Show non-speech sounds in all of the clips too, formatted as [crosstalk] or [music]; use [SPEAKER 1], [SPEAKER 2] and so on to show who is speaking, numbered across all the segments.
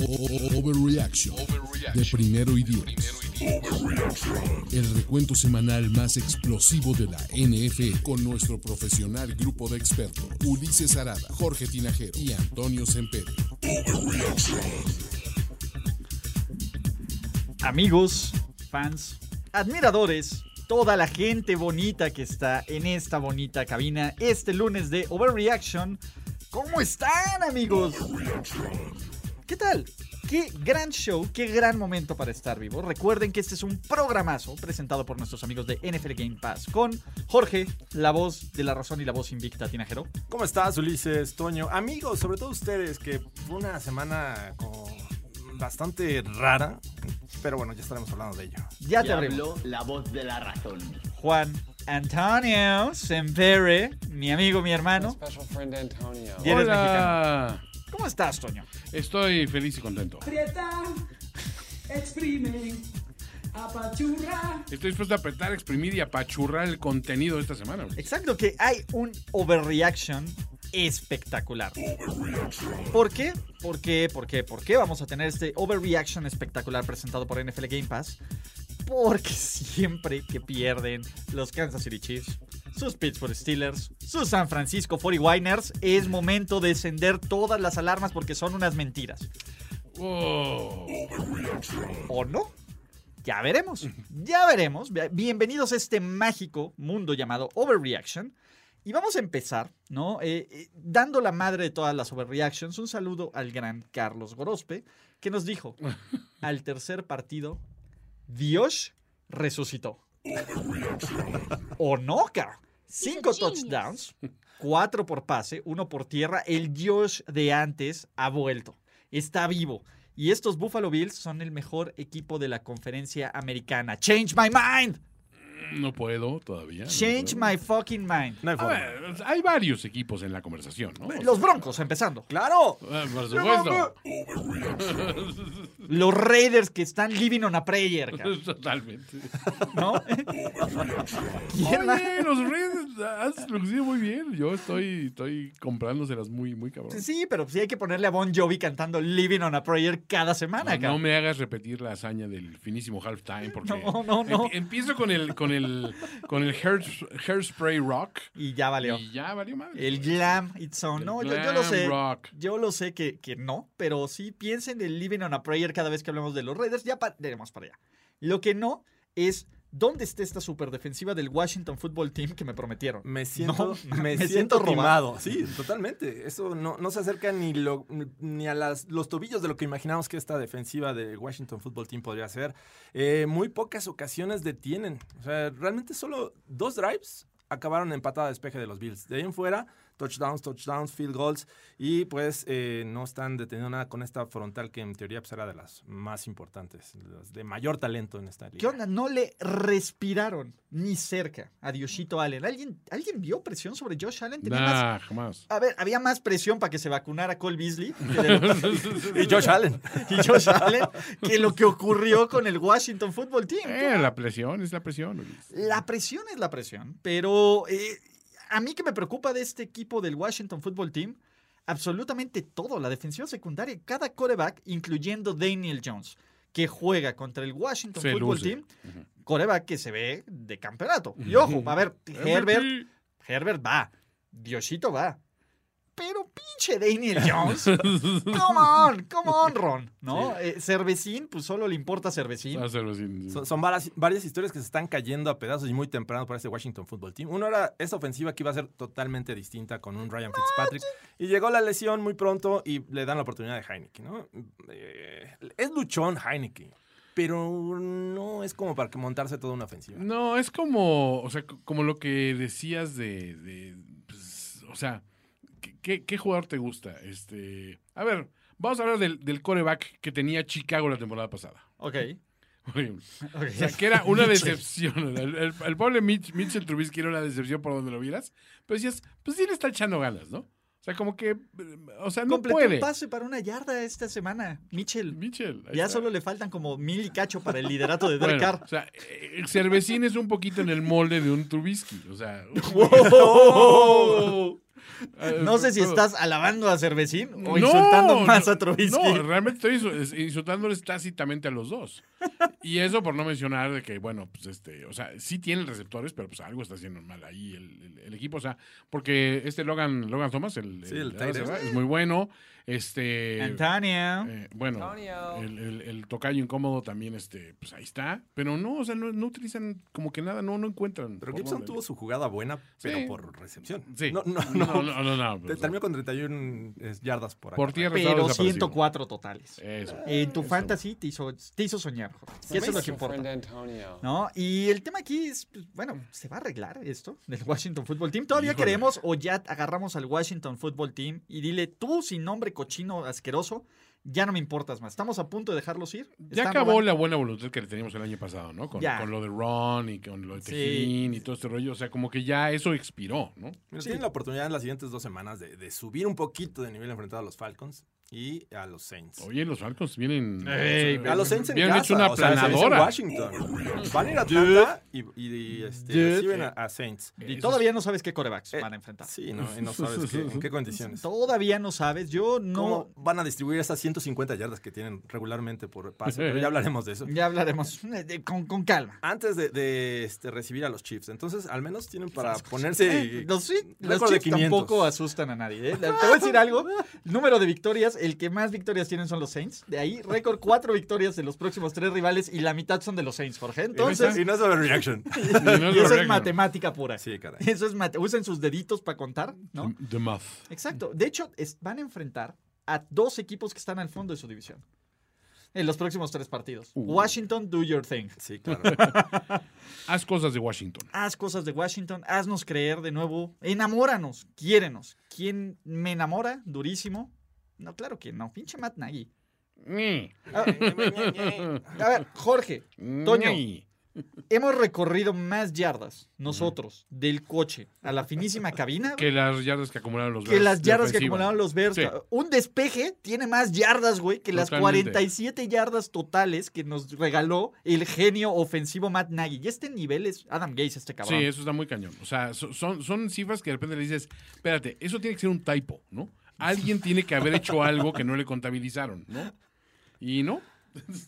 [SPEAKER 1] O- o- o- Overreaction de primero y diez. El recuento semanal más explosivo de la NFL con nuestro profesional grupo de expertos Ulises Arada, Jorge Tinajero y Antonio Sempere.
[SPEAKER 2] amigos, fans, admiradores, toda la gente bonita que está en esta bonita cabina este lunes de Overreaction. ¿Cómo están, amigos? ¿Qué tal? Qué gran show, qué gran momento para estar vivo. Recuerden que este es un programazo presentado por nuestros amigos de NFL Game Pass con Jorge, la voz de la razón y la voz invicta, Tinajero.
[SPEAKER 3] ¿Cómo estás, Ulises, Toño? Amigos, sobre todo ustedes, que fue una semana como bastante rara, pero bueno, ya estaremos hablando de ello.
[SPEAKER 2] Ya
[SPEAKER 4] Y
[SPEAKER 2] te abrimos.
[SPEAKER 4] habló la voz de la razón.
[SPEAKER 2] Juan Antonio Sempere, mi amigo, mi hermano.
[SPEAKER 5] Special friend Antonio.
[SPEAKER 2] Y eres
[SPEAKER 6] Hola.
[SPEAKER 2] ¿Cómo estás, Toño?
[SPEAKER 6] Estoy feliz y contento.
[SPEAKER 7] aprieta, exprime, apachurra.
[SPEAKER 6] Estoy dispuesto a apretar, exprimir y apachurrar el contenido de esta semana. güey.
[SPEAKER 2] Exacto, que hay un overreaction espectacular. ¿Por qué? ¿Por qué? ¿Por qué? ¿Por qué vamos a tener este overreaction espectacular presentado por NFL Game Pass? Porque siempre que pierden los Kansas City Chiefs, sus Pittsburgh Steelers, sus San Francisco 49ers, es momento de encender todas las alarmas porque son unas mentiras.
[SPEAKER 6] Oh.
[SPEAKER 2] ¿O no? Ya veremos, ya veremos. Be- Bienvenidos a este mágico mundo llamado Overreaction. Y vamos a empezar, ¿no? Eh, eh, dando la madre de todas las overreactions, un saludo al gran Carlos Gorospe, que nos
[SPEAKER 6] [laughs]
[SPEAKER 2] dijo, al tercer partido, Dios resucitó. ¿O no, Carl? Cinco touchdowns, cuatro por pase, uno por tierra. El Dios de antes ha vuelto. Está vivo. Y estos Buffalo Bills son el mejor equipo de la conferencia americana. Change my mind.
[SPEAKER 6] No puedo todavía. no
[SPEAKER 2] Change
[SPEAKER 6] puedo.
[SPEAKER 2] my fucking mind.
[SPEAKER 3] No hay
[SPEAKER 6] A
[SPEAKER 3] forma.
[SPEAKER 6] ver, hay varios equipos en la conversación, ¿no?
[SPEAKER 2] Los Broncos, empezando.
[SPEAKER 3] ¡Claro!
[SPEAKER 6] Ah, por supuesto.
[SPEAKER 2] Los Raiders que están living on a prayer, cabrón,
[SPEAKER 6] [laughs] Totalmente.
[SPEAKER 2] ¿no? ¿Quién más?
[SPEAKER 6] Oye, los Reds has lucido muy bien. Yo estoy, estoy comprándoselas muy, muy cabrón.
[SPEAKER 2] Sí, pero sí hay que ponerle a Bon Jovi cantando Living on a Prayer cada semana,
[SPEAKER 6] No, no
[SPEAKER 2] cabrón.
[SPEAKER 6] me hagas repetir la hazaña del finísimo halftime porque
[SPEAKER 2] No, no, no.
[SPEAKER 6] em- empiezo con el con el con el hair- hairspray rock
[SPEAKER 2] Y ya valió.
[SPEAKER 6] y ya valió madre.
[SPEAKER 2] El glam, it's on.
[SPEAKER 6] El
[SPEAKER 2] No, yo, yo lo
[SPEAKER 6] glam
[SPEAKER 2] sé.
[SPEAKER 6] rock.
[SPEAKER 2] Yo lo sé que, que no, pero sí piensen en Living on a Prayer cada vez que hablemos de los Raiders. Ya partiremos para allá. Lo que no es dónde está esta superdefensiva del Washington Football Team que me prometieron.
[SPEAKER 3] Me siento,
[SPEAKER 2] No,
[SPEAKER 3] me
[SPEAKER 2] [laughs] me siento
[SPEAKER 3] siento
[SPEAKER 2] robado.
[SPEAKER 3] timado. Sí, totalmente. Eso no, no se acerca ni, lo- ni a las, los tobillos de lo que imaginamos que esta defensiva de Washington Football Team podría ser. Eh, muy pocas ocasiones detienen. O sea, realmente solo dos drives acabaron en patada de despeje de los Bills. De ahí en fuera, touchdowns, touchdowns, field goals. Y pues eh, no están deteniendo nada con esta frontal que en teoría pues, era de las más importantes, de las de mayor talento en esta liga.
[SPEAKER 2] ¿Qué onda? No le respiraron ni cerca a Diosito Allen. ¿Alguien, ¿alguien vio presión sobre Josh Allen? Tenía más-
[SPEAKER 6] Nah, jamás.
[SPEAKER 2] A ver, había más presión para que se vacunara Cole Beasley que de lo-
[SPEAKER 3] Y Josh Allen.
[SPEAKER 2] y Josh Allen que lo que ocurrió con el Washington Football Team.
[SPEAKER 6] Eh, la presión, es la presión. Luis.
[SPEAKER 2] La presión es la presión, pero eh, a mí que me preocupa de este equipo del Washington Football Team, absolutamente todo, la defensiva secundaria, cada coreback, incluyendo Daniel Jones, que juega contra el Washington
[SPEAKER 6] Se
[SPEAKER 2] Football
[SPEAKER 6] luce.
[SPEAKER 2] Team, coreback que se ve de campeonato. Y ojo, a
[SPEAKER 6] [laughs]
[SPEAKER 2] ver,
[SPEAKER 6] Eh,
[SPEAKER 2] Herbert, Herbert va, Diosito va. Pero pinche Daniel
[SPEAKER 6] [laughs]
[SPEAKER 2] Jones. Come on, come on, Ron. ¿No? Eh, cervecín, pues solo le importa cervecín.
[SPEAKER 6] Hacerlo sin-
[SPEAKER 3] Son, son varas- varias historias que se están cayendo a pedazos y muy temprano para este Washington Football Team. Uno era esa ofensiva que iba a ser totalmente distinta con un Ryan Fitzpatrick. Y llegó la lesión muy pronto y le dan la oportunidad de Heineken, ¿no? Eh, es luchón Heineken, pero no es como para que montarse toda una ofensiva.
[SPEAKER 6] No, es como, o sea, c- como lo que decías de, de, pues, o sea, ¿qué- ¿qué, qué jugador te gusta? Este, a ver, Vamos a hablar del, del coreback que tenía Chicago la temporada pasada. [laughs]
[SPEAKER 2] Ok.
[SPEAKER 6] Horrible.
[SPEAKER 2] ok.
[SPEAKER 6] O sea, que era
[SPEAKER 2] [laughs]
[SPEAKER 6] una decepción. El, el- el pobre Mitch, Mitchell Trubisky era una decepción por donde lo vieras. Pero decías, pues sí le está echando ganas, ¿no? O sea, como que, eh, o sea, no
[SPEAKER 2] Completó
[SPEAKER 6] puede.
[SPEAKER 2] un pase para una yarda esta semana. Mitchell.
[SPEAKER 6] Mitchell. ahí
[SPEAKER 2] Ya
[SPEAKER 6] está.
[SPEAKER 2] solo le faltan como mil y cacho para el liderato de Derek
[SPEAKER 6] Bueno,
[SPEAKER 2] Carr.
[SPEAKER 6] o sea, eh, el Cervecín es un poquito en el molde de un Trubisky.
[SPEAKER 2] [laughs]
[SPEAKER 6] O sea, [laughs]
[SPEAKER 2] ¡Oh!
[SPEAKER 6] eh,
[SPEAKER 2] No sé si
[SPEAKER 6] pero-
[SPEAKER 2] estás alabando a Cervecín o
[SPEAKER 6] No,
[SPEAKER 2] insultando más
[SPEAKER 6] no,
[SPEAKER 2] a Trubisky.
[SPEAKER 6] No, realmente estoy insu- es- insultándoles tácitamente a los dos. Y eso por no mencionar de que, bueno, pues este, o sea, sí tienen receptores, pero pues algo está haciendo mal ahí el, el- el equipo. O sea, porque este Logan, Logan Thomas, el,
[SPEAKER 3] Sí, el
[SPEAKER 6] ala
[SPEAKER 3] tight end.
[SPEAKER 6] cerrada, es muy bueno. Este.
[SPEAKER 2] Antonio.
[SPEAKER 6] eh, bueno, el, el- el tocayo incómodo también, este, pues ahí está. Pero no, o sea, no, no utilizan como que nada, no, no encuentran.
[SPEAKER 3] Pero
[SPEAKER 6] por
[SPEAKER 3] Gibson
[SPEAKER 6] dónde.
[SPEAKER 3] tuvo su jugada buena, pero
[SPEAKER 6] Sí.
[SPEAKER 3] por recepción.
[SPEAKER 6] Sí.
[SPEAKER 3] No, no, no.
[SPEAKER 6] No, no, no, no,
[SPEAKER 3] Te-
[SPEAKER 6] pues,
[SPEAKER 3] Terminó con 31 es, eh, yardas por acá.
[SPEAKER 6] Por tierra estaba
[SPEAKER 2] Pero
[SPEAKER 6] desaparecido.
[SPEAKER 2] 104 totales.
[SPEAKER 6] Eso.
[SPEAKER 2] En tu fantasy te hizo, te hizo soñar, Jorge. Y eso es lo que importa. ¿no? Y el tema aquí es, pues, bueno, ¿se va a arreglar esto del Washington Football Team? Todavía
[SPEAKER 6] Híjole.
[SPEAKER 2] queremos o ya agarramos al Washington Football Team y dile, tú sin nombre cochino asqueroso, ya no me importas más. Estamos a punto de dejarlos ir.
[SPEAKER 6] Ya
[SPEAKER 2] Están
[SPEAKER 6] acabó
[SPEAKER 2] robando-
[SPEAKER 6] la buena voluntad que le teníamos el año pasado, ¿no? Con,
[SPEAKER 2] Ya.
[SPEAKER 6] con lo de Ron y con lo de
[SPEAKER 2] Sí.
[SPEAKER 6] Tejín y todo este rollo. O sea, como que ya eso expiró, ¿no?
[SPEAKER 3] Mira, Tienen la oportunidad en las siguientes dos semanas de, de subir un poquito de nivel enfrentado a los Falcons y a los Saints.
[SPEAKER 6] Oye, los Falcons vienen.
[SPEAKER 2] Ey,
[SPEAKER 3] a los Saints en
[SPEAKER 6] Bien
[SPEAKER 3] casa,
[SPEAKER 6] hecho una
[SPEAKER 3] o sea, se dice
[SPEAKER 6] aplanadora.
[SPEAKER 3] Washington. Van a ir a Atlanta y, y- y, este,
[SPEAKER 6] Dude.
[SPEAKER 3] reciben a, a Saints.
[SPEAKER 2] Y todavía no sabes qué corebacks
[SPEAKER 3] Eh,
[SPEAKER 2] van a enfrentar.
[SPEAKER 3] Sí, no, y no sabes qué- en qué condiciones.
[SPEAKER 2] Todavía no sabes. Yo no...
[SPEAKER 3] ¿Cómo van a distribuir esas 150 yardas que tienen regularmente por pase?
[SPEAKER 6] [laughs]
[SPEAKER 3] Pero ya hablaremos de eso.
[SPEAKER 2] Ya hablaremos [laughs] eh, de- con, con calma.
[SPEAKER 3] Antes de, de, este, recibir a los Chiefs. Entonces, al menos tienen para ponerse...
[SPEAKER 2] Eh, Los, sí, los
[SPEAKER 3] récord de
[SPEAKER 2] Chiefs
[SPEAKER 3] 500.
[SPEAKER 2] tampoco asustan a nadie. ¿eh? Te voy a decir algo. Número de victorias, el que más victorias tienen son los Saints. De ahí, récord cuatro victorias de los próximos tres rivales y la mitad son de los Saints, Jorge. Entonces,
[SPEAKER 3] Y no es overreaction.
[SPEAKER 6] Y no es
[SPEAKER 2] y eso
[SPEAKER 6] overreaction.
[SPEAKER 2] es matemática pura.
[SPEAKER 3] Sí, caray.
[SPEAKER 2] Eso es mate- Usen sus deditos para contar, ¿no?
[SPEAKER 6] The Muff.
[SPEAKER 2] Exacto. De hecho, es- van a enfrentar a dos equipos que están al fondo de su división. En los próximos tres partidos.
[SPEAKER 3] Uh.
[SPEAKER 2] Washington, do your thing.
[SPEAKER 3] Sí,
[SPEAKER 2] [laughs]
[SPEAKER 3] claro.
[SPEAKER 6] Haz cosas de Washington.
[SPEAKER 2] haz cosas de Washington, haznos creer de nuevo, enamóranos, quiérenos. ¿Quién me enamora? Durísimo. No, claro que no. Pinche Matt Nagy.
[SPEAKER 6] Ñe,
[SPEAKER 2] A ver, Jorge, Toño,
[SPEAKER 6] Ñe.
[SPEAKER 2] hemos recorrido más yardas nosotros del coche a la finísima cabina que,
[SPEAKER 6] Que las yardas que acumularon los Bears
[SPEAKER 2] las
[SPEAKER 6] de
[SPEAKER 2] yardas que
[SPEAKER 6] ofensiva.
[SPEAKER 2] acumularon los Bears.
[SPEAKER 6] Sí.
[SPEAKER 2] Un despeje tiene más yardas, güey, que las
[SPEAKER 6] Totalmente.
[SPEAKER 2] 47 yardas totales que nos regaló el genio ofensivo Matt Nagy. Y este nivel es Adam Gaze, este
[SPEAKER 6] Sí,
[SPEAKER 2] cabrón.
[SPEAKER 6] eso está muy cañón. O sea, so- son, son cifras que de repente le dices, espérate, eso tiene que ser un typo, ¿no?
[SPEAKER 2] [laughs]
[SPEAKER 6] Alguien tiene que haber hecho algo que no le contabilizaron, ¿no? Y no.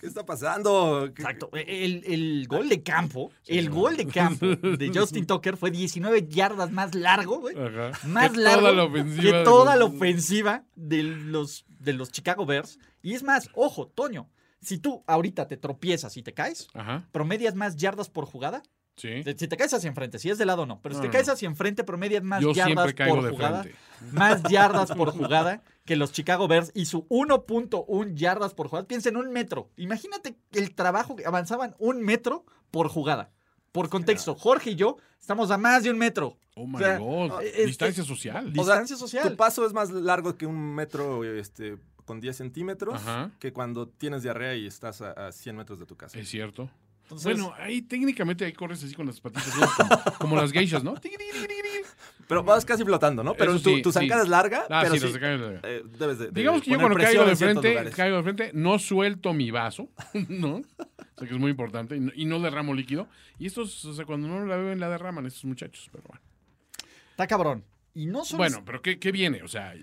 [SPEAKER 3] ¿Qué está pasando? ¿Qué-
[SPEAKER 2] Exacto. e, El, el
[SPEAKER 6] Ah,
[SPEAKER 2] gol de campo, el gol de
[SPEAKER 6] [laughs]
[SPEAKER 2] campo de Justin Tucker fue 19 yardas más largo, güey.
[SPEAKER 6] Ajá.
[SPEAKER 2] Más
[SPEAKER 6] Ah, Que toda
[SPEAKER 2] largo
[SPEAKER 6] la ofensiva
[SPEAKER 2] que
[SPEAKER 6] de
[SPEAKER 2] toda la
[SPEAKER 6] los-
[SPEAKER 2] ofensiva de los, de los Chicago Bears. Y es más, ojo, Toño, si tú ahorita te tropiezas y te caes,
[SPEAKER 6] Ajá.
[SPEAKER 2] promedias más yardas por jugada.
[SPEAKER 6] Sí.
[SPEAKER 2] Si te caes hacia enfrente, si es de lado no, pero si
[SPEAKER 6] No,
[SPEAKER 2] te
[SPEAKER 6] no,
[SPEAKER 2] caes
[SPEAKER 6] no.
[SPEAKER 2] hacia enfrente, promedias más
[SPEAKER 6] Yo
[SPEAKER 2] yardas
[SPEAKER 6] siempre caigo
[SPEAKER 2] por
[SPEAKER 6] de
[SPEAKER 2] jugada.
[SPEAKER 6] frente.
[SPEAKER 2] Más yardas por jugada que los Chicago Bears y su 1.1 yardas por jugada. Piensa en un metro. Imagínate el trabajo que avanzaban un metro por jugada. Por contexto, Jorge y yo estamos a más de un metro.
[SPEAKER 6] Oh my
[SPEAKER 2] O sea,
[SPEAKER 6] God.
[SPEAKER 2] es- es-
[SPEAKER 6] Distancia social.
[SPEAKER 3] O sea,
[SPEAKER 2] Distancia social.
[SPEAKER 3] Tu paso es más largo que un metro este, con 10 centímetros
[SPEAKER 6] Ajá.
[SPEAKER 3] que cuando tienes diarrea y estás a, a 100 metros de tu casa.
[SPEAKER 6] Es cierto.
[SPEAKER 2] Entonces-
[SPEAKER 6] bueno, ahí técnicamente ahí corres así con las patitas ¿no? como, como las
[SPEAKER 2] [laughs]
[SPEAKER 6] geishas, ¿no? Tiqui, tiqui, tiqui, tiqui.
[SPEAKER 3] Pero vas casi flotando, ¿no? Pero
[SPEAKER 6] Eso
[SPEAKER 3] tu,
[SPEAKER 6] sí,
[SPEAKER 3] tu
[SPEAKER 6] sí.
[SPEAKER 3] zancada es larga,
[SPEAKER 6] Ah,
[SPEAKER 3] pero
[SPEAKER 6] sí,
[SPEAKER 3] sí,
[SPEAKER 6] las zancada es larga.
[SPEAKER 3] eh, debes de, de
[SPEAKER 6] Digamos que yo
[SPEAKER 3] poner
[SPEAKER 6] cuando
[SPEAKER 3] presión
[SPEAKER 6] caigo de
[SPEAKER 3] en ciertos
[SPEAKER 6] frente,
[SPEAKER 3] lugares.
[SPEAKER 6] caigo de frente, no suelto mi vaso, [laughs] ¿no? O sea, que es muy importante y no, y no derramo líquido. Y estos, o sea, cuando no la beben, la derraman estos muchachos, pero bueno.
[SPEAKER 2] Está cabrón. Y no solo
[SPEAKER 6] Bueno, pero ¿qué, qué viene? O sea,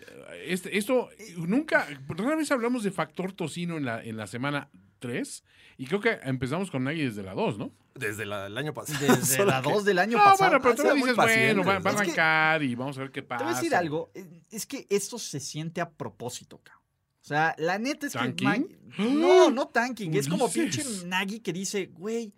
[SPEAKER 6] este- esto eh, nunca, rara vez hablamos de factor tocino en la, en la semana 3 y creo que empezamos con Nagy desde la 2, ¿no?
[SPEAKER 3] Desde la- el año pasado.
[SPEAKER 2] es
[SPEAKER 3] [laughs]
[SPEAKER 6] [laughs]
[SPEAKER 2] desde
[SPEAKER 3] Solo
[SPEAKER 2] la
[SPEAKER 3] que-
[SPEAKER 2] 2 del año
[SPEAKER 6] No,
[SPEAKER 2] pasado.
[SPEAKER 6] bueno, pero
[SPEAKER 3] han
[SPEAKER 6] tú me
[SPEAKER 3] sido muy
[SPEAKER 6] dices, bueno, va,
[SPEAKER 3] pacientes,
[SPEAKER 6] va a
[SPEAKER 3] ¿no?
[SPEAKER 2] Es que-
[SPEAKER 6] arrancar y vamos a ver qué pasa.
[SPEAKER 2] Te voy a decir algo. eh, Es que esto se siente a propósito, cabrón. O sea, la neta es
[SPEAKER 6] ¿Tanking?
[SPEAKER 2] que. Ma- No, no tanking. Es como pinche
[SPEAKER 6] Ulises.
[SPEAKER 2] Nagy que dice, güey,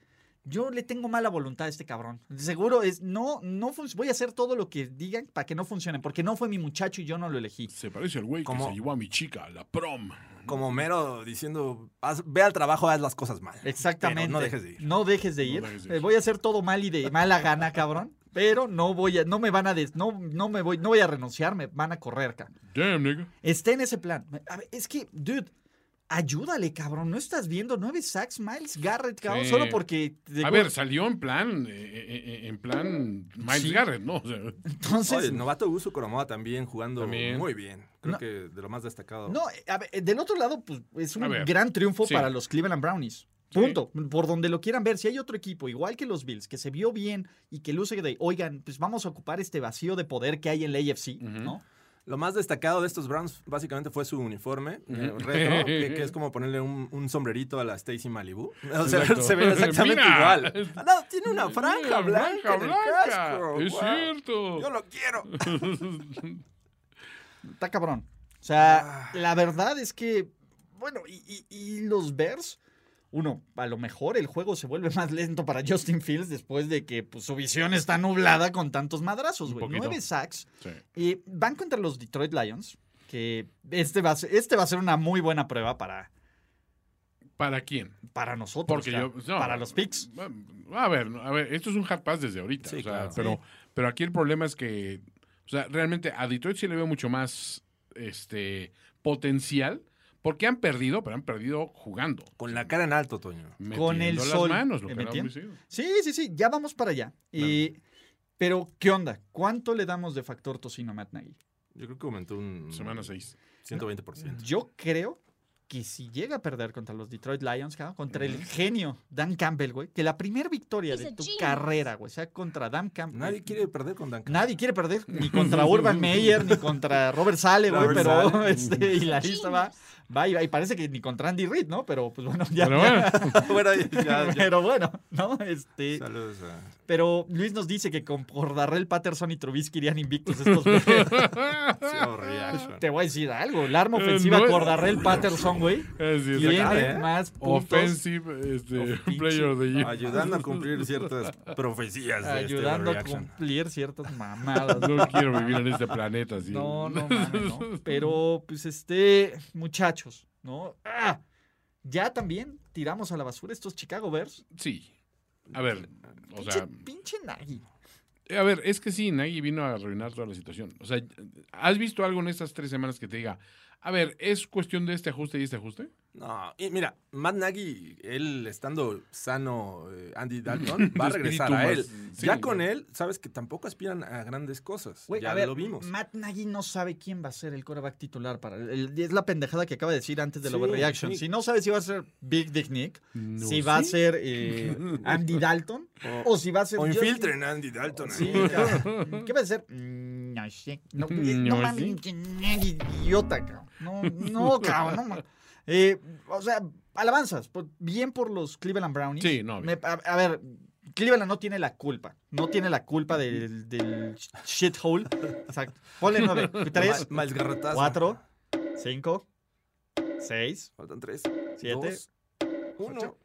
[SPEAKER 2] yo le tengo mala voluntad a este cabrón. Seguro es, no, no fun- voy a hacer todo lo que digan para que no funcione, porque no fue mi muchacho y yo no lo elegí.
[SPEAKER 6] Se parece al güey que
[SPEAKER 3] Como-
[SPEAKER 6] se llevó a mi chica a la prom.
[SPEAKER 3] Como mero diciendo, "Haz- ve al trabajo, haz las cosas mal.
[SPEAKER 2] Exactamente.
[SPEAKER 3] Pero no dejes de ir.
[SPEAKER 2] No dejes de ir.
[SPEAKER 6] dejes de ir.
[SPEAKER 2] Eh, voy a hacer todo mal y de mala gana, cabrón. pero no voy a, no me van a, des- no, no me voy, no voy a renunciar, me van a correr, cabrón.
[SPEAKER 6] Damn, nigga.
[SPEAKER 2] Está en ese plan. A ver, es que, dude, ayúdale, cabrón. No estás viendo nueve sacks, Miles Garrett, cabrón,
[SPEAKER 6] Sí.
[SPEAKER 2] solo porque. te-
[SPEAKER 6] A ver, salió en plan, eh, eh, eh, en plan Miles Garrett, ¿no? O sea,
[SPEAKER 2] entonces.
[SPEAKER 3] Oye, Novato Uso Coromoa también jugando
[SPEAKER 6] También.
[SPEAKER 3] muy bien. Creo
[SPEAKER 2] No.
[SPEAKER 3] que de lo más destacado.
[SPEAKER 2] No, eh, a ver, eh, del otro lado, pues es
[SPEAKER 6] A
[SPEAKER 2] un
[SPEAKER 6] ver,
[SPEAKER 2] gran triunfo
[SPEAKER 6] sí.
[SPEAKER 2] para los Cleveland Brownies. Punto. Por donde lo quieran ver, si hay otro equipo, igual que los Bills, que se vio bien y que luce de, oigan, pues vamos a ocupar este vacío de poder que hay en la AFC, ¿no?
[SPEAKER 3] Lo más destacado de estos Browns básicamente fue su uniforme eh, retro, que, que es como ponerle un, un sombrerito a la Stacy Malibu. [laughs] O sea,
[SPEAKER 6] Exacto.
[SPEAKER 3] se ve exactamente
[SPEAKER 6] Mira.
[SPEAKER 3] igual. Ah, no, tiene una franja
[SPEAKER 6] Mira,
[SPEAKER 3] blanca,
[SPEAKER 6] franja
[SPEAKER 3] en el
[SPEAKER 6] blanca.
[SPEAKER 3] casco.
[SPEAKER 6] Es
[SPEAKER 3] Wow.
[SPEAKER 6] cierto.
[SPEAKER 3] Yo lo quiero.
[SPEAKER 2] Está cabrón. O
[SPEAKER 6] Ah.
[SPEAKER 2] sea, la verdad es que, bueno, y, y- y los Bears, uno, a lo mejor el juego se vuelve [laughs] más lento para Justin Fields después de que pues, su visión está nublada con tantos madrazos,
[SPEAKER 6] Un
[SPEAKER 2] güey.
[SPEAKER 6] poquito.
[SPEAKER 2] Nueve sacks.
[SPEAKER 6] Sí.
[SPEAKER 2] Y van contra los Detroit Lions, que este va a ser, este va a ser una muy buena prueba para,
[SPEAKER 6] ¿Para quién?
[SPEAKER 2] para nosotros.
[SPEAKER 6] Porque
[SPEAKER 2] ya,
[SPEAKER 6] yo. no,
[SPEAKER 2] para los picks.
[SPEAKER 6] A ver, no, a ver, esto es un hard pass desde ahorita.
[SPEAKER 3] Sí,
[SPEAKER 6] o sea,
[SPEAKER 3] claro.
[SPEAKER 6] pero, pero aquí el problema es que. O sea, realmente a Detroit sí le veo mucho más este potencial. Porque han perdido, pero han perdido jugando.
[SPEAKER 3] Con la cara en alto, Toño.
[SPEAKER 2] Con el
[SPEAKER 6] Metiendo las
[SPEAKER 2] sol,
[SPEAKER 6] manos, lo
[SPEAKER 2] ¿me
[SPEAKER 6] que era muy
[SPEAKER 2] entiendes?
[SPEAKER 6] seguido.
[SPEAKER 2] Sí, sí, sí, ya vamos para allá. Y- pero, ¿qué onda? ¿Cuánto le damos de factor tocino a Matt Nagy?
[SPEAKER 3] Yo creo que aumentó un
[SPEAKER 6] Semana 6.
[SPEAKER 3] 120%.
[SPEAKER 2] Yo creo que si llega a perder contra los Detroit Lions, cabrón, contra el genio Dan Campbell, güey, que la primera victoria de tu carrera, güey, sea contra Dan Campbell.
[SPEAKER 3] Nadie quiere perder con
[SPEAKER 2] [laughs]
[SPEAKER 3] Duncan.
[SPEAKER 2] Nadie
[SPEAKER 3] [laughs]
[SPEAKER 2] quiere perder ni contra Urban Meyer ni contra Robert Sale, güey,
[SPEAKER 3] Robert
[SPEAKER 2] pero
[SPEAKER 3] Saleh.
[SPEAKER 2] [laughs] este, y la lista va, va y, va, y parece que ni contra Andy Reid, ¿no? Pero pues bueno, ya.
[SPEAKER 6] Pero
[SPEAKER 2] ya-
[SPEAKER 6] bueno.
[SPEAKER 3] Bueno, ya, [laughs] ya.
[SPEAKER 2] pero bueno, ¿no? Este,
[SPEAKER 3] Saludos a-
[SPEAKER 2] pero Luis nos dice que con por Darrell Patterson y Trubisky irían invictos
[SPEAKER 6] [laughs]
[SPEAKER 2] estos. güeyes.
[SPEAKER 3] sí, a Reaction.
[SPEAKER 2] Te voy a decir algo, la arma ofensiva
[SPEAKER 6] Eh, No es-
[SPEAKER 2] por Darrell Patterson, güey.
[SPEAKER 6] Es decir,
[SPEAKER 2] Tiene
[SPEAKER 6] sacar
[SPEAKER 3] ¿eh?
[SPEAKER 2] más puntos
[SPEAKER 6] Offensive este,
[SPEAKER 2] Of pinche-
[SPEAKER 6] [laughs] Player of the Year.
[SPEAKER 3] Ayudando a cumplir ciertas profecías. de este
[SPEAKER 2] ayudando a
[SPEAKER 3] Reaction. [laughs]
[SPEAKER 2] cumplir ciertas mamadas.
[SPEAKER 6] [laughs] No quiero vivir en este planeta así.
[SPEAKER 2] No,
[SPEAKER 6] [laughs]
[SPEAKER 2] no, mames, no. Pero, pues, este, muchachos, ¿no? ¡Ah! Ya también tiramos a la basura estos Chicago Bears.
[SPEAKER 6] Sí. A ver, o
[SPEAKER 2] pinche,
[SPEAKER 6] sea, eh,
[SPEAKER 2] pinche Nagy.
[SPEAKER 6] a ver, es que sí, Nagy vino a arruinar toda la situación. O sea, ¿has visto algo en estas tres semanas que te diga, a ver, es cuestión de este ajuste y este ajuste? [laughs]
[SPEAKER 3] No, y mira, Matt Nagy, él estando sano, eh,
[SPEAKER 6] [laughs]
[SPEAKER 3] Andy Dalton, va a
[SPEAKER 6] Tu
[SPEAKER 3] regresar
[SPEAKER 6] espíritu
[SPEAKER 3] a
[SPEAKER 6] más-
[SPEAKER 3] él.
[SPEAKER 6] sí,
[SPEAKER 3] ya con
[SPEAKER 6] ¿no?
[SPEAKER 3] él, sabes que tampoco aspiran a grandes cosas.
[SPEAKER 2] Güey,
[SPEAKER 3] ya
[SPEAKER 2] a ver,
[SPEAKER 3] lo vimos.
[SPEAKER 2] Matt Nagy no sabe quién va a ser el coreback titular para. el- es la pendejada que acaba de decir antes del
[SPEAKER 3] Sí,
[SPEAKER 2] overreaction.
[SPEAKER 3] sí.
[SPEAKER 2] Si no sabe si va a ser Big Dick Nick, si va a ser
[SPEAKER 3] [laughs]
[SPEAKER 2] eh, Andy Dalton, o, si va a ser.
[SPEAKER 3] O
[SPEAKER 2] Justin-
[SPEAKER 3] infiltren a Andy Dalton.
[SPEAKER 2] Sí,
[SPEAKER 3] ahí.
[SPEAKER 2] cabrón. ¿Qué va a ser? Mm, No sé.
[SPEAKER 6] [laughs]
[SPEAKER 2] No, eh, no
[SPEAKER 6] No
[SPEAKER 2] mames,
[SPEAKER 6] sé.
[SPEAKER 2] que Nagy, idiota, cabrón. No,
[SPEAKER 6] [laughs]
[SPEAKER 2] no, cabrón, no mames. Eh, o sea, alabanzas. por- bien por los Cleveland Brownies.
[SPEAKER 6] Sí, no,
[SPEAKER 2] Me- a, a ver, Cleveland no tiene la culpa. No tiene la culpa del, del shithole. Exacto. Ponle nueve.
[SPEAKER 6] [laughs]
[SPEAKER 2] Tres,
[SPEAKER 3] Ma- Miles Garretazo.
[SPEAKER 2] cuatro, cinco, seis,
[SPEAKER 3] Faltan tres.
[SPEAKER 2] siete.
[SPEAKER 3] dos, uno.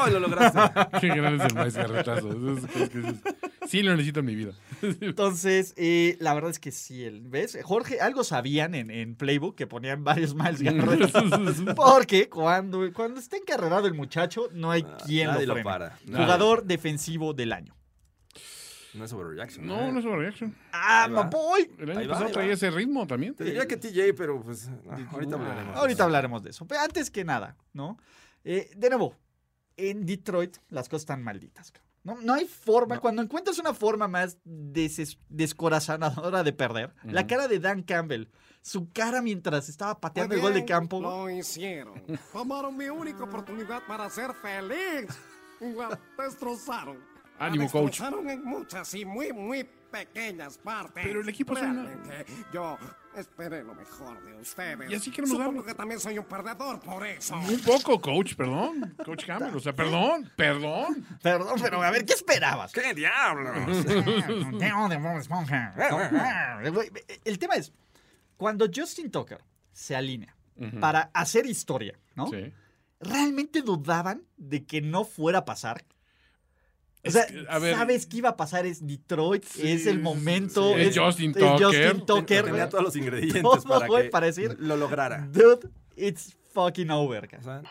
[SPEAKER 3] ¡Oh, lo
[SPEAKER 2] [laughs]
[SPEAKER 3] lograste!
[SPEAKER 6] Qué grande es el maíz garretazo. Eso es- es que es- sí, lo necesito en mi
[SPEAKER 3] [laughs]
[SPEAKER 6] vida.
[SPEAKER 2] Entonces, eh, la verdad es que sí, el- ¿ves? Jorge, algo sabían en, en Playbook que ponían varios
[SPEAKER 6] [laughs]
[SPEAKER 2] Miles Garrett.
[SPEAKER 3] [laughs]
[SPEAKER 2] Porque cuando, cuando está encarrerado el muchacho, no hay quien
[SPEAKER 3] Nadie
[SPEAKER 2] lo,
[SPEAKER 3] lo
[SPEAKER 2] frene.
[SPEAKER 3] para. Nadie.
[SPEAKER 2] Jugador defensivo del año.
[SPEAKER 3] No es overreaction.
[SPEAKER 6] No,
[SPEAKER 3] ¿eh?
[SPEAKER 6] no es overreaction.
[SPEAKER 2] ¡Ah,
[SPEAKER 3] Ahí va.
[SPEAKER 2] my boy!
[SPEAKER 6] El año
[SPEAKER 3] Ahí va,
[SPEAKER 6] pasado
[SPEAKER 3] ahí
[SPEAKER 6] traía
[SPEAKER 3] va.
[SPEAKER 6] ese ritmo también.
[SPEAKER 3] Te diría que TJ, pero pues no, ahorita hablaremos.
[SPEAKER 2] Ahorita hablaremos de eso. Pero antes que nada, ¿no? Eh, de nuevo, en Detroit las cosas están malditas. cabrón. No, no hay forma. Cuando encuentras una forma más deses- descorazonadora de perder, la cara de Dan Campbell, su cara mientras estaba pateando el gol de campo.
[SPEAKER 4] Lo hicieron. Tomaron mi única oportunidad para ser feliz. La destrozaron. La
[SPEAKER 6] Ánimo, coach.
[SPEAKER 4] destrozaron en muchas y muy, muy pequeñas partes.
[SPEAKER 6] Pero el equipo es una-
[SPEAKER 4] Realmente, Yo esperé lo mejor de ustedes.
[SPEAKER 6] Y así queremos
[SPEAKER 4] Supongo
[SPEAKER 6] darlo.
[SPEAKER 4] que también soy un perdedor por eso.
[SPEAKER 6] Un poco, coach, perdón. Coach Campbell, o sea, perdón, perdón.
[SPEAKER 2] Perdón, pero a ver, ¿qué esperabas?
[SPEAKER 3] ¿Qué
[SPEAKER 2] [laughs]
[SPEAKER 3] diablos?
[SPEAKER 2] El tema es, cuando Justin Tucker se alinea para hacer historia, ¿no?
[SPEAKER 6] Sí.
[SPEAKER 2] ¿Realmente dudaban de que no fuera a pasar? O sea,
[SPEAKER 6] que, a ver-
[SPEAKER 2] sabes que iba a pasar, es Detroit, es el
[SPEAKER 6] sí,
[SPEAKER 2] momento.
[SPEAKER 6] sí. Es Justin
[SPEAKER 2] es Justin
[SPEAKER 6] Tucker.
[SPEAKER 2] Tucker,
[SPEAKER 3] Tenía
[SPEAKER 2] güey.
[SPEAKER 3] todos los ingredientes
[SPEAKER 2] [laughs] Todo,
[SPEAKER 3] para
[SPEAKER 2] güey,
[SPEAKER 3] que
[SPEAKER 2] para decir-
[SPEAKER 3] [laughs] lo lograra.
[SPEAKER 2] Dude, it's fucking over.
[SPEAKER 3] O
[SPEAKER 2] cara.
[SPEAKER 3] sea,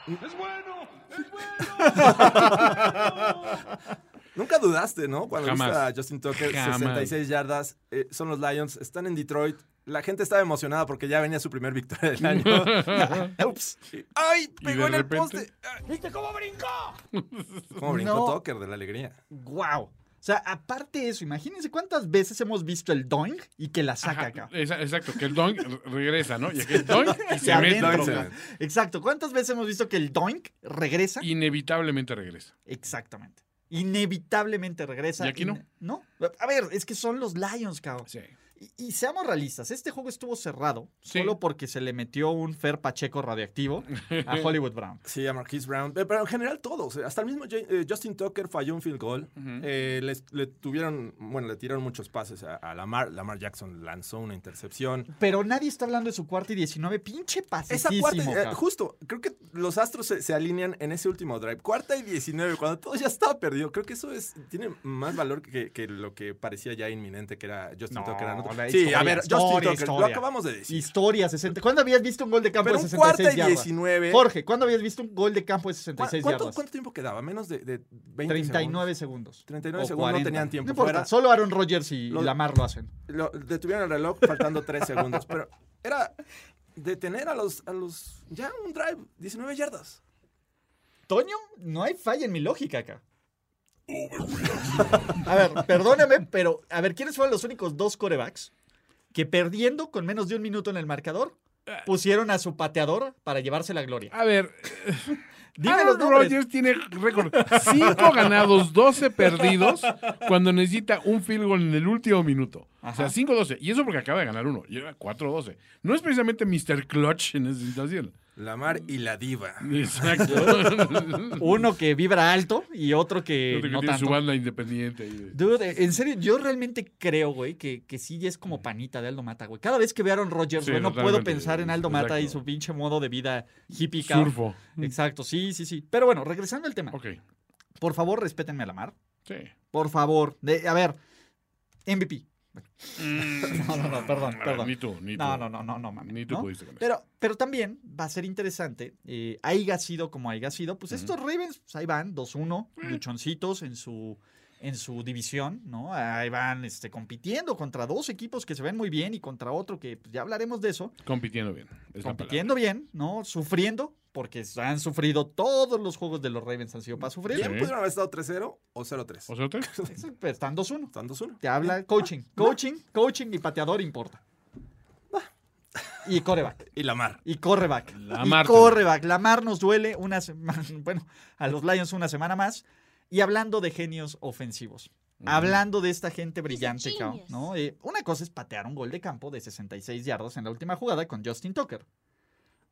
[SPEAKER 3] [laughs] Nunca dudaste, ¿no? Cuando viste
[SPEAKER 6] Jamás.
[SPEAKER 3] a Justin Tucker,
[SPEAKER 6] Jamás.
[SPEAKER 3] 66 yardas, eh, son los Lions, están en Detroit. La gente estaba emocionada porque ya venía su primer victoria del
[SPEAKER 6] [laughs]
[SPEAKER 3] año.
[SPEAKER 2] [laughs] Ups.
[SPEAKER 3] ¡Ay!
[SPEAKER 6] Y
[SPEAKER 3] Pegó
[SPEAKER 6] de
[SPEAKER 3] en el
[SPEAKER 6] repente-
[SPEAKER 3] poste. ¿Viste [laughs] cómo brincó? Como brincó
[SPEAKER 2] No.
[SPEAKER 3] Tucker de la alegría.
[SPEAKER 2] Wow. O sea, aparte de eso, imagínense cuántas veces hemos visto el doing y que la saca
[SPEAKER 6] Ajá,
[SPEAKER 2] acá.
[SPEAKER 6] esa- exacto, que el doink re- regresa, ¿no? Y aquí
[SPEAKER 2] [laughs]
[SPEAKER 6] el doink y se
[SPEAKER 2] Ya
[SPEAKER 6] mete
[SPEAKER 2] adentro.
[SPEAKER 3] doink se
[SPEAKER 6] otro.
[SPEAKER 3] mete.
[SPEAKER 2] Exacto. ¿Cuántas veces hemos visto que el doink regresa?
[SPEAKER 6] Inevitablemente regresa.
[SPEAKER 2] Exactamente. Inevitablemente regresa.
[SPEAKER 6] ¿Y aquí no?
[SPEAKER 2] No. A ver, es que son los Lions, cabrón.
[SPEAKER 6] Sí.
[SPEAKER 2] Y, y seamos realistas, este juego estuvo cerrado
[SPEAKER 6] Sí.
[SPEAKER 2] solo porque se le metió un Fer Pacheco
[SPEAKER 6] [laughs]
[SPEAKER 2] radioactivo a Hollywood Brown.
[SPEAKER 3] Sí, a Marquise Brown. Eh, Pero en general todos. eh, Hasta el mismo Ja- eh, Justin Tucker falló un field goal. Eh, les- le tuvieron, bueno, le tiraron muchos pases a, a Lamar. Lamar Jackson lanzó una intercepción.
[SPEAKER 2] Pero nadie está hablando de su cuarta y 19. Pinche
[SPEAKER 3] Esa
[SPEAKER 2] pasecísimo.
[SPEAKER 3] cuarta, eh,
[SPEAKER 2] cabrón.
[SPEAKER 3] justo, creo que los astros se, se alinean en ese último drive. Cuarta y 19, cuando todo ya estaba perdido. Creo que eso es tiene más valor que, que lo que parecía ya inminente, que era Justin
[SPEAKER 2] No,
[SPEAKER 3] Tucker. anotó.
[SPEAKER 2] la
[SPEAKER 3] Sí,
[SPEAKER 2] historia,
[SPEAKER 3] a ver, Justin
[SPEAKER 2] historia,
[SPEAKER 3] Tucker, lo
[SPEAKER 2] historia.
[SPEAKER 3] acabamos de decir.
[SPEAKER 2] Historia 60. ¿Cuándo habías visto un gol de campo
[SPEAKER 3] Pero
[SPEAKER 2] de
[SPEAKER 3] un
[SPEAKER 2] 66
[SPEAKER 3] cuarta y
[SPEAKER 2] yardas?
[SPEAKER 3] 19.
[SPEAKER 2] Jorge, ¿cuándo habías visto un gol de campo de
[SPEAKER 3] ¿Cu-
[SPEAKER 2] 66
[SPEAKER 3] ¿Cuánto,
[SPEAKER 2] yardas?
[SPEAKER 3] cuánto tiempo quedaba? Menos de, de 20
[SPEAKER 2] 39 segundos.
[SPEAKER 3] 39
[SPEAKER 2] O
[SPEAKER 3] segundos, no tenían tiempo,
[SPEAKER 2] No importa,
[SPEAKER 3] fuera.
[SPEAKER 2] solo Aaron Rodgers y
[SPEAKER 3] Lo-
[SPEAKER 2] Lamar lo hacen.
[SPEAKER 3] segundos. Lo- detuvieron el reloj faltando 3 segundos, pero era detener a los, a los, ya un drive, 19 yardas.
[SPEAKER 2] Toño, no hay falla en mi lógica acá. [laughs] A ver, perdóname, pero a ver, ¿quiénes fueron los únicos dos corebacks que perdiendo con menos de un minuto en el marcador pusieron a su pateador para llevarse la gloria?
[SPEAKER 6] A ver,
[SPEAKER 2] [laughs] Dime los
[SPEAKER 6] Aaron
[SPEAKER 2] nombres.
[SPEAKER 6] Rodgers tiene récord. Cinco ganados, 12 perdidos cuando necesita un field goal en el último minuto. O sea, 5-12. Y eso porque acaba de ganar uno. Lleva 4-12. No es precisamente Mr. Clutch en
[SPEAKER 2] [laughs]
[SPEAKER 6] esa situación.
[SPEAKER 3] Lamar y la diva.
[SPEAKER 6] Exacto.
[SPEAKER 2] Uno que vibra alto y otro que
[SPEAKER 6] Fíjate que
[SPEAKER 2] no
[SPEAKER 6] tiene su
[SPEAKER 2] tanto.
[SPEAKER 6] banda independiente. ahí.
[SPEAKER 2] Dude, eh, en serio, yo realmente creo, güey, que, que sí es como panita de Aldo Mata, güey. Cada vez que veo a Aaron Rodgers,
[SPEAKER 6] Sí,
[SPEAKER 2] güey, no puedo
[SPEAKER 6] totalmente,
[SPEAKER 2] pensar en Aldo Mata y
[SPEAKER 6] exacto.
[SPEAKER 2] su pinche modo de vida hippie. cabrón.
[SPEAKER 6] Surfo.
[SPEAKER 2] Exacto, sí, sí, sí. Pero bueno, regresando al tema.
[SPEAKER 6] Ok.
[SPEAKER 2] Por favor, respétenme a la mar.
[SPEAKER 6] Sí.
[SPEAKER 2] Por favor. De- a ver, MVP. [laughs] No, no, no, perdón,
[SPEAKER 6] Mm. A ver,
[SPEAKER 2] perdón.
[SPEAKER 6] Ni tú, ni tú.
[SPEAKER 2] No, no, no, no, no, mames.
[SPEAKER 6] Ni tú
[SPEAKER 2] ¿no?
[SPEAKER 6] pudiste con eso.
[SPEAKER 2] Pero, pero también va a ser interesante, eh, haya sido como haya sido, pues estos Ravens, pues ahí van, 2-1,
[SPEAKER 6] Mm.
[SPEAKER 2] luchoncitos en su, en su división, ¿no? Ahí van este, compitiendo contra dos equipos que se ven muy bien y contra otro que pues, ya hablaremos de eso
[SPEAKER 6] Compitiendo bien. es la
[SPEAKER 2] compitiendo bien, ¿no? Sufriendo, porque han sufrido, todos los juegos de los Ravens han sido para sufrir.
[SPEAKER 3] Bien, pudieron haber estado 3-0 o 0-3.
[SPEAKER 6] palabra. ¿O sea, otra?
[SPEAKER 2] Exacto, pero Están 2-1.
[SPEAKER 3] Están 2-1.
[SPEAKER 2] Te habla coaching, coaching, coaching y pateador importa. Y coreback.
[SPEAKER 3] Y Lamar.
[SPEAKER 2] Y correback.
[SPEAKER 6] Lamar
[SPEAKER 2] y correback. Lamar nos duele una semana, [laughs] bueno, a los Lions una semana más. Y hablando de genios ofensivos. Hablando de esta gente brillante, cabrón, ¿no? Eh, una cosa es patear un gol de campo de 66 yardas en la última jugada con Justin Tucker.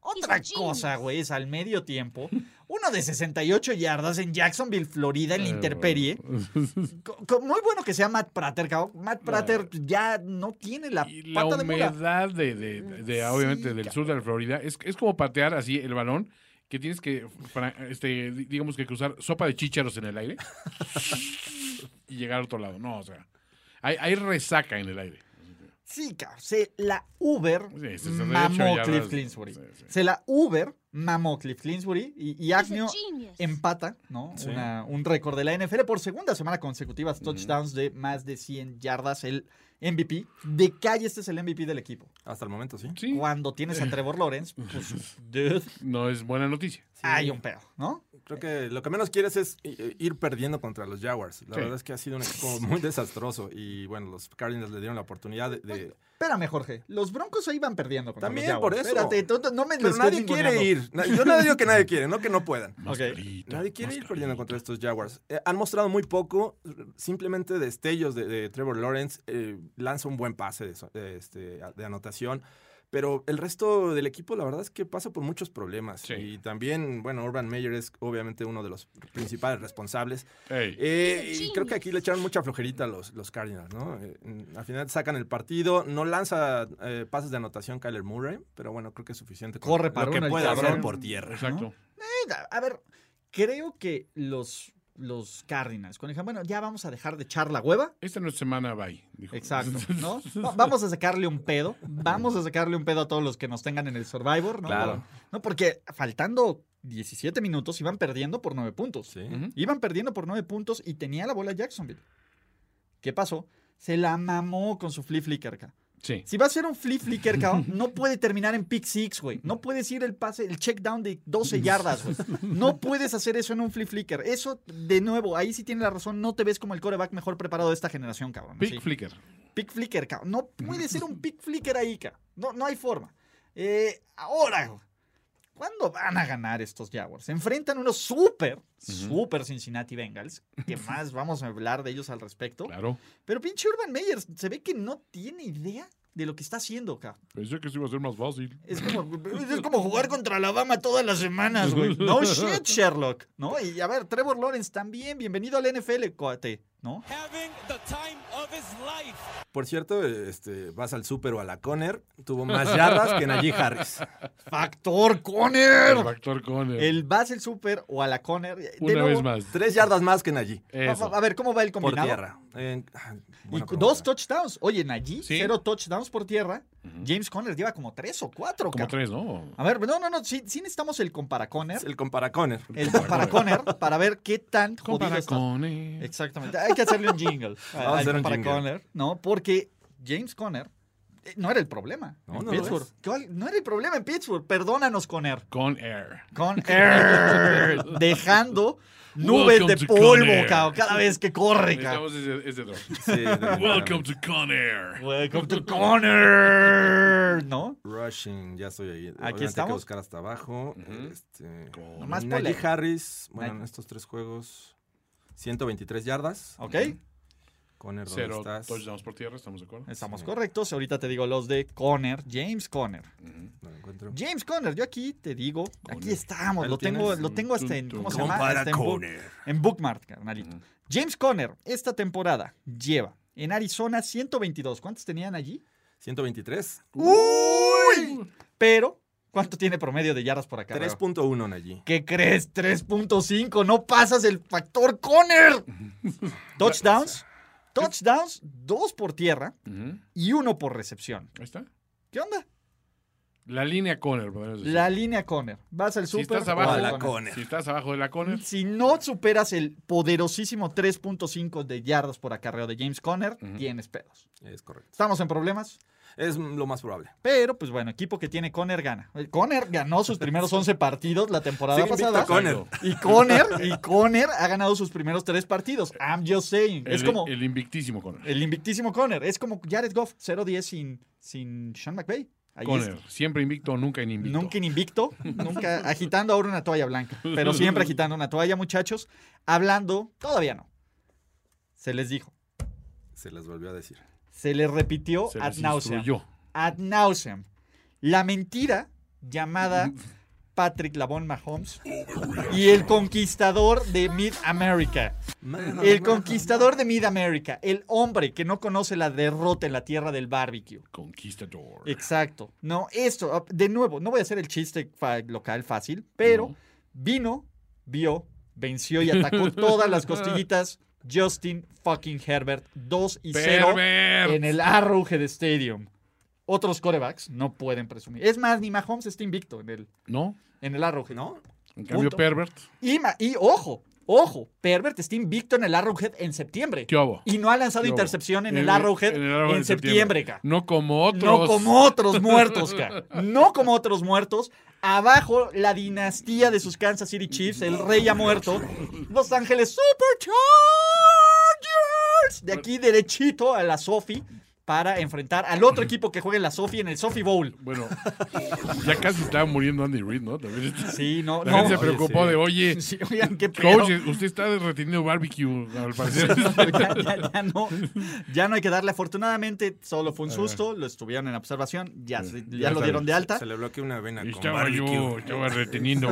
[SPEAKER 2] Otra cosa, güey, es al medio
[SPEAKER 6] [laughs]
[SPEAKER 2] tiempo, uno de 68 yardas en Jacksonville, Florida, en
[SPEAKER 6] Eh,
[SPEAKER 2] la interperie. Co- co- Muy bueno que sea Matt Prater, cabrón. Matt Prater ya no tiene la
[SPEAKER 6] Y [laughs] la
[SPEAKER 2] pata de mula.
[SPEAKER 6] humedad de, Mm, de- de, obviamente, del sur de la Florida es, es como patear así el balón que tienes que, fra- este, di- digamos que cruzar sopa de chícharos en el aire [laughs] y llegar a otro lado. No, o sea, hay, hay resaca en el aire.
[SPEAKER 2] Sí, cabrón. Se la Uber
[SPEAKER 6] Sí, 68
[SPEAKER 2] mamó
[SPEAKER 6] yardas.
[SPEAKER 2] Cliff Clinsbury.
[SPEAKER 6] Sí, sí.
[SPEAKER 2] Se la Uber mamó Cliff Clinsbury y, y Agnew empata, ¿no? Una- un récord de la NFL por segunda semana consecutiva. Touchdowns de más de 100 yardas. El MVP. De calle, este es el MVP del equipo.
[SPEAKER 3] Hasta el momento, sí.
[SPEAKER 6] Sí,
[SPEAKER 2] Cuando tienes a Trevor Lawrence, pues, dude,
[SPEAKER 6] no es buena noticia.
[SPEAKER 2] hay un pedo, ¿no?
[SPEAKER 3] Creo que lo que menos quieres es i- ir perdiendo contra los Jaguars. La
[SPEAKER 6] Sí.
[SPEAKER 3] verdad es que ha sido un [laughs] equipo muy desastroso. Y bueno, los Cardinals le dieron la oportunidad de. de-
[SPEAKER 2] Espérame, Jorge. Los Broncos ahí van perdiendo. contra los
[SPEAKER 3] También,
[SPEAKER 2] Jaguars.
[SPEAKER 3] por eso.
[SPEAKER 2] Espérate, tú- tú- no me lo
[SPEAKER 3] Pero
[SPEAKER 2] estés
[SPEAKER 3] nadie quiere
[SPEAKER 2] ninguneando.
[SPEAKER 3] ir. Na- Yo no digo que [laughs] nadie quiere, no que no puedan.
[SPEAKER 6] Mascarita,
[SPEAKER 3] Nadie quiere ir
[SPEAKER 6] mascarita.
[SPEAKER 3] perdiendo contra estos Jaguars. Eh, han mostrado muy poco, simplemente destellos de, de Trevor Lawrence. eh, lanza un buen pase de, so- de, este, a- de anotación. Pero el resto del equipo, la verdad es que pasa por muchos problemas.
[SPEAKER 6] Sí.
[SPEAKER 3] Y también, bueno, Urban Meyer es obviamente uno de los principales responsables.
[SPEAKER 6] Ey.
[SPEAKER 3] Eh, y creo que aquí le echaron mucha flojerita a los, los Cardinals, ¿no? Eh, mm, al final sacan el partido, no lanza eh, pases de anotación Kyler Murray, pero bueno, creo que es suficiente. con
[SPEAKER 2] Corre para
[SPEAKER 3] lo que
[SPEAKER 2] uno el
[SPEAKER 3] puede
[SPEAKER 2] cabrón.
[SPEAKER 3] hacer por tierra.
[SPEAKER 6] Exacto.
[SPEAKER 2] Venga, A ver, creo que los, los Cardinals, cuando dijeron, bueno, ya vamos a dejar de echar la hueva,
[SPEAKER 6] Esta no es semana, bye. dijo. [laughs]
[SPEAKER 2] Exacto,
[SPEAKER 3] [laughs]
[SPEAKER 2] ¿no? Va- Vamos a sacarle un pedo. Vamos a sacarle un pedo a todos los que nos tengan en el Survivor, ¿no?
[SPEAKER 3] Claro.
[SPEAKER 2] No, porque faltando 17 minutos iban perdiendo por 9 puntos.
[SPEAKER 3] Sí.
[SPEAKER 2] Iban perdiendo por 9 puntos y tenía la bola Jacksonville. ¿Qué pasó? Se la mamó con su flip flicker. ca.
[SPEAKER 6] Sí.
[SPEAKER 2] Si va a ser un flip flicker,
[SPEAKER 6] [laughs]
[SPEAKER 2] cabrón, no puede terminar en pick six, güey. No puedes ir el pase, el check down de 12 yardas, güey.
[SPEAKER 6] [laughs]
[SPEAKER 2] No puedes hacer eso en un flip flicker. Eso, de nuevo, ahí sí tiene la razón. No te ves como el coreback mejor preparado de esta generación, cabrón.
[SPEAKER 6] Pick
[SPEAKER 2] Sí.
[SPEAKER 6] flicker.
[SPEAKER 2] Pick flicker, cabrón. No puede ser un pick flicker ahí, cabrón. No, no hay forma. Eh, ahora, güey, ¿cuándo van a ganar estos Jaguars? Se enfrentan unos súper, súper Cincinnati Bengals, que más vamos a hablar de ellos al respecto.
[SPEAKER 6] Claro.
[SPEAKER 2] Pero pinche Urban Meyer se ve que no tiene idea de lo que está haciendo, cabrón.
[SPEAKER 6] Pensé que sí iba a ser más fácil.
[SPEAKER 2] Es como,
[SPEAKER 6] [laughs]
[SPEAKER 2] es como jugar contra Alabama todas las semanas, güey. No shit, Sherlock. ¿No? Y a ver, Trevor Lawrence también. Bienvenido al NFL, coate, ¿no?
[SPEAKER 3] Por cierto, este, vas al súper o a la Conner, tuvo
[SPEAKER 6] [laughs]
[SPEAKER 3] más yardas que Najee Harris.
[SPEAKER 2] ¡Factor
[SPEAKER 6] El
[SPEAKER 2] Conner!
[SPEAKER 6] factor Conner.
[SPEAKER 2] El Basel Super o a la Conner. De
[SPEAKER 6] Una
[SPEAKER 2] nuevo,
[SPEAKER 6] vez más.
[SPEAKER 3] Tres yardas más que Najee.
[SPEAKER 6] Eso.
[SPEAKER 2] A ver, ¿cómo va el
[SPEAKER 3] Por
[SPEAKER 2] combinado?
[SPEAKER 3] tierra. Eh, ah,
[SPEAKER 2] Y
[SPEAKER 3] buena
[SPEAKER 2] cu- dos
[SPEAKER 3] pregunta.
[SPEAKER 2] touchdowns. Oye, Najee,
[SPEAKER 6] Sí.
[SPEAKER 2] cero touchdowns por tierra. James Conner lleva como tres o cuatro,
[SPEAKER 6] Como
[SPEAKER 2] cabrón.
[SPEAKER 6] tres, ¿no?
[SPEAKER 2] A ver, no, no, no. Sí, sí necesitamos el compara Conner.
[SPEAKER 3] El compara Conner.
[SPEAKER 2] El compara Conner para ver qué tan jodido
[SPEAKER 6] Compara
[SPEAKER 2] está.
[SPEAKER 6] Conner.
[SPEAKER 2] Exactamente. Hay que hacerle un jingle
[SPEAKER 3] [laughs]
[SPEAKER 2] a-
[SPEAKER 3] Vamos a hacer
[SPEAKER 2] al-
[SPEAKER 3] un
[SPEAKER 2] para
[SPEAKER 3] jingle.
[SPEAKER 2] Conner, ¿no? Porque James Conner eh, no era el problema
[SPEAKER 3] No,
[SPEAKER 2] en
[SPEAKER 3] no lo
[SPEAKER 2] Pittsburgh.
[SPEAKER 3] es.
[SPEAKER 2] ¿Cuál? No era el problema en Pittsburgh. Perdónanos, Conner.
[SPEAKER 6] Con Air.
[SPEAKER 3] [laughs]
[SPEAKER 2] Conner. [laughs] Dejando nubes
[SPEAKER 6] Welcome
[SPEAKER 2] de
[SPEAKER 6] to
[SPEAKER 2] polvo,
[SPEAKER 6] Conner.
[SPEAKER 2] cabrón, cada vez que corre, cabrón.
[SPEAKER 6] Necesitamos ese, ese drop.
[SPEAKER 2] [laughs]
[SPEAKER 3] Sí, de-
[SPEAKER 6] Welcome to Con Air.
[SPEAKER 2] Welcome to Conner, ¿no?
[SPEAKER 3] Rushing, ya estoy ahí. Obviamente Hay
[SPEAKER 2] estamos.
[SPEAKER 3] que buscar hasta abajo. este,
[SPEAKER 2] Nomás
[SPEAKER 3] Najee
[SPEAKER 2] ponle.
[SPEAKER 3] Harris, bueno,
[SPEAKER 2] Najee.
[SPEAKER 3] en estos tres juegos, 123 yardas.
[SPEAKER 2] ¿Ok?
[SPEAKER 3] Conner, ¿dónde
[SPEAKER 6] Cero
[SPEAKER 3] estás?
[SPEAKER 6] touchdowns por tierra, estamos de acuerdo.
[SPEAKER 2] Estamos
[SPEAKER 3] Sí.
[SPEAKER 2] correctos. Ahorita te digo los de Conner, James Conner.
[SPEAKER 3] No lo encuentro.
[SPEAKER 2] James Conner, yo aquí te digo, aquí estamos,
[SPEAKER 3] Ahí
[SPEAKER 2] lo
[SPEAKER 3] lo tienes.
[SPEAKER 2] tengo, lo tengo hasta en,
[SPEAKER 6] Tum, tum.
[SPEAKER 2] ¿cómo se llama? Hasta en, book- en Bookmark, carnalito. James Conner, esta temporada lleva en Arizona 122. ¿Cuántos tenían allí?
[SPEAKER 3] 123.
[SPEAKER 2] ¡Uy! Pero, ¿cuánto tiene promedio de yardas por acá?
[SPEAKER 3] 3.1 Najee.
[SPEAKER 2] ¿Qué crees? 3.5, no pasas el factor Conner. Touchdowns, touchdowns, dos por tierra
[SPEAKER 6] Ujú.
[SPEAKER 2] y uno por recepción.
[SPEAKER 6] Ahí está.
[SPEAKER 2] ¿Qué onda?
[SPEAKER 6] La línea Conner, podríamos decir.
[SPEAKER 2] La línea Conner. Vas al
[SPEAKER 6] si
[SPEAKER 2] super.
[SPEAKER 6] estás abajo,
[SPEAKER 3] o a la
[SPEAKER 6] Conner.
[SPEAKER 3] Conner.
[SPEAKER 6] Si estás abajo de la Conner,
[SPEAKER 2] Si no superas el poderosísimo 3.5 de yardas por acarreo de James Conner, tienes pedos.
[SPEAKER 3] Es correcto.
[SPEAKER 2] Estamos en problemas,
[SPEAKER 3] Es lo más probable.
[SPEAKER 2] pero pues bueno, equipo que tiene Conner gana. Eh, Conner ganó sus primeros 11 partidos la temporada
[SPEAKER 3] Sigue invicto
[SPEAKER 2] pasada.
[SPEAKER 3] Conner.
[SPEAKER 2] Y Conner, y Conner ha ganado sus primeros tres partidos. I'm just saying.
[SPEAKER 6] el,
[SPEAKER 2] es como el,
[SPEAKER 6] el invictísimo Conner.
[SPEAKER 2] invictísimo Conner. Es como Jared Goff, 0-10 sin, sin Sean McVay. Ahí
[SPEAKER 6] Conner, siempre invicto, nunca en invicto.
[SPEAKER 2] Nunca en invicto,
[SPEAKER 6] [laughs]
[SPEAKER 2] nunca agitando ahora una toalla blanca, pero siempre agitando una toalla, muchachos. Hablando, todavía no. Se les dijo,
[SPEAKER 3] Se las volvió a decir.
[SPEAKER 2] se les repitió
[SPEAKER 6] Se
[SPEAKER 2] ad
[SPEAKER 6] les
[SPEAKER 2] nauseam.
[SPEAKER 6] instruyó.
[SPEAKER 2] Ad nauseam. La mentira llamada Patrick Lavon Mahomes y el conquistador de Mid America. El conquistador de Mid America, el hombre que no conoce la derrota en la tierra del barbecue.
[SPEAKER 6] Conquistador.
[SPEAKER 2] Exacto. No, esto, ah, de nuevo, no voy a hacer el chiste fa- local fácil, pero
[SPEAKER 6] No.
[SPEAKER 2] vino, vio, venció y atacó todas las costillitas Justin fucking Herbert 2 y 0
[SPEAKER 6] Pervert.
[SPEAKER 2] en el Arrowhead Stadium. Otros corebacks no pueden presumir. Es más, ni Mahomes está invicto en el,
[SPEAKER 6] No,
[SPEAKER 2] en el Arrowhead.
[SPEAKER 3] ¿No?
[SPEAKER 6] en cambio,
[SPEAKER 2] Punto.
[SPEAKER 6] Pervert.
[SPEAKER 2] Y, ma- y ojo, ojo, Pervert está invicto en el Arrowhead en septiembre.
[SPEAKER 6] ¿Qué hubo?
[SPEAKER 2] Y no ha lanzado
[SPEAKER 6] ¿Qué hubo?
[SPEAKER 2] intercepción en el, Arrowhead en,
[SPEAKER 6] el Arrowhead de
[SPEAKER 2] septiembre, ca.
[SPEAKER 6] No como otros.
[SPEAKER 2] No como otros muertos, cara. No como otros muertos. Abajo, la dinastía de sus Kansas City Chiefs, el rey ha muerto. Los Ángeles Superchargers. De aquí derechito a la Sofi para enfrentar al otro equipo que juega en la Sofi en el Sofi Bowl.
[SPEAKER 6] Bueno, ya casi estaba muriendo Andy Reid, ¿no? También está-
[SPEAKER 2] Sí, no,
[SPEAKER 6] La
[SPEAKER 2] no.
[SPEAKER 6] gente se preocupó
[SPEAKER 3] sí.
[SPEAKER 6] de,
[SPEAKER 2] [laughs]
[SPEAKER 6] oye,
[SPEAKER 2] Sí, oigan, qué pedo.
[SPEAKER 6] coach, usted está reteniendo barbecue, al parecer.
[SPEAKER 2] [laughs]
[SPEAKER 6] [laughs]
[SPEAKER 2] ya, ya- ya no, ya no hay que darle. Afortunadamente, solo fue un susto. Lo estuvieron en observación. Ya, se- ya
[SPEAKER 6] Ah. Ya
[SPEAKER 2] lo dieron
[SPEAKER 6] saben,
[SPEAKER 2] de alta.
[SPEAKER 3] Se le bloqueó una vena con
[SPEAKER 6] estaba yo,
[SPEAKER 3] barbecue.
[SPEAKER 6] estaba reteniendo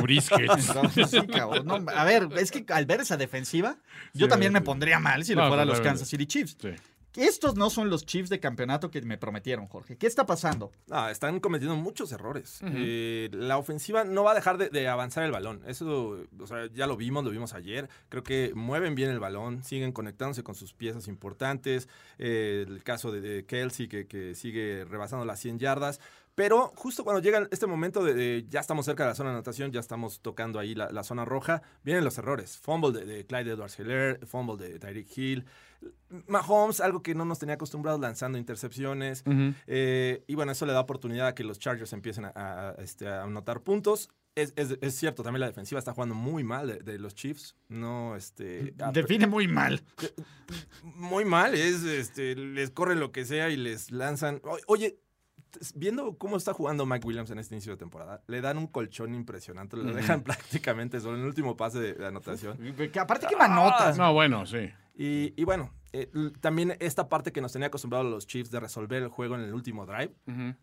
[SPEAKER 3] [laughs]
[SPEAKER 6] briskets.
[SPEAKER 2] Entonces, sí, cabrón. No, a ver, es que al ver esa defensiva, yo también me pondría mal si le
[SPEAKER 6] No,
[SPEAKER 2] fuera a los
[SPEAKER 6] totalmente.
[SPEAKER 2] Kansas City Chiefs.
[SPEAKER 6] Sí.
[SPEAKER 2] Estos no son los Chiefs de campeonato que me prometieron, Jorge. ¿Qué está pasando?
[SPEAKER 3] Ah, están cometiendo muchos errores. Eh, la ofensiva no va a dejar de, de avanzar el balón. Eso o sea, ya lo vimos, lo vimos ayer. Creo que mueven bien el balón, siguen conectándose con sus piezas importantes. Eh, el caso de, de Kelsey que, que sigue rebasando las 100 yardas. Pero justo cuando llega este momento de, de ya estamos cerca de la zona de anotación, ya estamos tocando ahí la, la zona roja, vienen los errores. Fumble de, de Clyde Edwards Heller, fumble de Tyreek Hill. Mahomes, algo que no nos tenía acostumbrados, lanzando intercepciones. Eh, y bueno, eso le da oportunidad a que los Chargers empiecen a, a- a, este, a anotar puntos. Es, es- es cierto, también la defensiva está jugando muy mal de, de los Chiefs. No, este. a-
[SPEAKER 2] Define muy mal.
[SPEAKER 3] muy mal, es este, les corre lo que sea y les lanzan. O- Oye, t- viendo cómo está jugando Mike Williams en este inicio de temporada, le dan un colchón impresionante, lo dejan [laughs] prácticamente solo en el último pase de, de anotación.
[SPEAKER 2] Que aparte
[SPEAKER 3] Ah,
[SPEAKER 2] que manotas.
[SPEAKER 6] No, bueno, sí.
[SPEAKER 3] Y, y bueno, eh, l- también esta parte que nos tenía acostumbrados los Chiefs de resolver el juego en el último drive,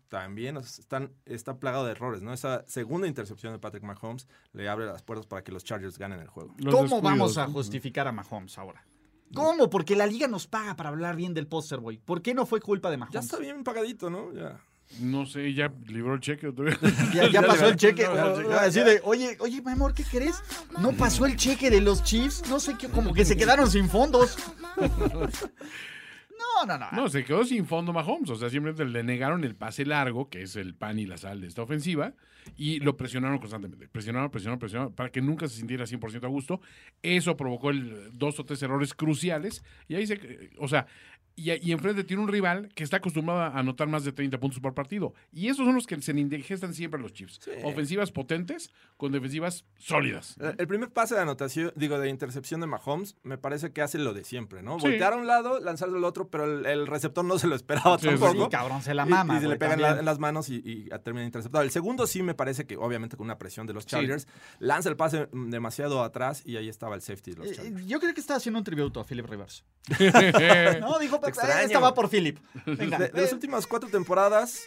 [SPEAKER 3] también nos están, está plagado de errores, ¿no? Esa segunda intercepción de Patrick Mahomes le abre las puertas para que los Chargers ganen el juego.
[SPEAKER 6] Los
[SPEAKER 2] ¿Cómo
[SPEAKER 6] descuidos.
[SPEAKER 2] vamos a justificar a Mahomes ahora? ¿Cómo? Porque la liga nos paga para hablar bien del poster boy. ¿Por qué no fue culpa de Mahomes?
[SPEAKER 3] Ya está bien pagadito, ¿no? Ya.
[SPEAKER 6] No sé, ya libró el cheque. otra vez.
[SPEAKER 2] [laughs] Ya, ya pasó el cheque.
[SPEAKER 3] [laughs]
[SPEAKER 2] Ah,
[SPEAKER 3] Ya, ya, ya.
[SPEAKER 2] Así de, oye, oye, mi amor, ¿qué crees? No pasó el cheque de los Chiefs. No sé qué, como que se quedaron sin fondos. No, no, no.
[SPEAKER 6] No, se quedó sin fondo Mahomes. O sea, simplemente le negaron el pase largo, que es el pan y la sal de esta ofensiva, y lo presionaron constantemente. Presionaron, presionaron, presionaron, para que nunca se sintiera 100% a gusto. Eso provocó el, dos o tres errores cruciales. Y ahí se. O sea. Y, y enfrente tiene un rival que está acostumbrado a anotar más de 30 puntos por partido. Y esos son los que se le indigestan siempre a los Chiefs. Ofensivas potentes con defensivas
[SPEAKER 2] [laughs]
[SPEAKER 6] sólidas.
[SPEAKER 3] El el primer pase de anotación, digo, de intercepción de Mahomes, me parece que hace lo de siempre, ¿no?
[SPEAKER 6] Sí.
[SPEAKER 3] Voltear a un lado, lanzar al otro, pero el, el receptor pues, no se lo esperaba
[SPEAKER 6] Sí,
[SPEAKER 3] tampoco.
[SPEAKER 2] sí, cabrón, se la mama,
[SPEAKER 3] Y, y se
[SPEAKER 2] güey,
[SPEAKER 3] le pegan la-
[SPEAKER 2] también.
[SPEAKER 3] en las manos y, y termina interceptado. El segundo sí me parece que, obviamente, con una presión de los Chargers, lanza el pase mm, demasiado atrás y ahí estaba el safety de los
[SPEAKER 2] Eh,
[SPEAKER 3] Chargers.
[SPEAKER 2] Yo creo que está haciendo un tributo a Philip Rivers. No, dijo, "Eh, esta
[SPEAKER 3] extraño".
[SPEAKER 2] va por Philip. Venga.
[SPEAKER 3] De, de las últimas cuatro temporadas,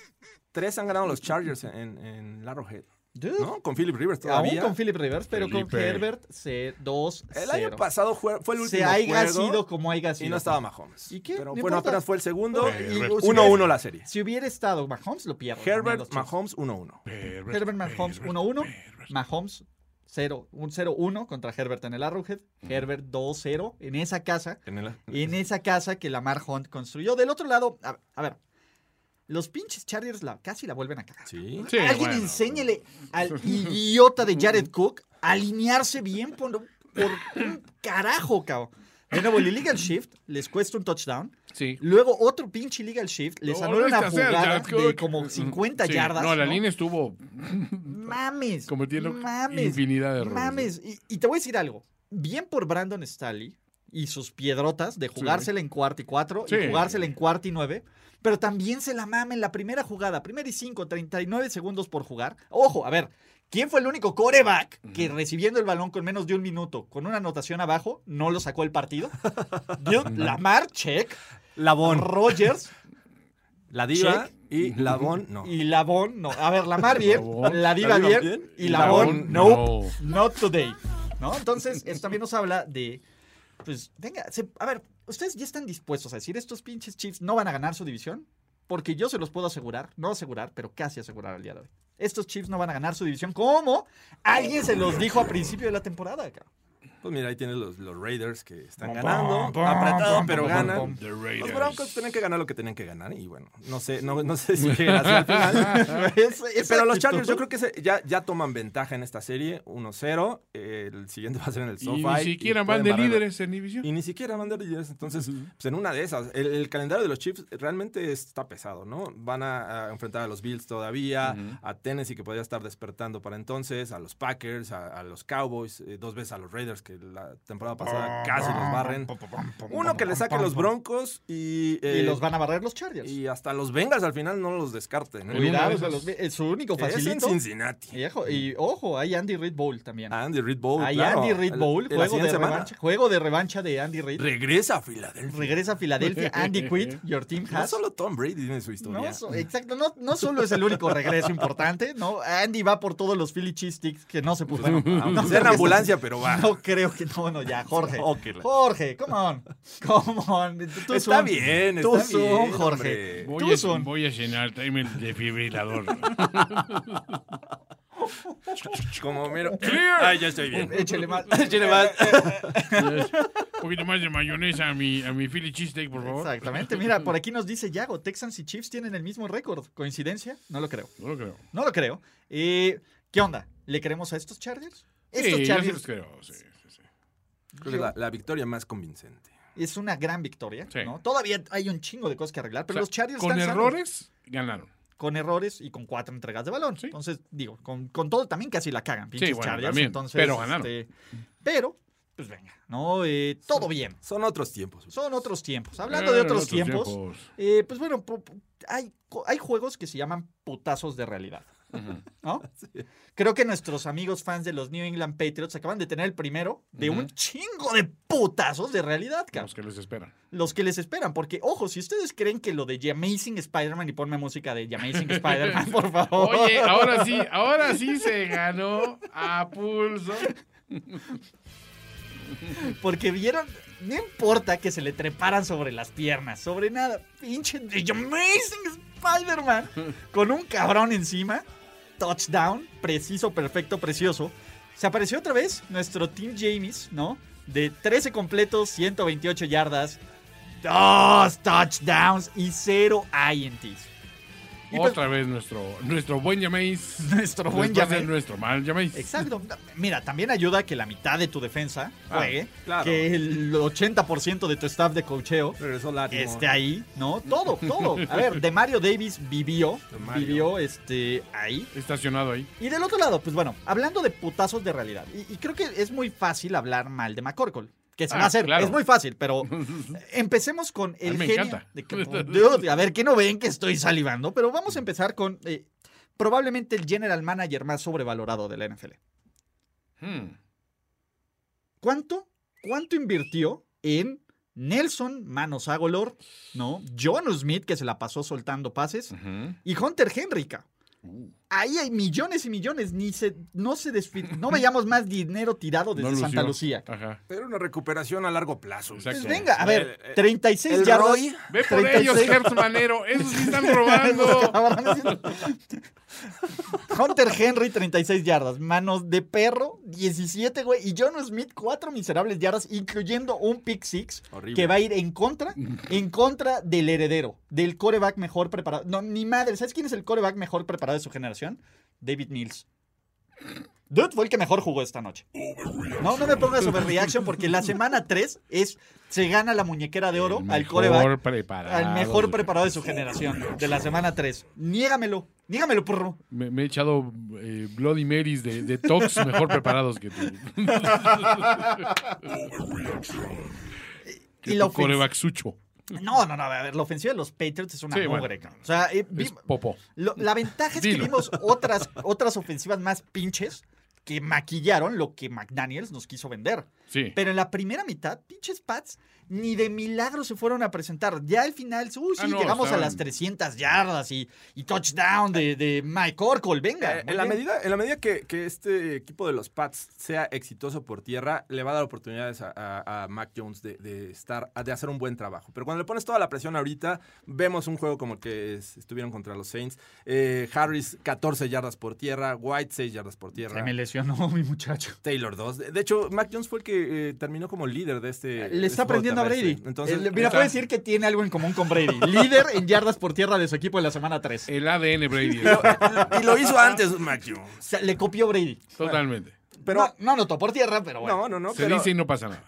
[SPEAKER 3] tres han ganado los Chargers en, en Arrowhead,
[SPEAKER 2] Dude,
[SPEAKER 3] ¿no? Con Philip Rivers
[SPEAKER 2] Aún
[SPEAKER 3] todavía.
[SPEAKER 2] con Philip Rivers, pero con
[SPEAKER 6] Felipe.
[SPEAKER 2] Herbert se 2
[SPEAKER 3] el año pasado fue, fue el último
[SPEAKER 2] Se haya
[SPEAKER 3] juego
[SPEAKER 2] sido como haya sido.
[SPEAKER 3] y no estaba Mahomes.
[SPEAKER 2] ¿Y qué?
[SPEAKER 3] Pero
[SPEAKER 2] No
[SPEAKER 3] bueno,
[SPEAKER 2] importa.
[SPEAKER 3] apenas fue el segundo.
[SPEAKER 2] Y- y-
[SPEAKER 3] 1-1 la serie.
[SPEAKER 2] Si hubiera estado Mahomes, lo pierdo. también
[SPEAKER 3] Herbert
[SPEAKER 2] los Chiefs.
[SPEAKER 3] Mahomes 1-1.
[SPEAKER 2] Herbert Mahomes 1-1. Mahomes 0, un 0-1 contra Herbert en el Arrowhead. Herbert 2-0 en esa casa.
[SPEAKER 3] En el-
[SPEAKER 2] En esa casa que Lamar Hunt construyó. Del otro lado, a, a ver, los pinches Chargers la- casi la vuelven a cagar.
[SPEAKER 3] Sí.
[SPEAKER 6] Sí,
[SPEAKER 2] Alguien
[SPEAKER 6] bueno.
[SPEAKER 2] enséñele
[SPEAKER 6] [laughs]
[SPEAKER 2] al idiota de Jared Cook a alinearse bien por, por un carajo, cabrón. De nuevo, el illegal shift les cuesta un touchdown.
[SPEAKER 6] Sí.
[SPEAKER 2] Luego otro pinche illegal shift les
[SPEAKER 6] No,
[SPEAKER 2] anula
[SPEAKER 6] lo
[SPEAKER 2] una
[SPEAKER 6] viste hacer,
[SPEAKER 2] jugada
[SPEAKER 6] Jared Cook.
[SPEAKER 2] de como 50
[SPEAKER 6] Sí,
[SPEAKER 2] yardas.
[SPEAKER 6] No, la
[SPEAKER 2] ¿no?
[SPEAKER 6] línea estuvo
[SPEAKER 2] Mames.
[SPEAKER 6] cometiendo
[SPEAKER 2] mames,
[SPEAKER 6] infinidad de errores.
[SPEAKER 2] Mames. Y, y te voy a decir algo. Bien por Brandon Staley y sus piedrotas de jugársela en cuarto y cuatro
[SPEAKER 6] Sí.
[SPEAKER 2] y jugársela en cuarto y nueve. Pero también se la mame en la primera jugada. Primera y cinco, 39 segundos por jugar. Ojo, a ver. ¿Quién fue el único coreback que recibiendo el balón con menos de un minuto, con una anotación abajo, no lo sacó el partido? Dude, Lamar, check. Lavon. Rogers
[SPEAKER 3] La diva
[SPEAKER 2] Check.
[SPEAKER 3] y Lavon, no.
[SPEAKER 2] y Lavon, no. A ver, Lamar bien,
[SPEAKER 6] Lavon.
[SPEAKER 2] la diva
[SPEAKER 3] Lavon
[SPEAKER 2] bien,
[SPEAKER 3] bien.
[SPEAKER 2] y Lavon,
[SPEAKER 6] Lavon,
[SPEAKER 2] no. Not today. ¿No? Entonces, esto también nos habla de. Pues, venga, se- a ver, ¿ustedes ya están dispuestos a decir estos pinches Chiefs no van a ganar su división? Porque yo se los puedo asegurar, no asegurar, pero casi asegurar al día de hoy. Estos Chiefs no van a ganar su división. ¿Cómo? Alguien se los dijo a principio de la temporada, cabrón.
[SPEAKER 3] Pues mira, ahí tienes los, los Raiders que están
[SPEAKER 2] Pum,
[SPEAKER 3] ganando.
[SPEAKER 2] pum, pum,
[SPEAKER 3] apretado,
[SPEAKER 2] pum,
[SPEAKER 3] pero
[SPEAKER 2] pum,
[SPEAKER 3] ganan.
[SPEAKER 2] pum,
[SPEAKER 6] The
[SPEAKER 3] Los
[SPEAKER 6] Raiders.
[SPEAKER 3] Broncos tenían que ganar lo que tenían que ganar. Y bueno, no sé, no, no sé
[SPEAKER 2] [laughs]
[SPEAKER 3] si llegan hacia el final.
[SPEAKER 2] Es- esa
[SPEAKER 3] [laughs] Pero los
[SPEAKER 2] actitud-
[SPEAKER 3] Chargers, yo creo que se- ya, ya toman ventaja en esta serie. 1-0. eh, El siguiente va a ser en el
[SPEAKER 6] Y
[SPEAKER 3] SoFi.
[SPEAKER 6] ni
[SPEAKER 3] y
[SPEAKER 6] siquiera van
[SPEAKER 3] pueden
[SPEAKER 6] de
[SPEAKER 3] barrerlo.
[SPEAKER 6] líderes en división.
[SPEAKER 3] Y ni siquiera van de líderes. Entonces, pues en una de esas, el, el calendario de los Chiefs realmente está pesado, ¿no? Van a, a enfrentar a los Bills todavía, a Tennessee que podría estar despertando para entonces, a los Packers, a, a los Cowboys, eh, dos veces a los Raiders que la temporada pasada casi los barren. Uno que le saque los Broncos y,
[SPEAKER 2] Y
[SPEAKER 3] eh,
[SPEAKER 2] los van a barrer los Chargers.
[SPEAKER 3] y hasta los Bengals al final no los descarten. ¿eh?
[SPEAKER 2] Cuidado,
[SPEAKER 6] una de
[SPEAKER 2] los- es su único
[SPEAKER 3] Es en
[SPEAKER 2] facilito.
[SPEAKER 3] Cincinnati.
[SPEAKER 2] Y, ojo- y ojo, hay Andy Reid Bowl también.
[SPEAKER 3] Andy Reid Bowl.
[SPEAKER 2] Hay
[SPEAKER 3] oh, claro.
[SPEAKER 2] Andy Reid
[SPEAKER 3] El-
[SPEAKER 2] Bowl,
[SPEAKER 3] la
[SPEAKER 2] juego de
[SPEAKER 3] siguiente semana.
[SPEAKER 2] revancha, juego de revancha de Andy Reid.
[SPEAKER 3] Regresa a Filadelfia.
[SPEAKER 2] Regresa
[SPEAKER 3] [laughs]
[SPEAKER 2] a Filadelfia, Andy quit, your team
[SPEAKER 3] No
[SPEAKER 2] has.
[SPEAKER 3] solo Tom Brady tiene su historia.
[SPEAKER 2] No, so- exacto, no, no solo es el único regreso importante, ¿no? Andy va por todos los Philly Cheese Sticks que no se pudo.
[SPEAKER 3] Ah,
[SPEAKER 2] no,
[SPEAKER 3] pues,
[SPEAKER 2] creo
[SPEAKER 3] en
[SPEAKER 2] que-
[SPEAKER 3] ambulancia, pero va.
[SPEAKER 2] [laughs] no creo que no, no, ya, Jorge.
[SPEAKER 3] Ok, la-
[SPEAKER 2] Jorge, come on. Come on. Tú
[SPEAKER 3] Está
[SPEAKER 2] son-
[SPEAKER 3] bien,
[SPEAKER 2] tú
[SPEAKER 3] está
[SPEAKER 2] son,
[SPEAKER 3] bien,
[SPEAKER 2] Jorge.
[SPEAKER 3] hombre.
[SPEAKER 2] Tú son.
[SPEAKER 6] [laughs] voy a llenar, tráeme el defibrilador.
[SPEAKER 3] Como mero.
[SPEAKER 6] Clear.
[SPEAKER 3] Ay, ya estoy bien. [laughs]
[SPEAKER 2] Échale más, échele más.
[SPEAKER 6] Un poquito más de mayonesa a mi, a mi Philly cheesesteak, por favor.
[SPEAKER 2] Exactamente. Mira, por aquí nos dice Yago, Texans y Chiefs tienen el mismo récord. ¿Coincidencia? No lo creo.
[SPEAKER 6] No lo creo.
[SPEAKER 2] No lo creo. Eh, ¿Qué onda? ¿Le creemos a estos Chargers? Estos
[SPEAKER 6] Sí, yo sí
[SPEAKER 2] Chargers
[SPEAKER 6] los creo. Sí, sí, sí.
[SPEAKER 3] Creo que es la, la victoria más convincente.
[SPEAKER 2] es una gran victoria,
[SPEAKER 6] Sí.
[SPEAKER 2] ¿no? Todavía hay un chingo de cosas que arreglar, pero
[SPEAKER 6] O sea,
[SPEAKER 2] los Chargers
[SPEAKER 6] con
[SPEAKER 2] están sanos.
[SPEAKER 6] errores ganaron.
[SPEAKER 2] con errores y con cuatro entregas de balón.
[SPEAKER 6] Sí.
[SPEAKER 2] Entonces, digo, con, con todo también casi la cagan, pinches
[SPEAKER 6] bueno,
[SPEAKER 2] Chargers.
[SPEAKER 6] también,
[SPEAKER 2] entonces,
[SPEAKER 6] pero ganaron.
[SPEAKER 2] este, pero, pues venga, ¿no? Eh, todo bien.
[SPEAKER 3] Son otros tiempos.
[SPEAKER 2] Son otros tiempos. Hablando de
[SPEAKER 6] Eran
[SPEAKER 2] otros, tiempos,
[SPEAKER 6] tiempos.
[SPEAKER 2] eh, pues bueno, pu- pu- hay, co- hay juegos que se llaman putazos de realidad.
[SPEAKER 6] [laughs]
[SPEAKER 2] ¿No? Creo que nuestros amigos fans de los New England Patriots acaban de tener el primero de un chingo de putazos de realidad, cabrón
[SPEAKER 6] Los que les esperan.
[SPEAKER 2] los que les esperan. Porque, ojo, si ustedes creen que lo de The Amazing Spider-Man, y ponme música de The Amazing Spider-Man, por favor. [laughs]
[SPEAKER 6] Oye, ahora sí, ahora sí se ganó a pulso.
[SPEAKER 2] Porque vieron, no importa que se le treparan sobre las piernas, sobre nada. Pinche The Amazing Spider-Man, con un cabrón encima. Touchdown, preciso, perfecto, precioso. Se apareció otra vez nuestro Team James, ¿no? De 13 completos, 128 yardas, dos touchdowns y cero INTs. Y pues-
[SPEAKER 6] Otra vez nuestro, nuestro buen llaméis.
[SPEAKER 2] [laughs] Nuestro buen
[SPEAKER 6] Después de
[SPEAKER 2] Jameis.
[SPEAKER 6] Nuestro mal llaméis.
[SPEAKER 2] Exacto. Mira, también ayuda que la mitad de tu defensa
[SPEAKER 3] Ah,
[SPEAKER 2] juegue,
[SPEAKER 3] claro.
[SPEAKER 2] que el 80% de tu staff de cocheo
[SPEAKER 3] Regresó Lattimore.
[SPEAKER 2] esté ahí, ¿no?
[SPEAKER 6] [laughs]
[SPEAKER 2] Todo, todo. A ver, de Mario Davis vivió,
[SPEAKER 3] De Mario.
[SPEAKER 2] vivió este ahí.
[SPEAKER 6] Estacionado ahí.
[SPEAKER 2] Y del otro lado, pues bueno, hablando de putazos de realidad, y, y creo que es muy fácil hablar mal de McCorkle. Que se va
[SPEAKER 6] Ah,
[SPEAKER 2] a hacer,
[SPEAKER 6] claro.
[SPEAKER 2] es muy fácil,
[SPEAKER 6] [laughs]
[SPEAKER 2] pero empecemos con el
[SPEAKER 6] mí me
[SPEAKER 2] genio
[SPEAKER 6] encanta.
[SPEAKER 2] de que- Dude, a ver, que no ven que estoy salivando, pero vamos a empezar con eh, probablemente el general manager más sobrevalorado de la NFL.
[SPEAKER 6] Hmm.
[SPEAKER 2] ¿Cuánto? ¿Cuánto invirtió en Nelson Manos Agolor? ¿No? John Smith, que se la pasó soltando pases.
[SPEAKER 6] Ujú.
[SPEAKER 2] Y Hunter Henrica.
[SPEAKER 6] Uh.
[SPEAKER 2] Ahí hay millones y millones. Ni se, no se desfi- No veíamos más dinero tirado desde
[SPEAKER 6] No
[SPEAKER 2] Santa
[SPEAKER 6] lució.
[SPEAKER 2] Lucía. [laughs]
[SPEAKER 6] Ajá.
[SPEAKER 3] Pero una recuperación a largo plazo.
[SPEAKER 6] Exacto.
[SPEAKER 2] Pues venga, a ver,
[SPEAKER 3] El- el-
[SPEAKER 2] 36
[SPEAKER 3] eh, el
[SPEAKER 2] yardas.
[SPEAKER 3] Roy.
[SPEAKER 6] Ve por
[SPEAKER 2] 36.
[SPEAKER 6] ellos, Hertz Manero. [laughs] Esos sí
[SPEAKER 2] [laughs]
[SPEAKER 6] están robando.
[SPEAKER 2] Cabrones. Hunter Henry, 36 yardas. Manos de perro, 17, güey. Y John Smith, 4 miserables yardas, incluyendo un pick six
[SPEAKER 3] Horrible.
[SPEAKER 2] que va a ir en contra, en contra del heredero, del coreback mejor preparado. No, ni madre. ¿Sabes quién es el coreback mejor preparado de su generación? David Mills. Dude fue el que mejor jugó esta noche. No, no me pongas overreaction porque la semana 3 es se gana la muñequera de oro al coreback
[SPEAKER 6] mejor preparado.
[SPEAKER 2] al mejor preparado de su generación, de la semana 3. Niégamelo, niégamelo, porro.
[SPEAKER 6] Me, me he echado eh, Bloody Marys de, de tox mejor preparados que tú.
[SPEAKER 2] [laughs] Y la
[SPEAKER 6] Tu
[SPEAKER 2] ofens-
[SPEAKER 6] corebacksucho.
[SPEAKER 2] No, no, no, a ver, la ofensiva de los Patriots es una
[SPEAKER 6] Sí, bueno.
[SPEAKER 2] mugre, cabrón. O sea, eh, vi-
[SPEAKER 6] Es popo.
[SPEAKER 2] lo- la ventaja es que
[SPEAKER 6] Dilo.
[SPEAKER 2] vimos otras, otras ofensivas más pinches que maquillaron lo que McDaniels nos quiso vender.
[SPEAKER 6] Sí.
[SPEAKER 2] Pero en la primera mitad, pinches Pats ni de milagro se fueron a presentar. Ya al final, uy, sí,
[SPEAKER 6] Ah, no,
[SPEAKER 2] llegamos
[SPEAKER 6] estaban-
[SPEAKER 2] a las 300 yardas y, y touchdown de, de Mike Orcol, venga.
[SPEAKER 3] Eh,
[SPEAKER 2] muy
[SPEAKER 3] en, la
[SPEAKER 2] bien.
[SPEAKER 3] medida, en la medida que, que este equipo de los Pats sea exitoso por tierra, le va a dar oportunidades a, a- a Mac Jones de, de estar, de hacer un buen trabajo. Pero cuando le pones toda la presión ahorita, vemos un juego como el que es- estuvieron contra los Saints. Eh, Harris, 14 yardas por tierra. White, 6 yardas por tierra.
[SPEAKER 2] Se me lesionó [laughs] mi muchacho.
[SPEAKER 3] Taylor 2. De de hecho, Mac Jones fue el que eh, terminó como líder de este.
[SPEAKER 2] Le
[SPEAKER 3] de este
[SPEAKER 2] está aprendiendo a
[SPEAKER 3] juego
[SPEAKER 2] Brady.
[SPEAKER 3] terrestre. Entonces,
[SPEAKER 2] Eh, le- mira,
[SPEAKER 3] está-
[SPEAKER 2] puede decir que tiene algo en común con
[SPEAKER 6] [laughs]
[SPEAKER 2] Brady. Líder en yardas por tierra de su equipo en la semana 3.
[SPEAKER 3] Eh,
[SPEAKER 6] El ADN Brady.
[SPEAKER 2] eh,
[SPEAKER 3] [laughs] Y lo hizo antes Mac Jones.
[SPEAKER 2] le copió Brady.
[SPEAKER 6] Totalmente.
[SPEAKER 3] Pero.
[SPEAKER 2] no, no anotó por tierra, pero bueno.
[SPEAKER 3] No, no, no.
[SPEAKER 6] Se
[SPEAKER 3] pero-
[SPEAKER 6] dice y no
[SPEAKER 2] [laughs]
[SPEAKER 6] pasa nada.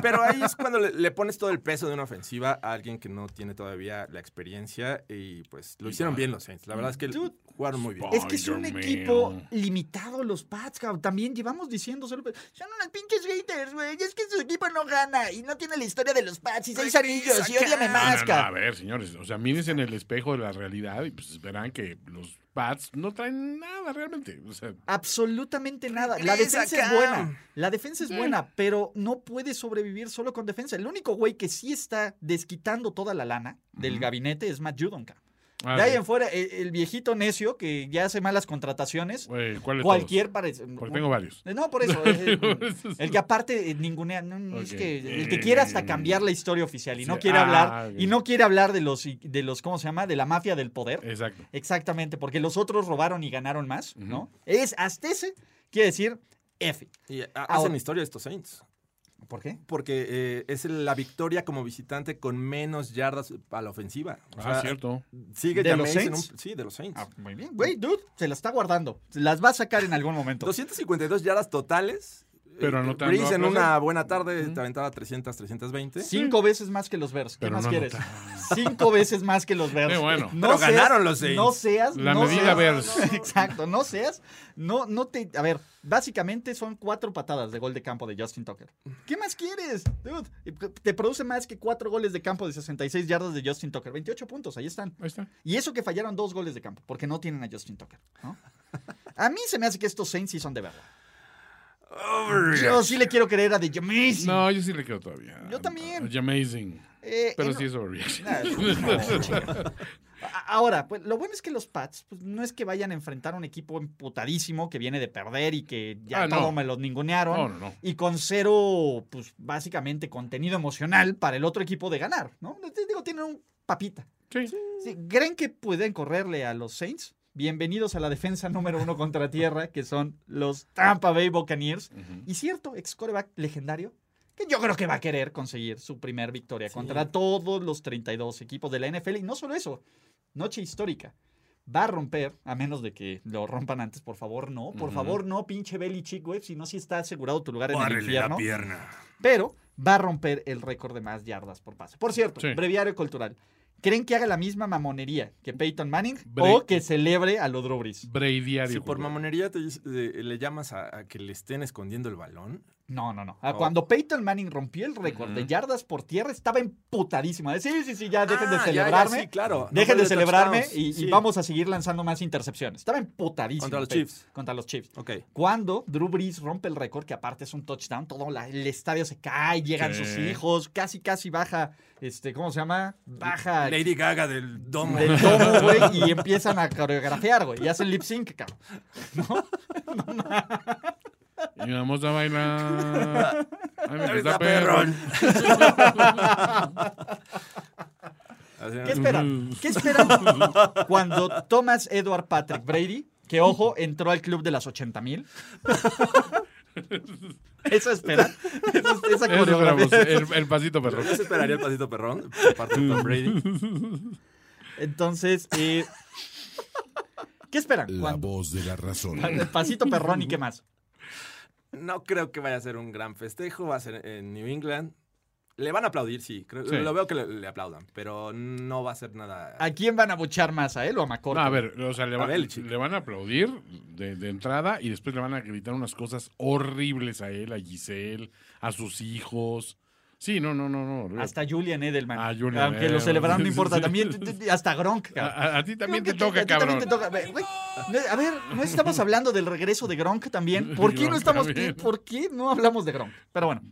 [SPEAKER 3] Pero ahí es cuando le, le pones todo el peso de una ofensiva a alguien que no tiene todavía la experiencia y pues lo hicieron bien los Saints. La verdad es que
[SPEAKER 2] Dude. Eh,
[SPEAKER 3] jugaron muy bien.
[SPEAKER 2] Es que es
[SPEAKER 6] Ay,
[SPEAKER 2] un
[SPEAKER 6] Dios
[SPEAKER 2] equipo
[SPEAKER 6] mío.
[SPEAKER 2] limitado los Pats, cabrón. También llevamos diciéndoselo. pero Son unos pinches haters, güey. Es que su equipo no gana y no tiene la historia de los Pats y seis anillos y ódiame
[SPEAKER 6] No, no,
[SPEAKER 2] más,
[SPEAKER 6] no, a
[SPEAKER 2] cabrón.
[SPEAKER 6] ver, señores, o sea, mírense en el espejo de la realidad y pues verán que los Pats no traen nada realmente. O sea,
[SPEAKER 2] Absolutamente nada. La
[SPEAKER 3] Regresa,
[SPEAKER 2] defensa es
[SPEAKER 3] Cam.
[SPEAKER 2] buena. La defensa es buena, pero no puede sobrevivir solo con defensa. El único güey que sí está desquitando toda la lana del gabinete es Matt Judon. cabrón.
[SPEAKER 6] Ah,
[SPEAKER 2] de ahí
[SPEAKER 6] sí.
[SPEAKER 2] en fuera, el, el viejito necio que ya hace malas contrataciones.
[SPEAKER 6] Güey, ¿cuál de
[SPEAKER 2] Cualquier parece.
[SPEAKER 6] todos? Porque tengo varios.
[SPEAKER 2] No, por eso.
[SPEAKER 6] [laughs]
[SPEAKER 2] eh, el que aparte eh, ningunea. no, no, es
[SPEAKER 6] Ok.
[SPEAKER 2] que el que quiere hasta cambiar la historia oficial y no
[SPEAKER 6] Sí,
[SPEAKER 2] quiere
[SPEAKER 6] ah,
[SPEAKER 2] hablar.
[SPEAKER 6] ok.
[SPEAKER 2] Y no quiere hablar de los, de los, ¿cómo se llama? De la mafia del poder.
[SPEAKER 6] Exacto.
[SPEAKER 2] Exactamente, porque los otros robaron y ganaron más, ¿no? Es hasta ese, quiere decir F.
[SPEAKER 3] Y a-
[SPEAKER 2] Ahora-
[SPEAKER 3] hacen historia estos Saints.
[SPEAKER 2] ¿Por qué?
[SPEAKER 3] Porque eh, es la victoria como visitante con menos yardas a la ofensiva. O
[SPEAKER 6] Ah,
[SPEAKER 3] sea,
[SPEAKER 6] cierto. Ah,
[SPEAKER 3] Sigue
[SPEAKER 2] ¿De
[SPEAKER 3] Jameis
[SPEAKER 2] los
[SPEAKER 3] en un-
[SPEAKER 2] Saints?
[SPEAKER 3] sí, de los Saints.
[SPEAKER 2] ah, muy bien. Güey, dude, se la está guardando. Se Las va a sacar en algún momento.
[SPEAKER 3] 252 yardas totales.
[SPEAKER 6] Pero
[SPEAKER 3] Eh,
[SPEAKER 6] anotando
[SPEAKER 3] Breeze
[SPEAKER 6] a
[SPEAKER 3] en
[SPEAKER 6] placer.
[SPEAKER 3] una buena tarde te aventaba 300, 320.
[SPEAKER 2] Cinco veces más que los Bears. ¿Qué
[SPEAKER 6] Pero
[SPEAKER 2] más
[SPEAKER 6] no
[SPEAKER 2] quieres? Cinco veces más que los Bears.
[SPEAKER 6] Qué bueno.
[SPEAKER 3] Pero ganaron los Saints.
[SPEAKER 2] No seas.
[SPEAKER 6] La
[SPEAKER 2] no
[SPEAKER 6] medida
[SPEAKER 2] seas- [laughs]
[SPEAKER 6] Bears.
[SPEAKER 2] Exacto, no seas. No, no te. A ver, básicamente son cuatro patadas de gol de campo de Justin Tucker. ¿Qué más quieres, dude? Te produce más que cuatro goles de campo de 66 yardas de Justin Tucker. 28 puntos, ahí están.
[SPEAKER 6] Ahí está.
[SPEAKER 2] Y eso que fallaron dos goles de campo, porque no tienen a Justin Tucker. ¿no? A mí se me hace que estos Saints sí son de verdad. Yo sí le quiero creer a The Jameis.
[SPEAKER 6] No, yo sí le creo todavía.
[SPEAKER 2] Yo también.
[SPEAKER 6] Amazing.
[SPEAKER 2] Eh,
[SPEAKER 6] Pero
[SPEAKER 2] eh,
[SPEAKER 6] sí es overreaction.
[SPEAKER 2] Nah,
[SPEAKER 6] [laughs]
[SPEAKER 2] no, chica. A- Ahora, pues lo bueno es que los Pats pues, no es que vayan a enfrentar a un equipo emputadísimo que viene de perder y que ya
[SPEAKER 6] Ah, no.
[SPEAKER 2] todo me los ningunearon.
[SPEAKER 6] No, no, no.
[SPEAKER 2] Y con cero, pues básicamente contenido emocional para el otro equipo de ganar, ¿no? Les Digo, tienen un papita.
[SPEAKER 6] Sí.
[SPEAKER 2] Sí, ¿Creen que pueden correrle a los Saints? Bienvenidos a la defensa número uno contra tierra, que son los Tampa Bay Buccaneers. Y cierto, ex coreback legendario, que yo creo que va a querer conseguir su primer victoria contra todos los 32 equipos de la NFL. Y no solo eso, noche histórica. Va a romper, a menos de que lo rompan antes, por favor, no. Por favor, no, pinche Belichick, güey, si no, si está asegurado tu lugar en el infierno pero va a romper el récord de más yardas por pase. Por cierto,
[SPEAKER 6] Sí.
[SPEAKER 2] breviario cultural. ¿Creen que haga la misma mamonería que Peyton Manning
[SPEAKER 6] Bre-
[SPEAKER 2] o que celebre a lo Drew Brees?
[SPEAKER 6] Brady
[SPEAKER 3] Si por mamonería te- eh, le llamas a, a que le estén escondiendo el balón.
[SPEAKER 2] No, no, no. Ah,
[SPEAKER 3] Oh.
[SPEAKER 2] Cuando Peyton Manning rompió el récord de yardas por tierra, estaba emputadísimo. De, Sí, sí, sí, ya dejen de
[SPEAKER 3] Ah, ya, ya,
[SPEAKER 2] celebrarme.
[SPEAKER 3] sí, claro. No
[SPEAKER 2] Dejen
[SPEAKER 3] fue
[SPEAKER 2] de
[SPEAKER 3] de
[SPEAKER 2] celebrarme
[SPEAKER 3] touchdowns.
[SPEAKER 2] y, y
[SPEAKER 3] Sí.
[SPEAKER 2] vamos a seguir lanzando más intercepciones. Estaba emputadísimo.
[SPEAKER 3] Contra los
[SPEAKER 2] Pey-
[SPEAKER 3] Chiefs.
[SPEAKER 2] Contra los Chiefs.
[SPEAKER 3] Ok.
[SPEAKER 2] Cuando Drew Brees rompe el récord, que aparte es un touchdown, todo la- el estadio se cae, llegan
[SPEAKER 6] Sí.
[SPEAKER 2] sus hijos, casi, casi baja, este, ¿cómo se llama? Baja
[SPEAKER 3] Lady Gaga del domo. [laughs]
[SPEAKER 2] del tomo, güey, y empiezan a coreografiar, güey, y hacen lip sync, cabrón.
[SPEAKER 6] Y vamos a
[SPEAKER 2] [laughs]
[SPEAKER 6] bailar. Ay, me está
[SPEAKER 3] Está
[SPEAKER 6] perro.
[SPEAKER 3] perrón. Así,
[SPEAKER 2] ¿Qué esperan? ¿Qué esperan cuando Thomas Edward Patrick Brady, que ojo, entró al club de las 80 mil? [laughs] Eso esperan. Eso- esa
[SPEAKER 6] Eso esperamos, eh.
[SPEAKER 2] coreografía.
[SPEAKER 6] el, el pasito perro.
[SPEAKER 3] Yo sí esperaría el pasito perrón por parte de Tom Brady.
[SPEAKER 2] Entonces, eh, ¿qué esperan?
[SPEAKER 1] La
[SPEAKER 2] Cuando-
[SPEAKER 1] voz de la razón.
[SPEAKER 2] El pasito perrón y qué más.
[SPEAKER 3] No creo que vaya a ser un gran festejo. Va a ser en New England. Le van a aplaudir, sí. creo-
[SPEAKER 6] Sí.
[SPEAKER 3] Lo veo que le, le aplaudan, pero no va a ser nada.
[SPEAKER 2] ¿A quién van a buchar más? ¿A él o a
[SPEAKER 6] No,
[SPEAKER 2] Macorro?
[SPEAKER 6] a ver, o sea, le,
[SPEAKER 3] A
[SPEAKER 6] va-
[SPEAKER 3] Belichick.
[SPEAKER 6] le van a aplaudir de, de entrada y después le van a gritar unas cosas horribles a él, a Giselle, a sus hijos. Sí, no, no, no, no. horrible.
[SPEAKER 2] Hasta Julian Edelman.
[SPEAKER 6] Ah, Julian
[SPEAKER 2] Aunque lo
[SPEAKER 6] Edelman.
[SPEAKER 2] celebraron, no importa.
[SPEAKER 6] [laughs] Sí.
[SPEAKER 2] También t- t- hasta Gronk.
[SPEAKER 6] a,
[SPEAKER 2] cabrón.
[SPEAKER 6] a- a ti también te
[SPEAKER 2] Creo que
[SPEAKER 6] toca,
[SPEAKER 2] a ti
[SPEAKER 6] cabrón.
[SPEAKER 2] también te toca. Ve, güey, no, A ver, no estamos hablando del regreso de Gronk
[SPEAKER 6] [laughs]
[SPEAKER 2] también. ¿Por qué no
[SPEAKER 6] Gronk
[SPEAKER 2] estamos?
[SPEAKER 6] también.
[SPEAKER 2] qué- ¿Por qué no hablamos de Gronk? Pero bueno,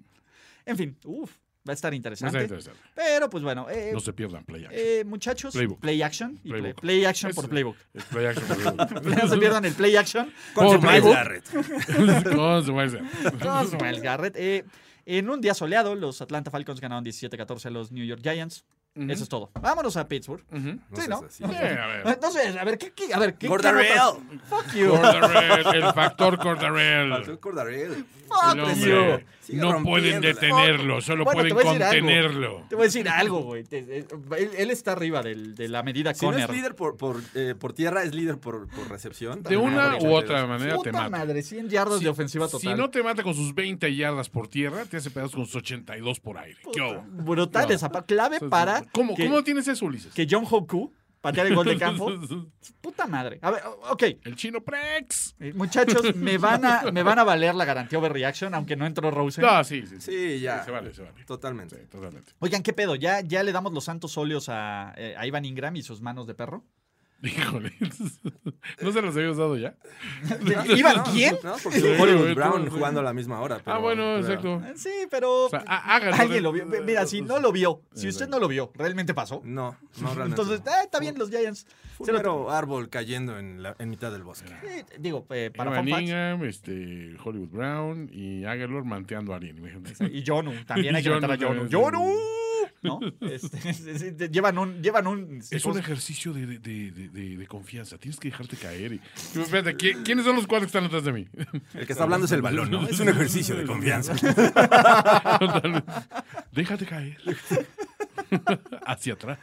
[SPEAKER 2] en fin, uf, va a estar
[SPEAKER 6] No
[SPEAKER 2] interesante.
[SPEAKER 6] sé, no sé, no sé.
[SPEAKER 2] Pero pues bueno, eh,
[SPEAKER 6] No se pierdan play action.
[SPEAKER 2] eh, muchachos,
[SPEAKER 6] Playbook.
[SPEAKER 2] play action y play,
[SPEAKER 6] Playbook.
[SPEAKER 2] play action
[SPEAKER 6] Es-
[SPEAKER 2] por playbook. [laughs]
[SPEAKER 6] Es play action, por favor.
[SPEAKER 2] No se
[SPEAKER 6] [laughs]
[SPEAKER 2] pierdan el play action.
[SPEAKER 3] Con
[SPEAKER 6] Por
[SPEAKER 3] su Miles
[SPEAKER 6] Facebook.
[SPEAKER 3] Garrett.
[SPEAKER 6] No, se va a hacer.
[SPEAKER 2] [laughs] No, se vale, Garrett. Eh, en un día soleado, los Atlanta Falcons ganaron 17-14 a los New York Giants. Eso es todo. Vámonos a Pittsburgh.
[SPEAKER 3] No
[SPEAKER 2] Sí,
[SPEAKER 3] seas
[SPEAKER 2] ¿no?
[SPEAKER 3] así.
[SPEAKER 6] Sí, a ver.
[SPEAKER 2] Entonces, a ver, ¿qué? qué- a ver, ¿qué?
[SPEAKER 3] Cordarrelle.
[SPEAKER 2] qué notas? Fuck you.
[SPEAKER 6] Cordarel, el
[SPEAKER 2] [laughs]
[SPEAKER 6] factor Cordarel.
[SPEAKER 3] Faltó Cordarrelle.
[SPEAKER 6] El
[SPEAKER 2] Fuck you.
[SPEAKER 6] hombre.
[SPEAKER 3] Sigue
[SPEAKER 6] No pueden
[SPEAKER 3] rompiéndola.
[SPEAKER 6] detenerlo, solo
[SPEAKER 2] Bueno, te
[SPEAKER 6] pueden
[SPEAKER 2] voy a decir algo.
[SPEAKER 6] contenerlo.
[SPEAKER 2] Te voy a decir algo, güey. Te- eh, Él, él está arriba del- de la medida
[SPEAKER 3] Si no
[SPEAKER 2] Conner.
[SPEAKER 3] es líder por, por, eh, por tierra, es líder por, por recepción.
[SPEAKER 6] De una u otra manera te
[SPEAKER 2] Puta
[SPEAKER 6] mata.
[SPEAKER 2] madre, 100 yardas de ofensiva total.
[SPEAKER 6] Si no te mata con sus 20 yardas por tierra, te hace pedazos con sus 82 por aire. ¿Qué hubo?
[SPEAKER 2] Brutal esa pa- clave
[SPEAKER 6] Eso es-
[SPEAKER 2] para
[SPEAKER 6] ¿Cómo,
[SPEAKER 2] que,
[SPEAKER 6] ¿Cómo tienes eso, Ulises?
[SPEAKER 2] que John Hoku pateara el gol de
[SPEAKER 6] [laughs]
[SPEAKER 2] campo. Puta madre. A ver, o- ok.
[SPEAKER 6] El chino Prex.
[SPEAKER 2] Eh, Muchachos, me van, a, me van a valer la garantía overreaction, aunque no entró Rose.
[SPEAKER 6] No, sí, sí. sí.
[SPEAKER 3] Sí, ya.
[SPEAKER 6] Se vale, se vale.
[SPEAKER 3] Totalmente.
[SPEAKER 6] Sí, totalmente. [laughs]
[SPEAKER 2] Oigan, ¿qué pedo? ¿Ya, ¿Ya le damos los santos óleos a, eh, a Ivan Ingram y sus manos de perro?
[SPEAKER 6] Híjole. ¿No se los había usado ya?
[SPEAKER 2] ¿Iba bien?
[SPEAKER 3] No, porque
[SPEAKER 6] Sí,
[SPEAKER 3] Hollywood
[SPEAKER 6] güey,
[SPEAKER 3] Brown
[SPEAKER 6] tú-
[SPEAKER 3] jugando a la misma hora.
[SPEAKER 6] ah,
[SPEAKER 3] pero-
[SPEAKER 6] bueno,
[SPEAKER 3] pero-
[SPEAKER 6] exacto.
[SPEAKER 2] Sí, pero
[SPEAKER 6] O sea, ah, há- háganlo.
[SPEAKER 2] alguien lo vio.
[SPEAKER 6] ah,
[SPEAKER 2] Mira, si no lo vio, si usted no lo vio, ¿realmente pasó?
[SPEAKER 3] No, no realmente.
[SPEAKER 2] Entonces,
[SPEAKER 3] no.
[SPEAKER 2] eh, está bien, los Giants.
[SPEAKER 3] Fue
[SPEAKER 2] Se
[SPEAKER 3] un
[SPEAKER 2] lo-
[SPEAKER 3] mero árbol cayendo en, la, en mitad del bosque.
[SPEAKER 2] Eh, digo, eh, para
[SPEAKER 6] Evan
[SPEAKER 2] fun facts.
[SPEAKER 6] Ingram, este, Hollywood Brown y Aguilar manteando a alguien. imagínate.
[SPEAKER 2] Y Jonu, también
[SPEAKER 6] Y [laughs]
[SPEAKER 2] hay que meter a
[SPEAKER 6] Jonu eh,
[SPEAKER 2] Jonu.
[SPEAKER 6] también.
[SPEAKER 2] ¡Jonu! ¿No? Este, [laughs] es- es- llevan un. Llevan un
[SPEAKER 6] Es un ejercicio de, de- de- de- de- de confianza. Tienes que dejarte caer. Y... Y espérate, ¿qui- ¿quiénes son los cuatro que están atrás de mí? [laughs]
[SPEAKER 3] El que está hablando es el balón, ¿no? Es un ejercicio de confianza.
[SPEAKER 6] Totalmente. Déjate
[SPEAKER 2] [laughs]
[SPEAKER 6] caer. Hacia atrás.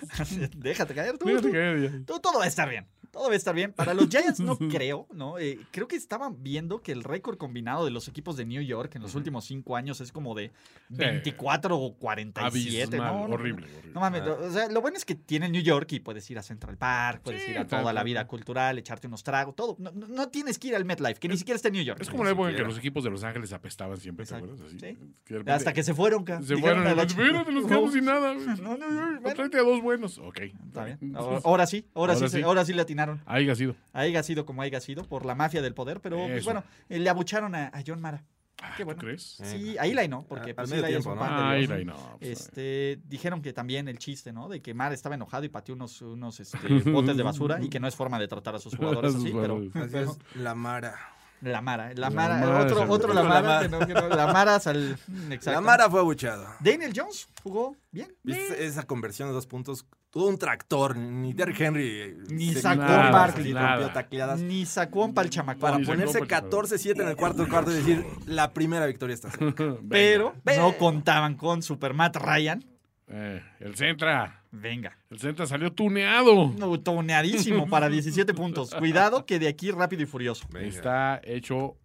[SPEAKER 2] Déjate caer tú.
[SPEAKER 6] Déjate
[SPEAKER 2] tú.
[SPEAKER 6] caer. ya.
[SPEAKER 2] Tú- todo va a estar bien. Todo va a estar bien. Para los Giants
[SPEAKER 6] [laughs]
[SPEAKER 2] no creo, ¿no? Eh, creo que estaban viendo que el récord combinado de los equipos de New York en los últimos cinco años es como de 24 o 47.
[SPEAKER 6] Abismal,
[SPEAKER 2] No, no,
[SPEAKER 6] horrible, horrible.
[SPEAKER 2] No mames, lo- o sea, lo bueno es que tiene New York y puedes ir a Central Park, puedes
[SPEAKER 6] Sí,
[SPEAKER 2] ir a
[SPEAKER 6] tal
[SPEAKER 2] toda la
[SPEAKER 6] cual.
[SPEAKER 2] vida cultural, echarte unos tragos, todo. No, no- no tienes que ir al MetLife, que ni siquiera está en New York.
[SPEAKER 6] Es como la época en que
[SPEAKER 3] siquiera.
[SPEAKER 6] los equipos de Los Ángeles apestaban siempre, ¿te
[SPEAKER 2] Exacto.
[SPEAKER 6] acuerdas? Así,
[SPEAKER 2] Sí.
[SPEAKER 6] que de repente
[SPEAKER 2] Hasta que se fueron, ca.
[SPEAKER 6] se
[SPEAKER 2] Dijeron
[SPEAKER 6] fueron.
[SPEAKER 2] a
[SPEAKER 6] y
[SPEAKER 2] la
[SPEAKER 6] nos-
[SPEAKER 2] ch-
[SPEAKER 6] Espérate, nos
[SPEAKER 2] [laughs]
[SPEAKER 6] quedamos sin nada. güey.
[SPEAKER 2] No, no, no,
[SPEAKER 6] No,
[SPEAKER 2] bueno,
[SPEAKER 6] Tráete a dos buenos. Ok.
[SPEAKER 2] está
[SPEAKER 6] [laughs]
[SPEAKER 2] bien. Ahora ahora sí, ahora,
[SPEAKER 6] Ahora
[SPEAKER 2] sí, se-
[SPEAKER 6] sí.
[SPEAKER 2] ahora sí le atinaron.
[SPEAKER 6] Ahí ha sido.
[SPEAKER 2] Haiga sido como haiga sido, por la mafia del poder, pero pues,
[SPEAKER 6] Eso.
[SPEAKER 2] bueno, eh, le abucharon a, a John Mara.
[SPEAKER 6] Ah,
[SPEAKER 2] Qué
[SPEAKER 6] ¿Tú
[SPEAKER 2] bueno.
[SPEAKER 6] crees?
[SPEAKER 2] Sí, ahí la no, porque
[SPEAKER 3] Al
[SPEAKER 2] pues,
[SPEAKER 3] medio
[SPEAKER 2] Eli es
[SPEAKER 3] tiempo,
[SPEAKER 2] un
[SPEAKER 3] ¿no?
[SPEAKER 2] pan de
[SPEAKER 6] Ah,
[SPEAKER 2] Dios,
[SPEAKER 6] Eli
[SPEAKER 2] ¿no?
[SPEAKER 6] no, pues,
[SPEAKER 2] Este, dijeron que también el chiste, ¿no? De que Mara estaba enojado y pateó unos, unos
[SPEAKER 6] [laughs]
[SPEAKER 2] este, botes de basura y que no es forma de tratar a sus jugadores
[SPEAKER 6] Sus
[SPEAKER 2] así, pero
[SPEAKER 6] jugadores.
[SPEAKER 3] Así es, la Mara.
[SPEAKER 2] la Mara, eh, la
[SPEAKER 6] La
[SPEAKER 2] Mara,
[SPEAKER 6] Mara
[SPEAKER 2] otro,
[SPEAKER 6] es el-
[SPEAKER 2] otro la
[SPEAKER 3] La
[SPEAKER 2] Mara,
[SPEAKER 3] Mara.
[SPEAKER 2] que no- que no, [laughs] la Mara sal, exacto.
[SPEAKER 3] La Mara fue abuchado.
[SPEAKER 2] Daniel Jones jugó bien.
[SPEAKER 3] ¿Viste esa conversión de dos puntos? Todo un tractor, ni Derrick Henry.
[SPEAKER 2] Ni
[SPEAKER 3] se-
[SPEAKER 2] sacó
[SPEAKER 3] nada,
[SPEAKER 2] Barkley.
[SPEAKER 3] sí,
[SPEAKER 6] Nada.
[SPEAKER 3] rompió tacleadas.
[SPEAKER 2] Ni sacó un palchamacuá.
[SPEAKER 3] Para
[SPEAKER 6] Ni sacó
[SPEAKER 3] ponerse
[SPEAKER 6] Barkley.
[SPEAKER 3] 14-7 en el cuarto cuarto y decir, la primera victoria está
[SPEAKER 2] [laughs]
[SPEAKER 3] cerca.
[SPEAKER 2] Pero no contaban con Super Matt Ryan.
[SPEAKER 6] Eh, el Centra.
[SPEAKER 2] Venga.
[SPEAKER 6] El Centra salió tuneado.
[SPEAKER 2] No, toneadísimo para 17 puntos. Cuidado que de aquí rápido y furioso.
[SPEAKER 6] Está hecho.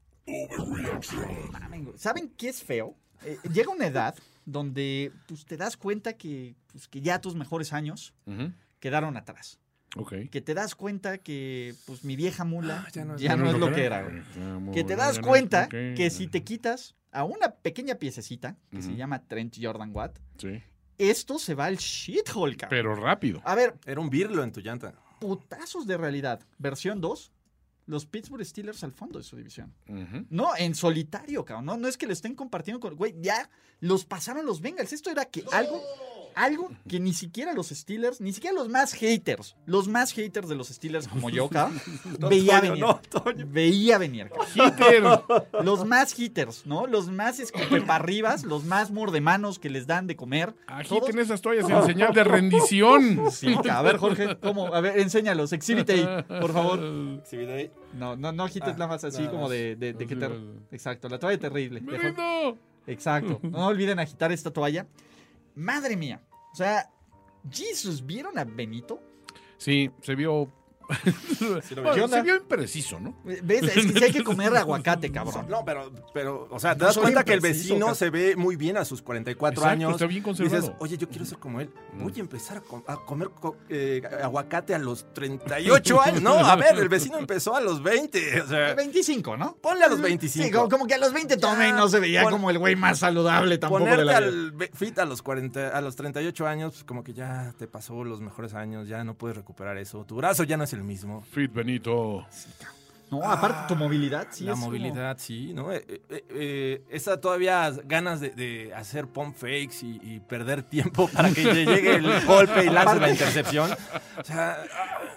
[SPEAKER 2] Mamen, güey. Ah, ¿Saben qué es feo? Eh, llega una edad donde pues, te das cuenta que, pues, que ya tus mejores años
[SPEAKER 6] Ujú.
[SPEAKER 2] quedaron atrás.
[SPEAKER 6] Ok.
[SPEAKER 2] Que te das cuenta que pues mi vieja mula ya no,
[SPEAKER 6] Ya
[SPEAKER 2] es lo que era. güey.
[SPEAKER 6] Vamos,
[SPEAKER 2] Que te
[SPEAKER 6] Ah, ya
[SPEAKER 2] das
[SPEAKER 6] no es
[SPEAKER 2] cuenta
[SPEAKER 6] lo que
[SPEAKER 2] que
[SPEAKER 6] era.
[SPEAKER 2] si te quitas a una pequeña piececita que se
[SPEAKER 6] Ujú.
[SPEAKER 2] llama Trent Jordan Watt,
[SPEAKER 6] Sí.
[SPEAKER 2] esto se va al shithole, cabrón.
[SPEAKER 6] Pero rápido.
[SPEAKER 2] A ver,
[SPEAKER 3] Era un birlo en tu llanta.
[SPEAKER 2] putazos de realidad. Versión 2. Los Pittsburgh Steelers al fondo de su división. [laughs]
[SPEAKER 6] Ujú.
[SPEAKER 2] No, en solitario, cabrón. No, no es que lo estén compartiendo con. Güey, ya los pasaron los Bengals. Esto era que algo. Algo que ni siquiera los Steelers, ni siquiera los más haters, los más haters de los Steelers como
[SPEAKER 3] [laughs]
[SPEAKER 2] yo, cabrón, veía venir. veía venir, cabrón.
[SPEAKER 6] Hitter.
[SPEAKER 2] [laughs] Los más hitters, ¿no? Los más escupeparribas, los más mordemanos que les dan de comer. Todos-
[SPEAKER 6] Agiten esas toallas en señal de
[SPEAKER 2] [laughs]
[SPEAKER 6] rendición.
[SPEAKER 2] Sí, cabrón. a ver, Jorge, ¿cómo? A ver, enséñalos, exhíbite ahí,
[SPEAKER 3] [laughs]
[SPEAKER 2] por favor. No, no, no agites
[SPEAKER 3] Ah,
[SPEAKER 2] la más así
[SPEAKER 3] nada
[SPEAKER 2] como
[SPEAKER 3] más.
[SPEAKER 2] de, de- de
[SPEAKER 6] Así
[SPEAKER 2] que te...
[SPEAKER 6] nada más.
[SPEAKER 2] Exacto, la toalla terrible.
[SPEAKER 6] ¡Me
[SPEAKER 2] Dejó-
[SPEAKER 6] rindo!
[SPEAKER 3] [laughs]
[SPEAKER 2] Exacto. No olviden agitar esta toalla. Madre mía. O sea, Jesus, ¿vieron a Benito?
[SPEAKER 6] Sí, se vio. Bueno,
[SPEAKER 2] ¿Qué onda?
[SPEAKER 6] se vio impreciso, ¿no?
[SPEAKER 2] ¿Ves? Es que sí hay que comer aguacate,
[SPEAKER 3] [laughs]
[SPEAKER 2] cabrón.
[SPEAKER 3] No, pero, pero, o sea, te das
[SPEAKER 2] soy
[SPEAKER 3] cuenta que el
[SPEAKER 2] impreciso,
[SPEAKER 3] vecino
[SPEAKER 2] ca-
[SPEAKER 3] se ve muy bien a sus 44
[SPEAKER 6] Exacto,
[SPEAKER 3] años.
[SPEAKER 6] está bien conservado.
[SPEAKER 3] Dices, oye, yo quiero ser como él.
[SPEAKER 2] Mm.
[SPEAKER 3] Voy a empezar a, com- a comer co- eh, aguacate a los 38 años. No, a ver, el vecino empezó a los 20. O sea,
[SPEAKER 2] 25, ¿no?
[SPEAKER 3] ponle a los
[SPEAKER 2] Sí, como,
[SPEAKER 3] 25.
[SPEAKER 2] como que a los 20 tome y no se veía
[SPEAKER 3] Pon-
[SPEAKER 2] como el güey más saludable tampoco de
[SPEAKER 3] Ponerte
[SPEAKER 2] la vida.
[SPEAKER 3] al ve- fit a los 40, a los 38 años, pues como que ya te pasó los mejores años, ya no puedes recuperar eso. Tu brazo ya no es el mismo.
[SPEAKER 6] Fit Benito.
[SPEAKER 2] No, aparte tu movilidad, sí.
[SPEAKER 3] Ah, la
[SPEAKER 2] es como-
[SPEAKER 3] movilidad, sí, ¿no? Eh, eh, eh, eh, esa todavía ganas de, de hacer pump fakes y, y perder tiempo para que te llegue [laughs] el golpe y lances la intercepción. O sea,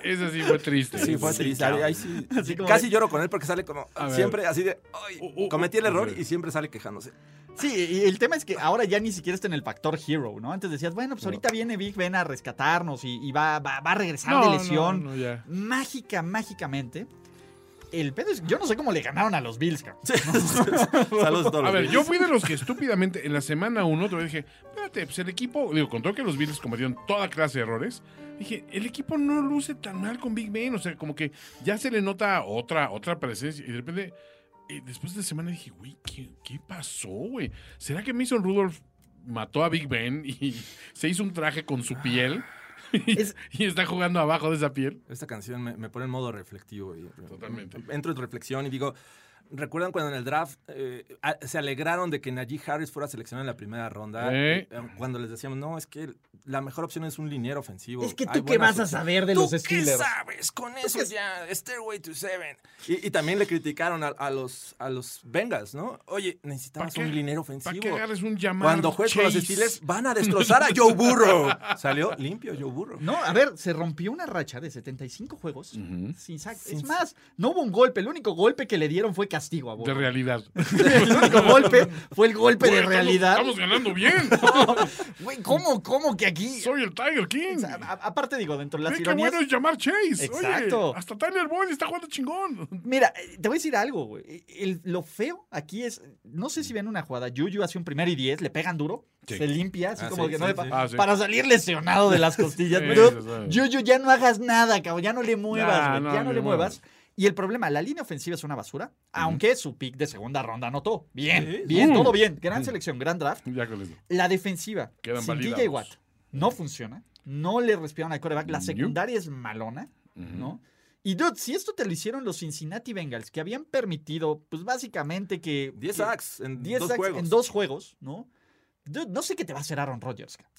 [SPEAKER 6] Ese sí fue triste.
[SPEAKER 3] sí, fue triste. Ahí- ahí sí-
[SPEAKER 2] [laughs] Así como
[SPEAKER 3] Casi
[SPEAKER 2] de-
[SPEAKER 3] lloro con él porque sale como
[SPEAKER 6] A ver.
[SPEAKER 3] siempre así de, "Ay,
[SPEAKER 6] Uh, uh,
[SPEAKER 3] cometí el
[SPEAKER 6] uh,
[SPEAKER 3] error
[SPEAKER 6] ok.
[SPEAKER 3] y siempre sale [laughs] quejándose.
[SPEAKER 2] Sí, y el tema es que ahora ya ni siquiera está en el factor hero, ¿no? Antes decías, bueno, pues ahorita viene Big Ben a rescatarnos y, y va, va, va a regresar
[SPEAKER 6] No,
[SPEAKER 2] Ah, de lesión.
[SPEAKER 6] no, no, ya.
[SPEAKER 2] Mágica, mágicamente. El pedo es, yo no sé cómo le ganaron a los Bills, cabrón.
[SPEAKER 3] Saludos a todos.
[SPEAKER 6] A
[SPEAKER 3] los
[SPEAKER 6] ver,
[SPEAKER 3] Bills.
[SPEAKER 6] yo fui de los que estúpidamente en la semana uno te dije, espérate, pues el equipo, digo, con todo que los Bills cometieron toda clase de errores, dije, el equipo no luce tan mal con Big Ben, o sea, como que ya se le nota otra, otra presencia, y de repente, eh, después de la semana dije, güey, ¿qué, qué pasó, güey? ¿Será que Mason Rudolph mató a Big Ben y [laughs] se hizo un traje con su piel? [laughs] Y,
[SPEAKER 2] Es-
[SPEAKER 6] y está jugando abajo de esa piel.
[SPEAKER 3] Esta canción me, me pone en modo reflectivo. y- mm,
[SPEAKER 6] Totalmente.
[SPEAKER 3] Entro en reflexión y digo, ¿recuerdan cuando en el draft eh, a- se alegraron de que Najee Harris fuera seleccionado en la primera ronda?
[SPEAKER 6] Sí.
[SPEAKER 3] Eh, Cuando les decíamos, no, es que la mejor opción es un liniero ofensivo.
[SPEAKER 5] Es que tú
[SPEAKER 3] Hay
[SPEAKER 5] qué
[SPEAKER 3] buenas
[SPEAKER 5] vas a
[SPEAKER 3] opciones.
[SPEAKER 5] saber de los
[SPEAKER 3] ¿Tú
[SPEAKER 5] Steelers.
[SPEAKER 3] ¿Qué sabes con eso ya? Stairway to Seven. Y, y también le criticaron a, a los, a los Bengals, ¿no? Oye, necesitamos
[SPEAKER 6] ¿Para qué?
[SPEAKER 3] un liniero
[SPEAKER 6] ¿Para
[SPEAKER 3] ofensivo.
[SPEAKER 6] qué agarres un llamado?
[SPEAKER 3] Cuando juegues con los Steelers, van a destrozar a Joe
[SPEAKER 6] [laughs]
[SPEAKER 3] Burrow. Salió limpio Joe Burrow.
[SPEAKER 2] No, a ver, se rompió una racha de 75 juegos sin sack. Es más, no hubo un golpe. El único golpe que le dieron fue castigo a [laughs]
[SPEAKER 6] De
[SPEAKER 3] [laughs]
[SPEAKER 2] Burrow.
[SPEAKER 6] realidad.
[SPEAKER 2] El único golpe fue el golpe de
[SPEAKER 6] Estamos-
[SPEAKER 2] realidad.
[SPEAKER 6] Estamos
[SPEAKER 3] [laughs]
[SPEAKER 6] ganando bien.
[SPEAKER 2] Güey, ¿cómo, cómo que aquí?
[SPEAKER 6] Soy el Tiger King.
[SPEAKER 2] O sea, a- aparte, digo, dentro de ah, las
[SPEAKER 6] Ve qué
[SPEAKER 2] ironías.
[SPEAKER 6] bueno es llamar Chase.
[SPEAKER 2] Exacto.
[SPEAKER 6] Oye, hasta Tyler Boyd está jugando chingón. [laughs]
[SPEAKER 2] Mira, eh, te voy a decir algo, güey. E, El- lo feo aquí es, no sé si ven una jugada, Yuyu hace un primer y diez, le pegan duro,
[SPEAKER 6] Sí.
[SPEAKER 2] se limpia, así
[SPEAKER 3] Ah,
[SPEAKER 2] como
[SPEAKER 3] sí,
[SPEAKER 2] que no
[SPEAKER 3] sí,
[SPEAKER 2] le pa-
[SPEAKER 3] sí.
[SPEAKER 6] Ah, sí.
[SPEAKER 2] para salir lesionado de las costillas.
[SPEAKER 6] [laughs] Sí,
[SPEAKER 2] bro.
[SPEAKER 6] sí, sí.
[SPEAKER 2] Yuyu, ya no hagas nada, cabrón, ya no le muevas,
[SPEAKER 6] Nah,
[SPEAKER 2] güey,
[SPEAKER 6] no,
[SPEAKER 2] ya no
[SPEAKER 6] ni
[SPEAKER 2] le
[SPEAKER 6] modo.
[SPEAKER 2] muevas. Y el problema, la línea ofensiva es una basura, aunque su pick de segunda ronda anotó. Bien,
[SPEAKER 3] Sí,
[SPEAKER 2] bien,
[SPEAKER 6] sí.
[SPEAKER 2] todo bien. Gran selección, gran draft.
[SPEAKER 6] Ya con eso.
[SPEAKER 2] La defensiva
[SPEAKER 6] Quedan
[SPEAKER 2] sin
[SPEAKER 6] validados.
[SPEAKER 2] DJ Watt no funciona. No le respiran al coreback. La secundaria es malona, ¿no? Y dude, si esto te lo hicieron los Cincinnati Bengals, que habían permitido, pues básicamente que.
[SPEAKER 3] 10
[SPEAKER 2] que-
[SPEAKER 3] sacks en
[SPEAKER 2] 10
[SPEAKER 3] dos
[SPEAKER 2] sacks
[SPEAKER 3] juegos.
[SPEAKER 2] en dos juegos, ¿no? Dude, no sé qué te va a hacer Aaron Rodgers. ca.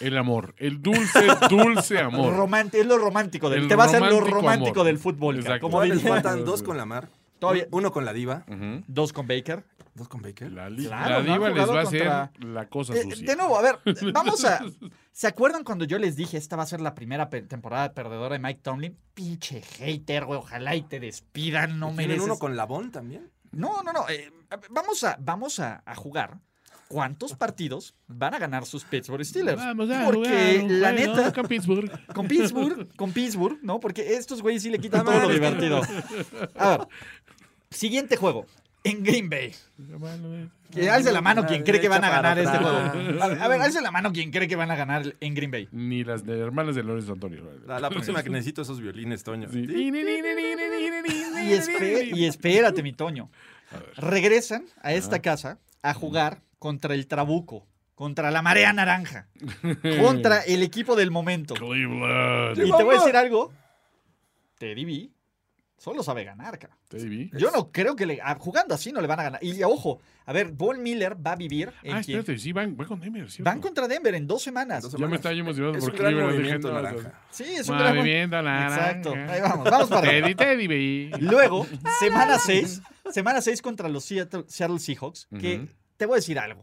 [SPEAKER 6] El amor. El dulce,
[SPEAKER 2] [laughs]
[SPEAKER 6] dulce amor.
[SPEAKER 2] Romante- es lo romántico del.
[SPEAKER 6] El
[SPEAKER 2] Te va a hacer lo
[SPEAKER 6] romántico
[SPEAKER 2] romántico
[SPEAKER 6] amor.
[SPEAKER 2] del fútbol. ca,
[SPEAKER 6] Exacto.
[SPEAKER 2] Como
[SPEAKER 3] Todavía les
[SPEAKER 2] diría-
[SPEAKER 3] faltan dos con la mar.
[SPEAKER 2] Todavía-
[SPEAKER 3] Uno con la diva.
[SPEAKER 6] Ujú.
[SPEAKER 2] Dos con Baker.
[SPEAKER 3] Dos con Baker.
[SPEAKER 6] La, li-
[SPEAKER 2] Claro,
[SPEAKER 6] la
[SPEAKER 2] no ha
[SPEAKER 6] diva les
[SPEAKER 2] jugado
[SPEAKER 6] va a hacer
[SPEAKER 2] contra-
[SPEAKER 6] la cosa
[SPEAKER 2] Eh,
[SPEAKER 6] sucia.
[SPEAKER 2] de nuevo,
[SPEAKER 3] [laughs]
[SPEAKER 2] a ver, vamos a. ¿Se acuerdan cuando yo les dije esta va a ser la primera pe- temporada perdedora de Mike Tomlin? Pinche hater, güey. Ojalá y te despidan, no
[SPEAKER 3] ¿Tienen
[SPEAKER 2] mereces.
[SPEAKER 3] uno con Labón también?
[SPEAKER 2] No, no, no. eh, a- vamos a, vamos a, a jugar. ¿Cuántos partidos van a ganar sus Pittsburgh Steelers? Porque la neta,
[SPEAKER 6] Con Pittsburgh.
[SPEAKER 2] con Pittsburgh, con Pittsburgh, ¿no? Porque estos güeyes sí le quitan
[SPEAKER 3] No
[SPEAKER 2] todo lo
[SPEAKER 3] mames.
[SPEAKER 2] divertido. A ver, siguiente juego. En Green Bay. Que alce la mano quien cree que van a ganar este juego. A ver, a ver, alce la mano quien cree que van a ganar el- en Green Bay.
[SPEAKER 6] Ni las de- hermanas de Lorenzo Antonio.
[SPEAKER 3] La, la próxima que necesito esos violines, Toño.
[SPEAKER 2] [laughs]
[SPEAKER 6] Sí.
[SPEAKER 2] Y, espe- y espérate, mi Toño. Regresan a esta casa a jugar contra el Trabuco, contra la Marea Naranja, contra el equipo del momento.
[SPEAKER 6] Cleveland.
[SPEAKER 2] Y te voy a decir algo. Teddy B solo sabe ganar, cara.
[SPEAKER 6] Baby.
[SPEAKER 2] Yo no creo que le, a- jugando así no le van a ganar. Y ojo, a ver, Von Miller va a vivir en
[SPEAKER 6] Ah,
[SPEAKER 2] quien-
[SPEAKER 6] espérate, sí, van, van con Denver, ¿cierto?
[SPEAKER 2] Van contra Denver en dos semanas.
[SPEAKER 3] Dos
[SPEAKER 6] Ya me estaba yo emocionado
[SPEAKER 3] Es un
[SPEAKER 6] porque
[SPEAKER 3] gran
[SPEAKER 6] Cleveland
[SPEAKER 3] movimiento
[SPEAKER 6] dejando-
[SPEAKER 3] naranja.
[SPEAKER 2] Sí, es un gran
[SPEAKER 6] Movimiento naranja.
[SPEAKER 2] Exacto. Ahí vamos, vamos Pues
[SPEAKER 6] [laughs]
[SPEAKER 2] para arriba.
[SPEAKER 6] Teddy, Teddy, baby.
[SPEAKER 2] Luego, semana 6, semana 6 contra los Seattle, Seattle Seahawks, que
[SPEAKER 6] Ujú. Mm.
[SPEAKER 2] te voy a decir algo.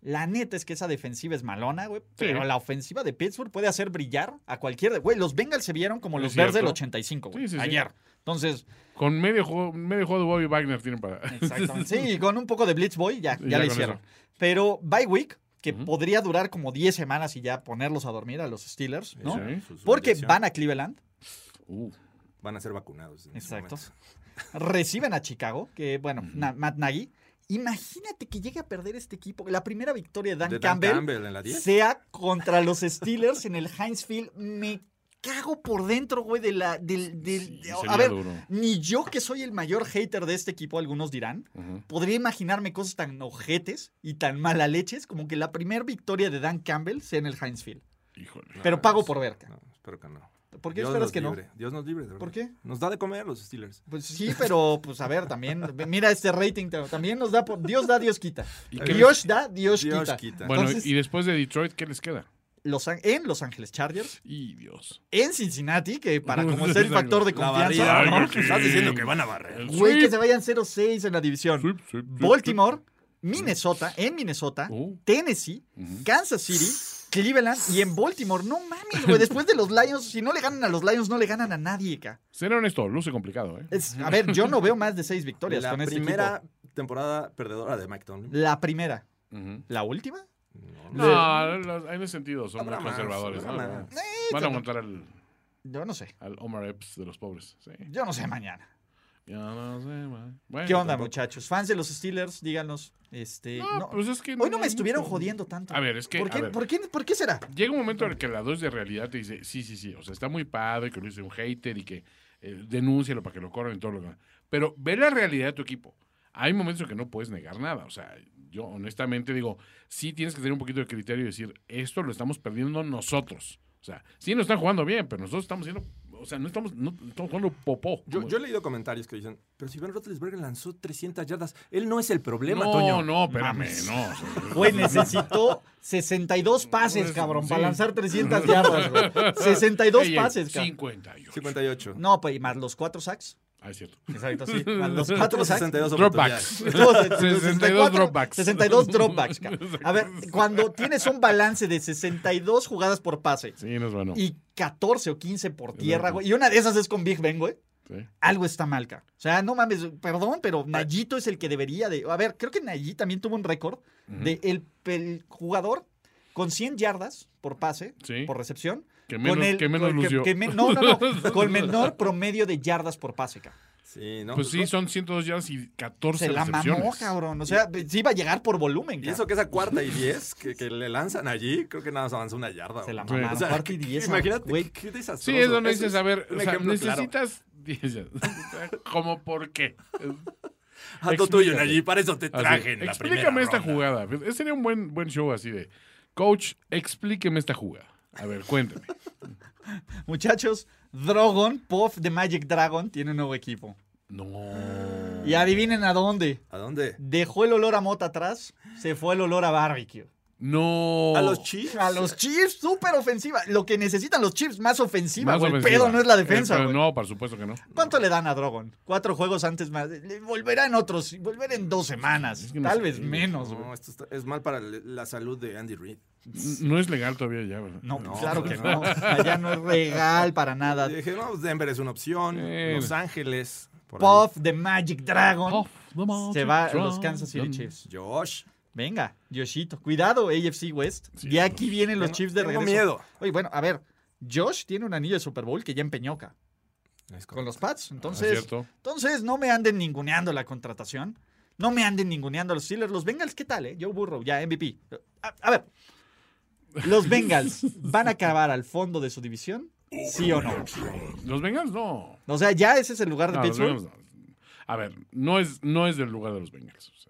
[SPEAKER 2] La neta es que esa defensiva es malona, güey. Pero la ofensiva de Pittsburgh puede hacer brillar a cualquier. Güey, los Bengals se vieron como
[SPEAKER 6] Es
[SPEAKER 2] los Bears del
[SPEAKER 6] cierto.
[SPEAKER 2] 85, güey.
[SPEAKER 6] Sí, sí, sí.
[SPEAKER 2] ayer.
[SPEAKER 6] [laughs]
[SPEAKER 2] Entonces,
[SPEAKER 6] Con medio juego, medio juego de Bobby Wagner tienen para. [laughs]
[SPEAKER 2] exactamente. sí, y con un poco de Blitz Boy ya, Ah, ya,
[SPEAKER 6] Ya
[SPEAKER 2] le
[SPEAKER 6] con
[SPEAKER 2] hicieron.
[SPEAKER 6] eso.
[SPEAKER 2] Pero bye week, que podría durar como 10 semanas y ya ponerlos a dormir a los Steelers, ¿no?
[SPEAKER 6] Sí.
[SPEAKER 3] Su- su
[SPEAKER 2] Porque
[SPEAKER 3] inyección.
[SPEAKER 2] van a Cleveland,
[SPEAKER 6] Uh,
[SPEAKER 3] Van a ser vacunados. en ese
[SPEAKER 2] Exacto.
[SPEAKER 3] momento.
[SPEAKER 2] reciben a Chicago, que bueno, na- Matt Nagy. Imagínate que llegue a perder este equipo. que La primera victoria de Dan,
[SPEAKER 3] De Dan
[SPEAKER 2] Campbell,
[SPEAKER 3] Campbell en la 10.
[SPEAKER 2] sea contra los Steelers en el Heinz Field. Me cago por dentro, güey, de la. Del, del-
[SPEAKER 6] Sí,
[SPEAKER 2] de-
[SPEAKER 6] sería
[SPEAKER 2] a ver,
[SPEAKER 6] duro.
[SPEAKER 2] ni yo que soy el mayor hater de este equipo, algunos dirán,
[SPEAKER 6] Ujú.
[SPEAKER 2] podría imaginarme cosas tan ojetes y tan mala leches como que la primera victoria de Dan Campbell sea en el Heinz Field.
[SPEAKER 6] Híjole.
[SPEAKER 2] Pero pago por ver. ca-
[SPEAKER 3] No, espero que no.
[SPEAKER 2] ¿Por qué
[SPEAKER 3] Dios
[SPEAKER 2] esperas
[SPEAKER 3] nos
[SPEAKER 2] que no?
[SPEAKER 3] libre. Dios nos libre, de verdad.
[SPEAKER 2] ¿Por qué?
[SPEAKER 3] Nos da de comer los Steelers.
[SPEAKER 2] Pues sí, pero pues a ver, también, mira este rating, ta- también nos da, por, Dios da, Dios quita.
[SPEAKER 6] ¿Y qué
[SPEAKER 2] Dios da, Dios,
[SPEAKER 3] Dios
[SPEAKER 2] quita.
[SPEAKER 3] quita.
[SPEAKER 6] Bueno,
[SPEAKER 2] Entonces,
[SPEAKER 6] y después de Detroit, ¿qué les queda?
[SPEAKER 2] Los An- en Los Ángeles Chargers,
[SPEAKER 6] Y Dios.
[SPEAKER 2] en Cincinnati, que para como
[SPEAKER 6] Exacto.
[SPEAKER 2] ser el factor de
[SPEAKER 3] La
[SPEAKER 2] confianza,
[SPEAKER 3] barrida,
[SPEAKER 2] ¿no?
[SPEAKER 3] ¿no? Estás diciendo que van a barrer.
[SPEAKER 2] güey, que se vayan 0-6 en la división.
[SPEAKER 6] Sweep, sweep, sweep,
[SPEAKER 2] Baltimore, Minnesota, en Minnesota,
[SPEAKER 6] Oh.
[SPEAKER 2] Tennessee, Kansas City, Cleveland y en Baltimore. No mames, güey, después de los Lions, si no le ganan a los Lions, no le ganan a nadie, ca.
[SPEAKER 6] Ser honesto, luce complicado, ¿eh?
[SPEAKER 2] Es- a ver, yo no veo más de seis victorias
[SPEAKER 3] La
[SPEAKER 2] con este
[SPEAKER 3] primera
[SPEAKER 2] equipo.
[SPEAKER 3] temporada perdedora de Mike Tomlin.
[SPEAKER 2] La primera.
[SPEAKER 6] Ujú.
[SPEAKER 2] ¿La última?
[SPEAKER 6] No, los- en ese sentido son muy
[SPEAKER 3] Habrá más,
[SPEAKER 6] conservadores. ¿no?
[SPEAKER 3] habrá más.
[SPEAKER 6] Van a aguantar al,
[SPEAKER 2] Yo no sé.
[SPEAKER 6] al Omar Epps de los pobres. Sí.
[SPEAKER 2] Yo no sé mañana.
[SPEAKER 6] Ya no sé, ma. Bueno,
[SPEAKER 2] ¿Qué onda,
[SPEAKER 6] tampoco-
[SPEAKER 2] muchachos? Fans de los Steelers, díganos. Este,
[SPEAKER 6] No,
[SPEAKER 2] no.
[SPEAKER 6] pues es que
[SPEAKER 2] Hoy no me
[SPEAKER 6] hay
[SPEAKER 2] estuvieron
[SPEAKER 6] mucho.
[SPEAKER 2] jodiendo tanto.
[SPEAKER 6] A ver, es que,
[SPEAKER 2] ¿Por
[SPEAKER 6] a
[SPEAKER 2] qué,
[SPEAKER 6] ver.
[SPEAKER 2] ¿por qué, por qué será?
[SPEAKER 6] Llega un momento en el que la dosis de realidad te dice, sí, sí, sí, o sea, está muy padre que lo hice un hater y que eh, denúncialo para que lo corran y todo lo demás. Pero ve la realidad de tu equipo. Hay momentos en que no puedes negar nada. O sea, yo honestamente digo, sí tienes que tener un poquito de criterio y decir, esto lo estamos perdiendo nosotros. O sea, sí nos están jugando bien, pero nosotros estamos siendo o sea, no estamos, no, estamos jugando popó.
[SPEAKER 3] Yo, yo he leído comentarios que dicen, pero si Ben Roethlisberger lanzó 300 yardas, él no es el problema,
[SPEAKER 6] no,
[SPEAKER 3] Toño.
[SPEAKER 6] no, espérame,
[SPEAKER 2] Mames.
[SPEAKER 6] no. o sea,
[SPEAKER 2] Güey,
[SPEAKER 6] [laughs]
[SPEAKER 2] necesitó 62 pases, cabrón, para lanzar 300 yardas, güey.
[SPEAKER 6] [laughs]
[SPEAKER 2] 62
[SPEAKER 6] Ey, ey,
[SPEAKER 2] pases, cabrón.
[SPEAKER 6] 58.
[SPEAKER 3] 58.
[SPEAKER 2] No, pues, y más los cuatro sacks.
[SPEAKER 6] Ah, es cierto.
[SPEAKER 2] Exacto, sí. Más
[SPEAKER 6] [laughs]
[SPEAKER 2] los cuatro sacks.
[SPEAKER 3] 62
[SPEAKER 6] Dropbacks.
[SPEAKER 3] oportunidades.
[SPEAKER 2] No, se-
[SPEAKER 6] [laughs] 62 dropbacks.
[SPEAKER 2] 62 dropbacks,
[SPEAKER 6] [laughs]
[SPEAKER 2] cabrón. A ver, cuando tienes un balance de 62 jugadas por pase
[SPEAKER 6] Sí, no es bueno.
[SPEAKER 2] y 14 o 15 por tierra, güey, y una de esas es con Big Ben, güey,
[SPEAKER 6] Sí.
[SPEAKER 2] algo está mal, cabrón. O sea, no mames, perdón,
[SPEAKER 6] Ah.
[SPEAKER 2] pero Nayito es el que debería de... A ver, creo que Nayi también tuvo un récord de el, el jugador con 100 yardas por pase,
[SPEAKER 6] Sí.
[SPEAKER 2] por recepción.
[SPEAKER 6] Que menos-
[SPEAKER 2] con el-
[SPEAKER 6] que menos
[SPEAKER 2] con-
[SPEAKER 6] lució.
[SPEAKER 2] que men- no, no,
[SPEAKER 6] [laughs]
[SPEAKER 2] no. Con menor promedio de yardas por pase, cabrón.
[SPEAKER 3] Sí, ¿no?
[SPEAKER 6] Pues sí, son 102 yardas y 14
[SPEAKER 2] Se la mamó,
[SPEAKER 6] Pues recepciones.
[SPEAKER 2] cabrón. O sea, sí iba a llegar por
[SPEAKER 3] Y
[SPEAKER 2] volumen, cabrón.
[SPEAKER 3] eso que esa cuarta y 10 que, que le lanzan allí, creo que nada más avanza una yarda.
[SPEAKER 2] Se la
[SPEAKER 3] güey.
[SPEAKER 2] mamaron.
[SPEAKER 3] O sea, [laughs]
[SPEAKER 2] Cuarta y
[SPEAKER 3] que-
[SPEAKER 2] diez,
[SPEAKER 3] Imagínate,
[SPEAKER 2] güey.
[SPEAKER 3] qué, qué desastroso.
[SPEAKER 6] Sí, es donde
[SPEAKER 3] Ese
[SPEAKER 6] dices,
[SPEAKER 3] es
[SPEAKER 6] a ver,
[SPEAKER 3] un
[SPEAKER 6] o sea,
[SPEAKER 3] ejemplo claro.
[SPEAKER 6] necesitas... [laughs] ¿Cómo por qué?
[SPEAKER 2] [laughs]
[SPEAKER 3] Algo tuyo,
[SPEAKER 6] Explícate.
[SPEAKER 3] allí, para eso te
[SPEAKER 6] Así,
[SPEAKER 3] traje en la
[SPEAKER 6] explícame
[SPEAKER 3] primera
[SPEAKER 6] esta
[SPEAKER 3] ronda.
[SPEAKER 6] jugada. Ese sería un buen, buen show así de, coach, explíqueme esta jugada. A ver,
[SPEAKER 2] [laughs]
[SPEAKER 6] cuéntame.
[SPEAKER 2] Muchachos, Drogon, Puff de Magic Dragon, tiene un nuevo equipo.
[SPEAKER 6] No.
[SPEAKER 2] Y adivinen a dónde.
[SPEAKER 3] ¿A dónde?
[SPEAKER 2] Dejó el olor a mota atrás, se fue el olor a barbecue.
[SPEAKER 6] No.
[SPEAKER 3] A los Chiefs.
[SPEAKER 2] A los Chiefs, súper ofensiva. Lo que necesitan los Chiefs, más ofensiva,
[SPEAKER 6] Más
[SPEAKER 2] güey. El
[SPEAKER 6] ofensiva.
[SPEAKER 2] pedo no es la
[SPEAKER 6] El
[SPEAKER 2] defensa,
[SPEAKER 6] pedo-
[SPEAKER 2] güey.
[SPEAKER 6] No, por supuesto que no.
[SPEAKER 2] ¿Cuánto le dan a Drogon? Cuatro juegos antes más. Le- Volverá en otros, volverá en dos semanas.
[SPEAKER 6] que no
[SPEAKER 2] Tal
[SPEAKER 6] sé,
[SPEAKER 2] vez
[SPEAKER 6] güey.
[SPEAKER 2] menos, güey.
[SPEAKER 3] No, esto está- es mal para le- la salud de Andy Reid.
[SPEAKER 6] No es legal todavía ya, ¿verdad?
[SPEAKER 2] No,
[SPEAKER 3] No,
[SPEAKER 2] claro
[SPEAKER 3] pues
[SPEAKER 2] que
[SPEAKER 3] no.
[SPEAKER 6] [laughs]
[SPEAKER 2] no. Allá no es regal para nada.
[SPEAKER 3] Dije, no, pues Denver es una opción.
[SPEAKER 6] Eh.
[SPEAKER 3] Los Ángeles. por ahí.
[SPEAKER 2] Puff de Magic Dragon.
[SPEAKER 6] Puff, the Magic
[SPEAKER 2] se va a los
[SPEAKER 6] Dragon.
[SPEAKER 2] Kansas City Chiefs.
[SPEAKER 3] Josh.
[SPEAKER 2] Venga, Yoshito. Cuidado, AFC West. ya aquí vienen los
[SPEAKER 3] Tengo-
[SPEAKER 2] Chiefs de
[SPEAKER 3] tengo
[SPEAKER 2] regreso.
[SPEAKER 3] miedo.
[SPEAKER 2] Oye, bueno, a ver. Josh tiene un anillo de Super Bowl que ya empeñoca con los Pats. Entonces,
[SPEAKER 6] Ah, cierto.
[SPEAKER 2] entonces no me anden ninguneando la contratación. No me anden ninguneando a los Steelers. Los Bengals, ¿qué tal, eh? Joe Burrow, ya MVP. A, a ver. ¿Los
[SPEAKER 6] [laughs]
[SPEAKER 2] Bengals van a acabar al fondo de su división? ¿Sí o no?
[SPEAKER 6] Los Bengals no.
[SPEAKER 2] O sea, ya ese es el lugar de
[SPEAKER 6] No, los
[SPEAKER 2] Pittsburgh.
[SPEAKER 6] Bengals no. A ver, no es, no es del lugar de los Bengals. O sea,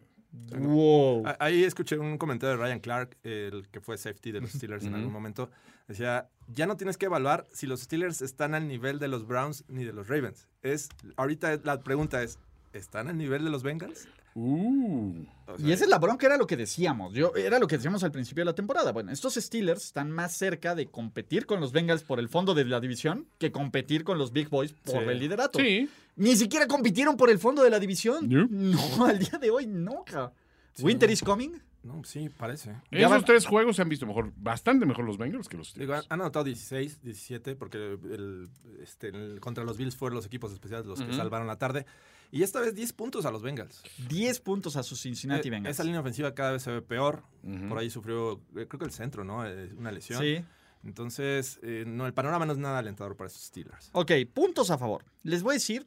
[SPEAKER 2] Wow.
[SPEAKER 6] Ah,
[SPEAKER 3] A- Ahí escuché un comentario de Ryan Clark, el que fue safety de los Steelers en algún momento. Decía, ya no tienes que evaluar si los Steelers están al nivel de los Browns ni de los Ravens. Es, ahorita la pregunta es, ¿están al nivel de los Bengals?
[SPEAKER 6] uh,
[SPEAKER 2] Y esa es la bronca, era lo que decíamos. Yo, era lo que decíamos al principio de la temporada. Bueno, estos Steelers están más cerca de competir con los Bengals por el fondo de la división que competir con los Big Boys por
[SPEAKER 3] Sí.
[SPEAKER 2] el liderato.
[SPEAKER 6] sí.
[SPEAKER 2] Ni siquiera compitieron por el fondo de la división.
[SPEAKER 6] Nope.
[SPEAKER 2] No, [laughs] al día de hoy no, ca. Winter is coming.
[SPEAKER 3] No, sí, parece.
[SPEAKER 2] Ya
[SPEAKER 6] Esos
[SPEAKER 2] van-
[SPEAKER 6] tres juegos se han visto mejor, bastante mejor los Bengals que los
[SPEAKER 3] Digo, han
[SPEAKER 6] Steelers.
[SPEAKER 3] han anotado 16, 17, porque el, este, el- contra los Bills fueron los equipos especiales los que salvaron la tarde. Y esta vez 10 puntos a los Bengals.
[SPEAKER 2] 10 puntos a sus Cincinnati
[SPEAKER 3] Eh,
[SPEAKER 2] Bengals.
[SPEAKER 3] Esa línea ofensiva cada vez se ve peor. Por ahí sufrió, eh, creo que el centro, ¿no? Eh, Una lesión.
[SPEAKER 2] Sí.
[SPEAKER 3] Entonces, eh, no, el panorama no es nada alentador para estos Steelers.
[SPEAKER 2] Ok, puntos a favor. Les voy a decir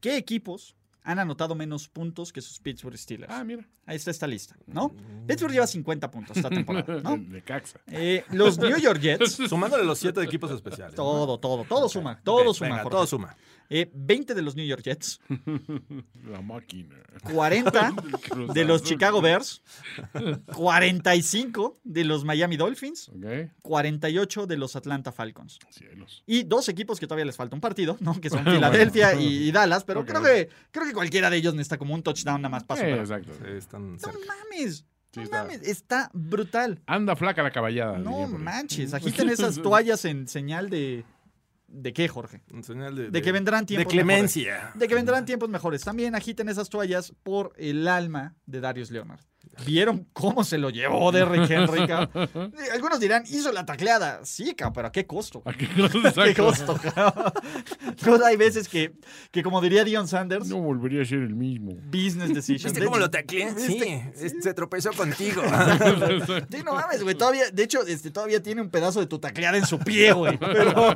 [SPEAKER 2] qué equipos han anotado menos puntos que sus Pittsburgh Steelers.
[SPEAKER 6] Ah, mira.
[SPEAKER 2] Ahí está esta lista, ¿no? Pittsburgh lleva 50 puntos esta
[SPEAKER 6] [laughs]
[SPEAKER 2] temporada, ah,
[SPEAKER 3] [laughs]
[SPEAKER 2] ¿no?
[SPEAKER 6] Le caxa.
[SPEAKER 2] Eh, los New York Jets.
[SPEAKER 3] Sumándole los siete equipos especiales. ¿no?
[SPEAKER 2] Todo, todo, todo suma,
[SPEAKER 3] Ok,
[SPEAKER 2] todo suma.
[SPEAKER 3] venga,
[SPEAKER 2] Jorge.
[SPEAKER 3] todo suma.
[SPEAKER 2] Eh, 20 de los New York Jets,
[SPEAKER 6] La máquina.
[SPEAKER 3] [laughs]
[SPEAKER 6] [laughs]
[SPEAKER 2] 40
[SPEAKER 6] Cruz
[SPEAKER 2] Ah, [laughs] de los
[SPEAKER 6] Azul.
[SPEAKER 2] Chicago Bears, 45 de los Miami Dolphins,
[SPEAKER 6] Ok.
[SPEAKER 2] 48 de los Atlanta Falcons.
[SPEAKER 6] Cielos.
[SPEAKER 2] Y dos equipos que todavía les falta un partido, ¿no? Que son Filadelfia y, y Dallas, pero
[SPEAKER 6] Ok.
[SPEAKER 2] creo que creo que cualquiera de ellos necesita como un touchdown nada más para
[SPEAKER 6] Eh,
[SPEAKER 2] superar.
[SPEAKER 6] exacto.
[SPEAKER 3] Eh, están
[SPEAKER 2] No
[SPEAKER 3] cerca.
[SPEAKER 2] mames, no
[SPEAKER 6] está.
[SPEAKER 2] mames, está brutal.
[SPEAKER 6] Anda flaca la caballada.
[SPEAKER 2] No
[SPEAKER 6] diría por ahí.
[SPEAKER 2] manches, agiten esas toallas en señal de. ¿De qué, Jorge?
[SPEAKER 3] Un señal de,
[SPEAKER 2] De que vendrán
[SPEAKER 3] De
[SPEAKER 2] tiempos.
[SPEAKER 3] clemencia.
[SPEAKER 2] mejores. De que
[SPEAKER 3] Ah.
[SPEAKER 2] vendrán tiempos mejores. También agiten esas toallas por el alma de Darius Leonard. ¿Vieron cómo se lo llevó Derrick
[SPEAKER 3] [laughs]
[SPEAKER 2] Henry? cabrón? Eh, Algunos dirán, hizo la tacleada. Sí, cabrón, pero ¿a qué costo?
[SPEAKER 6] ¿A qué cosa?
[SPEAKER 2] [laughs] ¿A qué
[SPEAKER 6] Exacto.
[SPEAKER 2] costo, cabrón? [laughs] Entonces, hay veces que, que, como diría Dion Sanders,
[SPEAKER 6] No volvería a ser el mismo.
[SPEAKER 2] business
[SPEAKER 3] [laughs]
[SPEAKER 2] decision.
[SPEAKER 3] ¿Viste
[SPEAKER 2] De-
[SPEAKER 3] cómo lo tacleé? Sí, es- se tropezó [laughs] contigo.
[SPEAKER 2] Sí, no mames, güey. Todavía, de hecho, este, todavía tiene un pedazo de tu tacleada en su pie, güey. Pero-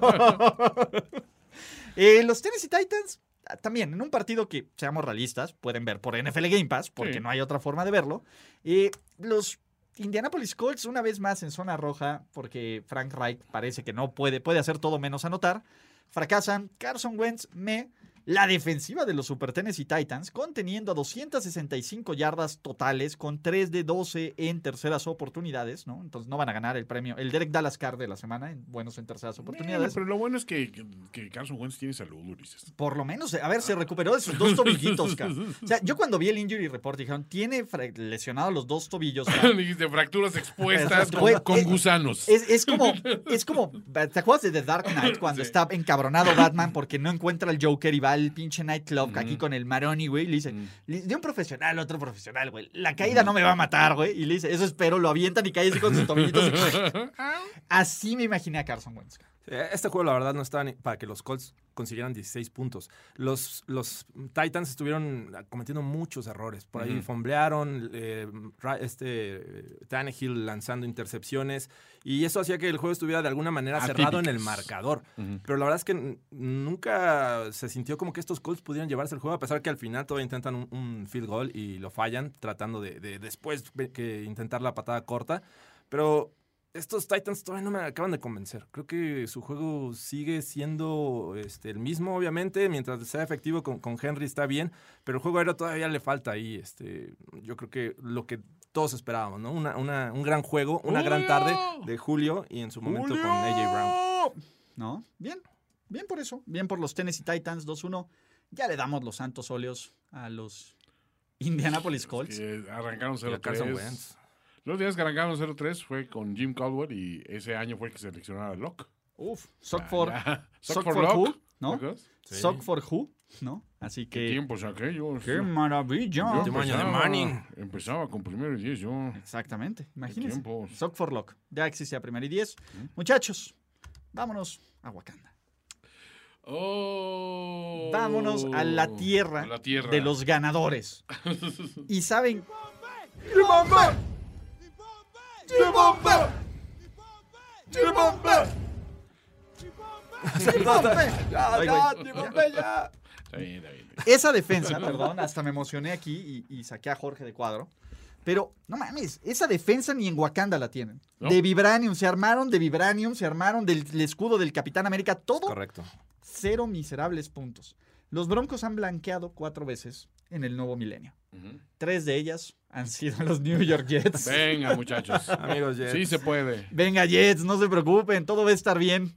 [SPEAKER 2] Eh, los Tennessee Titans, ah, también, en un partido que, seamos realistas, pueden ver por NFL Game Pass, porque
[SPEAKER 6] Sí.
[SPEAKER 2] no hay otra forma de verlo. Eh, los Indianapolis Colts, una vez más en zona roja, porque Frank Reich parece que no puede, puede hacer todo menos anotar. Fracasan. Carson Wentz, me. La defensiva de los Super Tennessee Titans, conteniendo a 265 yardas totales con 3 de 12 en terceras oportunidades, ¿no? Entonces no van a ganar el premio, el Derek Dallas Carr de la semana, en buenos en terceras
[SPEAKER 6] Bueno,
[SPEAKER 2] oportunidades.
[SPEAKER 6] pero lo bueno es que, que- que Carson Wentz tiene salud, Ulises.
[SPEAKER 2] Por lo menos, eh, a ver, se recuperó de sus dos
[SPEAKER 6] [laughs]
[SPEAKER 2] tobillitos, cara. O sea, yo cuando vi el injury report dijeron, tiene fra- lesionado los dos
[SPEAKER 6] [laughs]
[SPEAKER 2] tobillos. cara.
[SPEAKER 6] [coughs] Dijiste fracturas expuestas
[SPEAKER 2] Exacto.
[SPEAKER 6] con,
[SPEAKER 2] Güey,
[SPEAKER 6] con
[SPEAKER 2] eh,
[SPEAKER 6] gusanos. [laughs]
[SPEAKER 2] Es, es como, es como, ¿te acuerdas de The Dark Knight cuando está encabronado Batman porque no encuentra al Joker y va al pinche nightclub aquí con el Maroni, güey? Y le dice, le- de un profesional a otro profesional, güey, la caída no me va a matar, güey. Y le dice, eso espero, lo avientan y cae así con sus tobillitos. así me imaginé a Carson Wentz.
[SPEAKER 3] Eh, Este juego, la verdad, no estaba ni para que los Colts consiguieran 16 puntos. Los, los Titans estuvieron cometiendo muchos errores. Por ahí fomblearon, eh, Ra- este, eh, Tannehill lanzando intercepciones. Y eso hacía que el juego estuviera de alguna manera cerrado en el
[SPEAKER 6] Atípicas.
[SPEAKER 3] marcador. Pero la verdad es que n- nunca se sintió como que estos Colts pudieran llevarse el juego, a pesar que al final todavía intentan un, un field goal y lo fallan, tratando de, de después ve- que intentar la patada corta. Pero estos Titans todavía no me acaban de convencer. Creo que su juego sigue siendo este, el mismo, obviamente. Mientras sea efectivo con, con Henry está bien, pero el juego aéreo todavía le falta ahí. Este, yo creo que lo que todos esperábamos, ¿no? Una, una- un gran juego, una gran tarde
[SPEAKER 6] ¡Julio!
[SPEAKER 3] de Julio y en su momento con AJ Brown.
[SPEAKER 2] ¿No? Bien, bien por eso. Bien por los Tennessee Titans 2-1. Ya le damos los santos óleos a los Indianapolis Colts.
[SPEAKER 6] Que arrancaron
[SPEAKER 3] Y a Carson Wentz.
[SPEAKER 6] 0-3. Los días que arrancaron 0-3 fue con Jim Caldwell y ese año fue que seleccionaron a Locke.
[SPEAKER 2] Uf, Sock for, [laughs]
[SPEAKER 6] Ah,
[SPEAKER 2] Sock
[SPEAKER 6] Sock for
[SPEAKER 2] for
[SPEAKER 6] Locke,
[SPEAKER 2] who, ¿no?
[SPEAKER 6] ¿te acuerdas?
[SPEAKER 2] Sock for who, ¿no? Así
[SPEAKER 6] ¿Qué
[SPEAKER 2] que...
[SPEAKER 6] tiempos aquellos?
[SPEAKER 2] ¡Qué maravilla!
[SPEAKER 6] Yo
[SPEAKER 3] Último año de
[SPEAKER 6] empezaba-
[SPEAKER 3] Manning.
[SPEAKER 6] Empezaba con primero y diez yo.
[SPEAKER 2] Exactamente, imagínense.
[SPEAKER 6] tiempos.
[SPEAKER 2] Sock for Lock. Ya existía primero y diez. Muchachos, vámonos a Wakanda.
[SPEAKER 6] Oh.
[SPEAKER 2] Vámonos a la tierra,
[SPEAKER 6] A la tierra.
[SPEAKER 2] de los
[SPEAKER 6] [laughs]
[SPEAKER 2] ganadores. y saben. Ay, güey.
[SPEAKER 6] Está bien, está bien.
[SPEAKER 2] Esa defensa, perdón, hasta me emocioné aquí y, y saqué a Jorge de cuadro. Pero, no mames, esa defensa ni en Wakanda la tienen.
[SPEAKER 6] No.
[SPEAKER 2] De Vibranium, se armaron de Vibranium, se armaron del del escudo del Capitán América, todo
[SPEAKER 3] Correcto.
[SPEAKER 2] cero miserables puntos. Los Broncos han blanqueado cuatro veces en el nuevo milenio. Tres de ellas han sido los New York
[SPEAKER 6] [laughs]
[SPEAKER 2] Jets.
[SPEAKER 6] Venga,
[SPEAKER 3] [laughs]
[SPEAKER 6] muchachos.
[SPEAKER 3] Amigos, Jets.
[SPEAKER 6] Sí
[SPEAKER 3] Sí,
[SPEAKER 6] se
[SPEAKER 3] [laughs]
[SPEAKER 6] puede. [laughs]
[SPEAKER 2] Venga, Jets, no se preocupen, todo va a estar bien.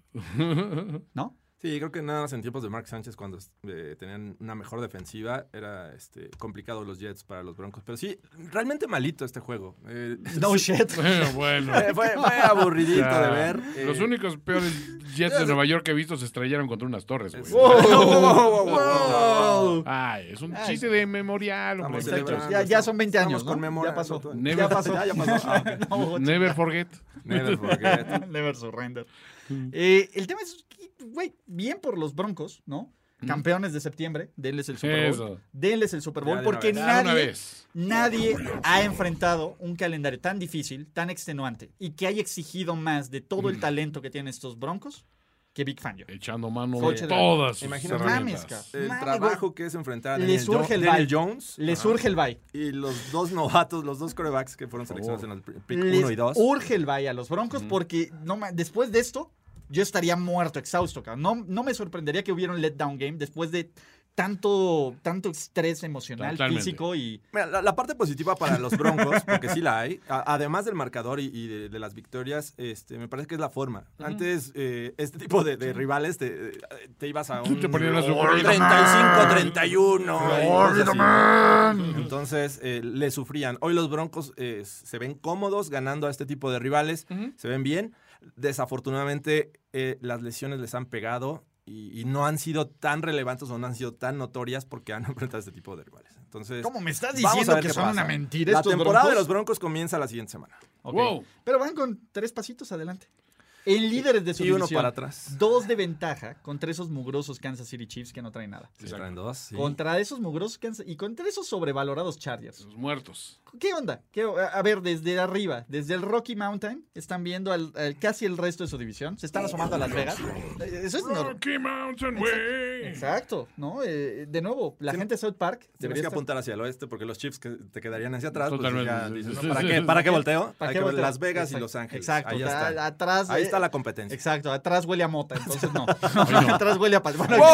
[SPEAKER 2] ¿No?
[SPEAKER 3] creo que nada más en tiempos de Mark Sánchez, cuando eh, tenían una mejor defensiva, era este, complicado los Jets para los Broncos. Pero sí, realmente malito este juego. Eh,
[SPEAKER 2] No shit.
[SPEAKER 6] Bueno, bueno.
[SPEAKER 3] fue, fue- fue aburridito
[SPEAKER 6] Ya.
[SPEAKER 3] de ver. eh,
[SPEAKER 6] Los únicos peores Jets de Nueva York que he visto se estrellaron contra unas torres, güey.
[SPEAKER 3] [laughs]
[SPEAKER 6] Ay, es un
[SPEAKER 2] Ay.
[SPEAKER 6] chiste de memorial, hombre.
[SPEAKER 3] Estamos
[SPEAKER 2] Muchachos,
[SPEAKER 3] celebrando.
[SPEAKER 2] Oh. ya, ya son 20 años.
[SPEAKER 3] Estamos
[SPEAKER 2] ¿no?
[SPEAKER 3] conmemorando.
[SPEAKER 2] Ya pasó.
[SPEAKER 6] Never-
[SPEAKER 2] Ya pasó.
[SPEAKER 3] [laughs] Ya,
[SPEAKER 2] [laughs]
[SPEAKER 3] ya pasó. Ah, ok.
[SPEAKER 2] No,
[SPEAKER 6] Never forget.
[SPEAKER 3] Never forget.
[SPEAKER 2] [laughs] Never surrender. Eh, el tema es, que, güey, bien por los Broncos, ¿no? Campeones de septiembre, denles el Super Bowl.
[SPEAKER 6] Eso.
[SPEAKER 2] Denles el Super Bowl
[SPEAKER 3] Ya de una
[SPEAKER 2] porque
[SPEAKER 3] vez.
[SPEAKER 6] Ya de una
[SPEAKER 2] nadie,
[SPEAKER 6] vez.
[SPEAKER 2] nadie ha enfrentado un calendario tan difícil, tan extenuante y que haya exigido más de todo el talento que tienen estos Broncos que Big Fan.
[SPEAKER 6] Echando mano
[SPEAKER 2] Coche
[SPEAKER 6] de
[SPEAKER 2] de-
[SPEAKER 6] todas sus
[SPEAKER 3] Imagínate.
[SPEAKER 6] herramientas.
[SPEAKER 2] Mames,
[SPEAKER 3] El
[SPEAKER 2] Mame,
[SPEAKER 3] trabajo que es enfrentar a
[SPEAKER 2] Le
[SPEAKER 3] Daniel,
[SPEAKER 2] surge
[SPEAKER 3] Jo-
[SPEAKER 2] el
[SPEAKER 3] Daniel
[SPEAKER 2] bye.
[SPEAKER 3] Jones
[SPEAKER 2] Les urge el bye.
[SPEAKER 3] y los dos novatos, los dos corebacks que fueron seleccionados en el pr- pick
[SPEAKER 2] Les
[SPEAKER 3] 1 y 2.
[SPEAKER 2] urge el bye a los Broncos porque no, ma- después de esto yo estaría muerto, exhausto. cabrón. No, no me sorprendería que hubiera un letdown game después de tanto, tanto estrés emocional,
[SPEAKER 6] Totalmente.
[SPEAKER 2] físico y...
[SPEAKER 3] Mira, la, la parte positiva para los Broncos, porque sí la hay, a- además del marcador y, y de, de las victorias, este, me parece que es la forma. Antes, eh, este tipo de, de rivales te, te ibas a un
[SPEAKER 6] Te ponían a su-
[SPEAKER 3] 35-31. Entonces, eh, le sufrían. Hoy los Broncos eh, se ven cómodos ganando a este tipo de rivales, se ven bien. Desafortunadamente, eh, las lesiones les han pegado. Y, y no han sido tan relevantes o no han sido tan notorias porque han [laughs] enfrentado a este tipo de rivales. Entonces,
[SPEAKER 2] ¿Cómo me estás
[SPEAKER 3] Vamos a
[SPEAKER 2] diciendo
[SPEAKER 3] ver
[SPEAKER 2] que
[SPEAKER 3] qué
[SPEAKER 2] son
[SPEAKER 3] pasa.
[SPEAKER 2] una mentira
[SPEAKER 3] La
[SPEAKER 2] estos
[SPEAKER 3] temporada
[SPEAKER 2] Broncos?
[SPEAKER 3] de los Broncos comienza la siguiente semana.
[SPEAKER 2] Ok.
[SPEAKER 6] Wow.
[SPEAKER 2] Pero van con tres pasitos adelante. En líderes de su
[SPEAKER 3] Y uno
[SPEAKER 2] división,
[SPEAKER 3] para atrás.
[SPEAKER 2] Dos de ventaja contra esos mugrosos Kansas City Chiefs que no traen nada.
[SPEAKER 3] Se traen dos, sí.
[SPEAKER 2] Contra esos mugrosos Kansas y contra esos sobrevalorados Chargers.
[SPEAKER 6] Los muertos.
[SPEAKER 2] ¿Qué onda? ¿Qué- a ver, desde arriba, desde el Rocky Mountain, están viendo al, al- casi el resto de su división. Se están asomando a Las Vegas. Eso es normal.
[SPEAKER 6] Rocky Mountain Way.
[SPEAKER 2] Exacto, ¿no? Eh, de nuevo, la gente de South Park
[SPEAKER 3] Tienes
[SPEAKER 2] debería
[SPEAKER 3] que
[SPEAKER 2] estar-
[SPEAKER 3] apuntar hacia el oeste porque los Chiefs que te quedarían hacia atrás. pues,
[SPEAKER 6] Totalmente.
[SPEAKER 3] ya dices,
[SPEAKER 6] Sí,
[SPEAKER 3] ¿no? ¿Para,
[SPEAKER 6] sí,
[SPEAKER 3] qué,
[SPEAKER 6] sí.
[SPEAKER 3] ¿Para qué volteo?
[SPEAKER 2] ¿Para
[SPEAKER 3] Hay que
[SPEAKER 2] qué
[SPEAKER 3] ver
[SPEAKER 2] volteo?
[SPEAKER 3] Las Vegas
[SPEAKER 2] Exacto.
[SPEAKER 3] y Los Ángeles.
[SPEAKER 2] Exacto,
[SPEAKER 3] Ahí
[SPEAKER 2] o sea,
[SPEAKER 3] está.
[SPEAKER 2] atrás,
[SPEAKER 3] Ahí
[SPEAKER 2] eh,
[SPEAKER 3] está está la competencia.
[SPEAKER 2] Exacto, atrás huele a mota, entonces
[SPEAKER 3] [laughs]
[SPEAKER 2] no. [laughs]
[SPEAKER 6] no.
[SPEAKER 2] atrás huele a pas- Bueno,
[SPEAKER 3] Wow,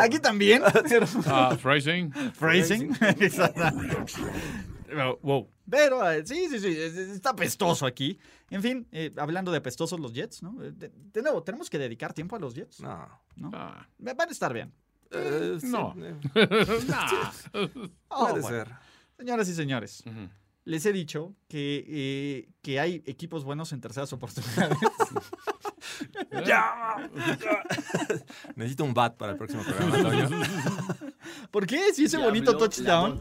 [SPEAKER 2] aquí también.
[SPEAKER 3] wow, wow, wow, wow.
[SPEAKER 2] Aquí también. pero-
[SPEAKER 6] Ah, phrasing.
[SPEAKER 2] Phrasing. [laughs] Exacto. Pero, wow. Pero eh, sí, sí, sí, es- es- está apestoso aquí. En fin, eh, hablando de apestosos los Jets, ¿no? Eh, De, de nuevo, tenemos que dedicar tiempo a los Jets.
[SPEAKER 3] No.
[SPEAKER 6] Ah, [laughs]
[SPEAKER 2] Van a estar bien.
[SPEAKER 3] Eh, sí,
[SPEAKER 6] No.
[SPEAKER 3] eh,
[SPEAKER 2] [laughs]
[SPEAKER 6] nah.
[SPEAKER 2] Oh,
[SPEAKER 3] Puede
[SPEAKER 2] bueno.
[SPEAKER 3] ser.
[SPEAKER 2] Señoras y señores,
[SPEAKER 6] Ujú.
[SPEAKER 2] les he dicho que, eh, que hay equipos buenos en terceras oportunidades. [laughs] Eh.
[SPEAKER 3] Ya. [laughs] Necesito un bat para el próximo [laughs] programa, Toño.
[SPEAKER 2] ¿Por qué? Si ese bonito touchdown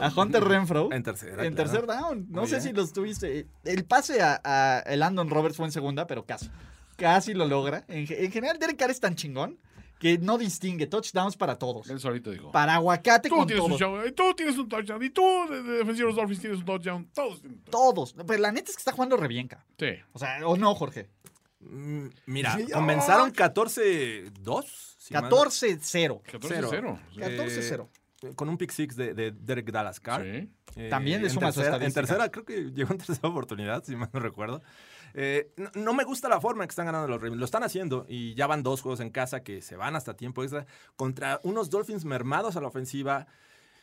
[SPEAKER 2] a Hunter Renfro.
[SPEAKER 3] En tercera.
[SPEAKER 2] en
[SPEAKER 3] claro.
[SPEAKER 2] tercer down. No
[SPEAKER 3] Muy
[SPEAKER 2] sé
[SPEAKER 3] bien.
[SPEAKER 2] si los tuviste. El pase a, a Landon Roberts fue en segunda, pero casi. Casi lo logra. En, ge- en general, Derek Carr es tan chingón que no distingue touchdowns para todos.
[SPEAKER 6] Él solito dijo.
[SPEAKER 2] Para aguacate
[SPEAKER 6] Tú
[SPEAKER 2] con
[SPEAKER 6] tienes un
[SPEAKER 2] todos.
[SPEAKER 6] touchdown, y tú tienes un touchdown, y tú, de, de defensivos Dolphins, tienes un touchdown. Todos tienen un touchdown.
[SPEAKER 2] Todos. Pero la neta es que está jugando re bien, ca.
[SPEAKER 6] Sí.
[SPEAKER 2] O sea, o no, Jorge.
[SPEAKER 3] Mm, Mira,
[SPEAKER 2] Sí,
[SPEAKER 3] comenzaron 14-2. si mal no- Eh,
[SPEAKER 2] 14-0.
[SPEAKER 6] 14-0. Sí.
[SPEAKER 2] 14-0.
[SPEAKER 3] Con un pick six de, de Derek Dallas Carr.
[SPEAKER 6] Sí.
[SPEAKER 3] Eh,
[SPEAKER 2] También le
[SPEAKER 3] en
[SPEAKER 2] suma su
[SPEAKER 3] tercera- En
[SPEAKER 2] estadística.
[SPEAKER 3] tercera, creo que llegó en tercera [laughs] oportunidad, si mal no recuerdo. Eh, no, no me gusta la forma en que están ganando los Ravens. Lo están haciendo y ya van dos juegos en casa que se van hasta tiempo extra contra unos Dolphins mermados a la ofensiva.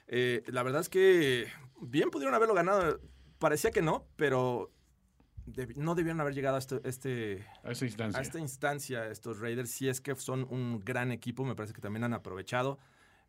[SPEAKER 3] Eh, la verdad es que bien pudieron haberlo ganado. Parecía que no, pero debi- no debieron haber llegado a este- este,
[SPEAKER 6] A esa instancia.
[SPEAKER 3] a
[SPEAKER 6] [laughs]
[SPEAKER 3] esta instancia, estos Raiders, si es que son un gran equipo, me parece que también han aprovechado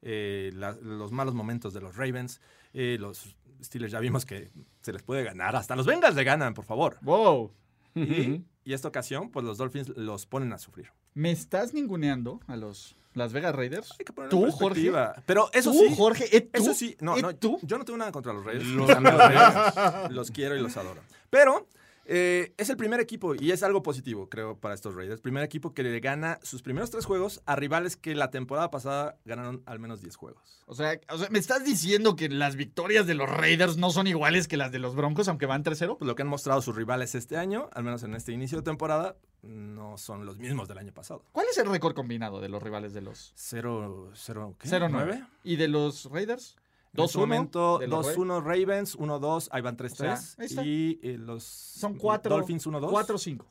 [SPEAKER 3] eh, la- los malos momentos de los Ravens. Eh, los Steelers ya vimos que se les puede ganar, hasta los Bengals le ganan, por favor.
[SPEAKER 2] Wow.
[SPEAKER 3] Y, y esta ocasión, pues los Dolphins los ponen a sufrir.
[SPEAKER 2] ¿Me estás ninguneando a los Las Vegas Raiders?
[SPEAKER 3] Hay que ponerlo en
[SPEAKER 2] Tú, Jorge.
[SPEAKER 3] perspectiva. Pero eso
[SPEAKER 2] tú,
[SPEAKER 3] sí.
[SPEAKER 2] Jorge. ¿eh, tú?
[SPEAKER 3] Eso sí, no,
[SPEAKER 2] ¿eh,
[SPEAKER 3] no,
[SPEAKER 2] tú?
[SPEAKER 3] yo no tengo nada contra los Raiders. [laughs] Los, amo a los Raiders. Los quiero y los adoro. Pero eh, es el primer equipo y es algo positivo, creo, para estos Raiders. Primer equipo que le gana sus primeros tres juegos a rivales que la temporada pasada ganaron al menos 10 juegos.
[SPEAKER 2] O sea, o sea, ¿me estás diciendo que las victorias de los Raiders no son iguales que las de los Broncos, aunque van 3-0?
[SPEAKER 3] Pues lo que han mostrado sus rivales este año, al menos en este inicio de temporada, no son los mismos del año pasado.
[SPEAKER 2] ¿Cuál es el récord combinado de los rivales de los
[SPEAKER 3] 0 0
[SPEAKER 2] 0-9? ¿Y de los Raiders?
[SPEAKER 3] 2-1.
[SPEAKER 2] 2-1. de los Ra-
[SPEAKER 3] 2-1 Ravens, 1-2, ahí van 3-3.
[SPEAKER 2] ahí está.
[SPEAKER 3] y eh, los
[SPEAKER 2] Son 4.
[SPEAKER 3] Dolphins 1-2.
[SPEAKER 2] 4-5.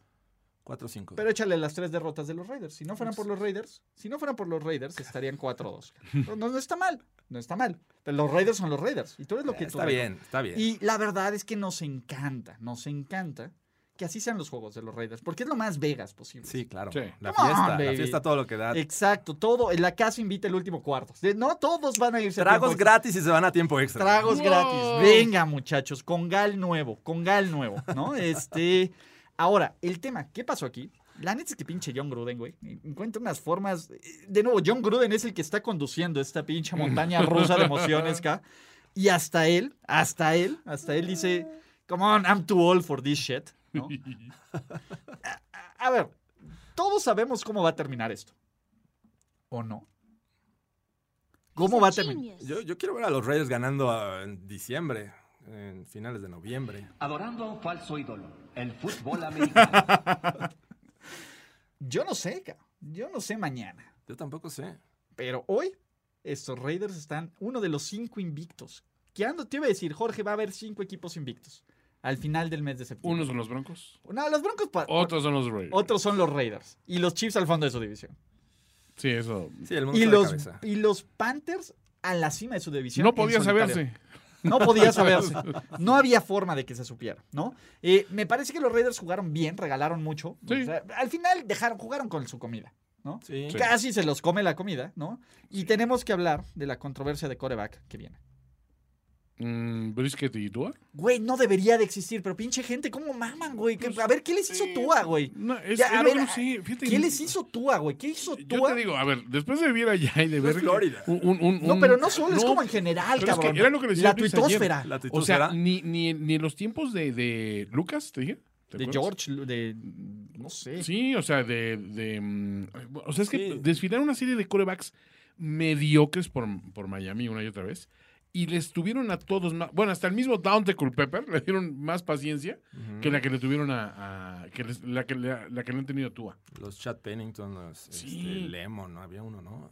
[SPEAKER 3] 4-5.
[SPEAKER 2] Pero échale las tres derrotas de los Raiders. Si no fueran por los Raiders, si no fueran por los Raiders,
[SPEAKER 3] [laughs]
[SPEAKER 2] estarían 4-2. Pero No, no está mal. No está mal. Pero los Raiders son los Raiders. Y tú eres lo que tú
[SPEAKER 3] Eh, está
[SPEAKER 2] eres.
[SPEAKER 3] bien, está bien.
[SPEAKER 2] Y la verdad es que nos encanta, nos encanta que así sean los juegos de los Raiders, porque es lo más Vegas posible.
[SPEAKER 3] Sí, claro.
[SPEAKER 6] Sí.
[SPEAKER 3] La
[SPEAKER 2] Come on,
[SPEAKER 3] fiesta, la
[SPEAKER 2] baby.
[SPEAKER 3] fiesta todo lo que da.
[SPEAKER 2] Exacto, todo. En la casa invita el último cuarto. De- No todos van a irse a
[SPEAKER 3] Tragos
[SPEAKER 2] tiempo extra.
[SPEAKER 3] gratis y se van a tiempo extra.
[SPEAKER 2] Tragos
[SPEAKER 6] Wow.
[SPEAKER 2] gratis. Venga, muchachos, con gal nuevo, con gal nuevo, ¿no? Este. Ahora, el tema, ¿qué pasó aquí? La neta es que pinche John Gruden, güey. Encuentra unas formas. De nuevo, John Gruden es el que está conduciendo esta pinche montaña rusa de emociones, acá. Y hasta él, hasta él, hasta él dice: Come on, I'm too old for this shit. ¿no? A ver, todos sabemos cómo va a terminar esto. ¿O no? ¿Cómo va a terminar?
[SPEAKER 3] Yo, yo quiero ver a los Raiders ganando ah, en diciembre, en finales de noviembre.
[SPEAKER 5] Adorando a un falso ídolo, el
[SPEAKER 6] [laughs]
[SPEAKER 5] fútbol americano.
[SPEAKER 2] Yo no sé, cabrón. Yo no sé mañana.
[SPEAKER 3] Yo tampoco sé.
[SPEAKER 2] Pero hoy, estos Raiders están uno de los cinco invictos. Que ando, te iba a decir, Jorge, va a haber cinco equipos invictos al final del mes de septiembre.
[SPEAKER 6] Unos son los Broncos,
[SPEAKER 2] No, los Broncos. pa-
[SPEAKER 6] otros son los Raiders.
[SPEAKER 2] Otros son los Raiders. Y los Chiefs al fondo de su división.
[SPEAKER 6] Sí, eso.
[SPEAKER 3] Sí, el mundo
[SPEAKER 2] Y
[SPEAKER 3] está de
[SPEAKER 2] los,
[SPEAKER 3] cabeza.
[SPEAKER 2] y los Panthers a la cima de su división.
[SPEAKER 6] No
[SPEAKER 2] en
[SPEAKER 6] podía
[SPEAKER 2] solitario.
[SPEAKER 6] saberse.
[SPEAKER 2] No podía
[SPEAKER 6] [laughs]
[SPEAKER 2] saberse. No había forma de que se supiera, ¿no? Eh, me parece que los Raiders jugaron bien, regalaron mucho.
[SPEAKER 6] Sí.
[SPEAKER 2] O sea, al final dejaron, jugaron con su comida, ¿no?
[SPEAKER 3] Sí.
[SPEAKER 6] Sí.
[SPEAKER 2] Casi se los come la comida, ¿no? Y tenemos que hablar de la controversia de coreback que viene.
[SPEAKER 6] Mm, Brisket y Tua.
[SPEAKER 2] Güey, no debería de existir, pero pinche gente, ¿cómo maman, güey? ¿Qué- a ver, ¿qué les hizo
[SPEAKER 6] Pues, sí,
[SPEAKER 2] Tua, güey?
[SPEAKER 6] No, es,
[SPEAKER 2] Ya,
[SPEAKER 6] es
[SPEAKER 2] a
[SPEAKER 6] lo
[SPEAKER 2] ver,
[SPEAKER 6] que no
[SPEAKER 2] a-
[SPEAKER 6] sé, fíjate,
[SPEAKER 2] ¿Qué les hizo Tua, güey? ¿Qué hizo
[SPEAKER 6] Yo
[SPEAKER 2] Tua?
[SPEAKER 6] te digo, a ver, después de vivir allá y de ver. que-
[SPEAKER 3] Florida.
[SPEAKER 6] un- un- un-
[SPEAKER 2] No, pero no solo, es
[SPEAKER 6] mm, no,
[SPEAKER 2] como en general,
[SPEAKER 6] pero es que
[SPEAKER 2] cabrón.
[SPEAKER 6] era lo que le decía
[SPEAKER 2] la
[SPEAKER 6] Luis ayer.
[SPEAKER 2] tuitosfera.
[SPEAKER 3] La actitud
[SPEAKER 6] O sea,
[SPEAKER 3] será-
[SPEAKER 6] ni, ni, ni en los tiempos de, de Lucas, te dije. ¿te
[SPEAKER 2] De
[SPEAKER 6] acuerdas?
[SPEAKER 2] George, de. No sé.
[SPEAKER 6] Sí, o sea, de. de, mm, o sea, es que
[SPEAKER 3] Sí.
[SPEAKER 6] desfilaron una serie de corebacks mediocres por, por Miami una y otra vez. Y les tuvieron a todos más. Bueno, hasta el mismo Down de Culpepper [laughs] le dieron más paciencia que
[SPEAKER 2] Mm.
[SPEAKER 6] la que le tuvieron a. a- que les- la, que,
[SPEAKER 2] [laughs]
[SPEAKER 6] le- la, que le han tenido a Tua.
[SPEAKER 3] los Chad Pennington, los
[SPEAKER 6] Sí.
[SPEAKER 3] este, Lemon, ¿no? Había uno, ¿no?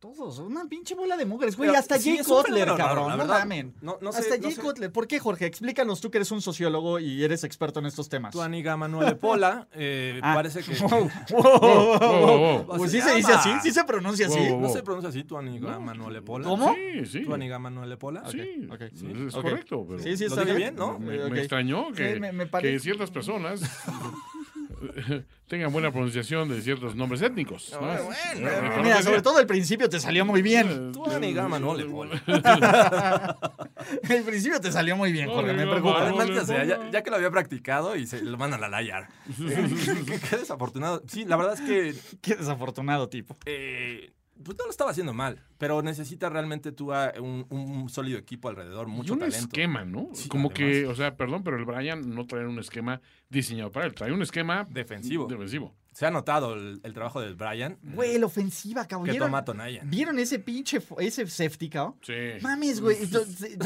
[SPEAKER 2] Todos, una pinche bola de mugres, güey.
[SPEAKER 3] Pero
[SPEAKER 2] Hasta
[SPEAKER 3] sí,
[SPEAKER 2] Jay
[SPEAKER 3] es un
[SPEAKER 2] Cutler,
[SPEAKER 3] fenómeno raro,
[SPEAKER 2] cabrón.
[SPEAKER 3] la
[SPEAKER 2] no
[SPEAKER 3] verdad.
[SPEAKER 2] mamen.
[SPEAKER 3] No- no sé,
[SPEAKER 2] Hasta
[SPEAKER 3] no
[SPEAKER 2] Jay
[SPEAKER 3] sé.
[SPEAKER 2] Cutler. ¿Por qué, Jorge? Explícanos tú que eres un sociólogo y eres experto en estos temas.
[SPEAKER 3] Tu
[SPEAKER 2] [laughs]
[SPEAKER 3] amiga Manuel de Pola, eh,
[SPEAKER 2] Ah.
[SPEAKER 3] parece
[SPEAKER 2] [laughs]
[SPEAKER 3] que...
[SPEAKER 6] Wow, wow, wow.
[SPEAKER 2] Pues sí se dice así, sí se pronuncia así.
[SPEAKER 6] Wow, wow.
[SPEAKER 3] No se pronuncia así, tu amiga Manuel de Pola.
[SPEAKER 2] oh. ¿Cómo?
[SPEAKER 6] Sí, sí.
[SPEAKER 3] ¿Tu amiga Manuel de Pola?
[SPEAKER 6] Sí,
[SPEAKER 2] Ok,
[SPEAKER 6] es-
[SPEAKER 2] sí,
[SPEAKER 6] es
[SPEAKER 2] ok.
[SPEAKER 6] correcto. Pero
[SPEAKER 2] Sí, sí,
[SPEAKER 3] ¿Lo
[SPEAKER 2] está
[SPEAKER 3] dije bien,
[SPEAKER 2] bien.
[SPEAKER 3] no?
[SPEAKER 6] Me,
[SPEAKER 2] Ok.
[SPEAKER 6] me extrañó que,
[SPEAKER 2] Sí, me- me
[SPEAKER 6] que
[SPEAKER 2] parece-
[SPEAKER 6] ciertas personas
[SPEAKER 2] [laughs]
[SPEAKER 6] [laughs] tengan buena pronunciación de ciertos nombres étnicos. ¿no?
[SPEAKER 3] Bueno,
[SPEAKER 6] Eh,
[SPEAKER 3] bueno.
[SPEAKER 2] Ah, Mira,
[SPEAKER 6] reconozco-
[SPEAKER 2] sobre todo el principio te salió muy bien.
[SPEAKER 3] Tu amiga Manuel de Pola.
[SPEAKER 2] [laughs] El principio te salió muy bien, Jorge, me
[SPEAKER 6] no,
[SPEAKER 2] preocupa.
[SPEAKER 6] no,
[SPEAKER 3] Maldita sea, ya, ya que lo había practicado y se lo mandan a la Layar. qué, qué desafortunado. Sí, la verdad es que
[SPEAKER 2] Qué desafortunado tipo.
[SPEAKER 3] eh, pues no lo estaba haciendo mal, pero necesita realmente tú a un, un sólido equipo alrededor,
[SPEAKER 6] Y
[SPEAKER 3] mucho
[SPEAKER 6] un
[SPEAKER 3] talento.
[SPEAKER 6] esquema, ¿no?
[SPEAKER 3] Sí,
[SPEAKER 6] Como
[SPEAKER 3] además.
[SPEAKER 6] que, o sea, perdón, pero el Brian no trae un esquema diseñado para él. Trae un esquema
[SPEAKER 3] Defensivo.
[SPEAKER 6] defensivo.
[SPEAKER 3] Se ha notado el, el trabajo del Brian.
[SPEAKER 2] Güey, la ofensiva, cabrón.
[SPEAKER 3] Que
[SPEAKER 2] ¿Vieron-
[SPEAKER 3] toma Tonayan.
[SPEAKER 2] ¿Vieron ese pinche, fo- ese safety, cabrón?
[SPEAKER 6] Sí. Mm.
[SPEAKER 2] Mames, güey. esto- se-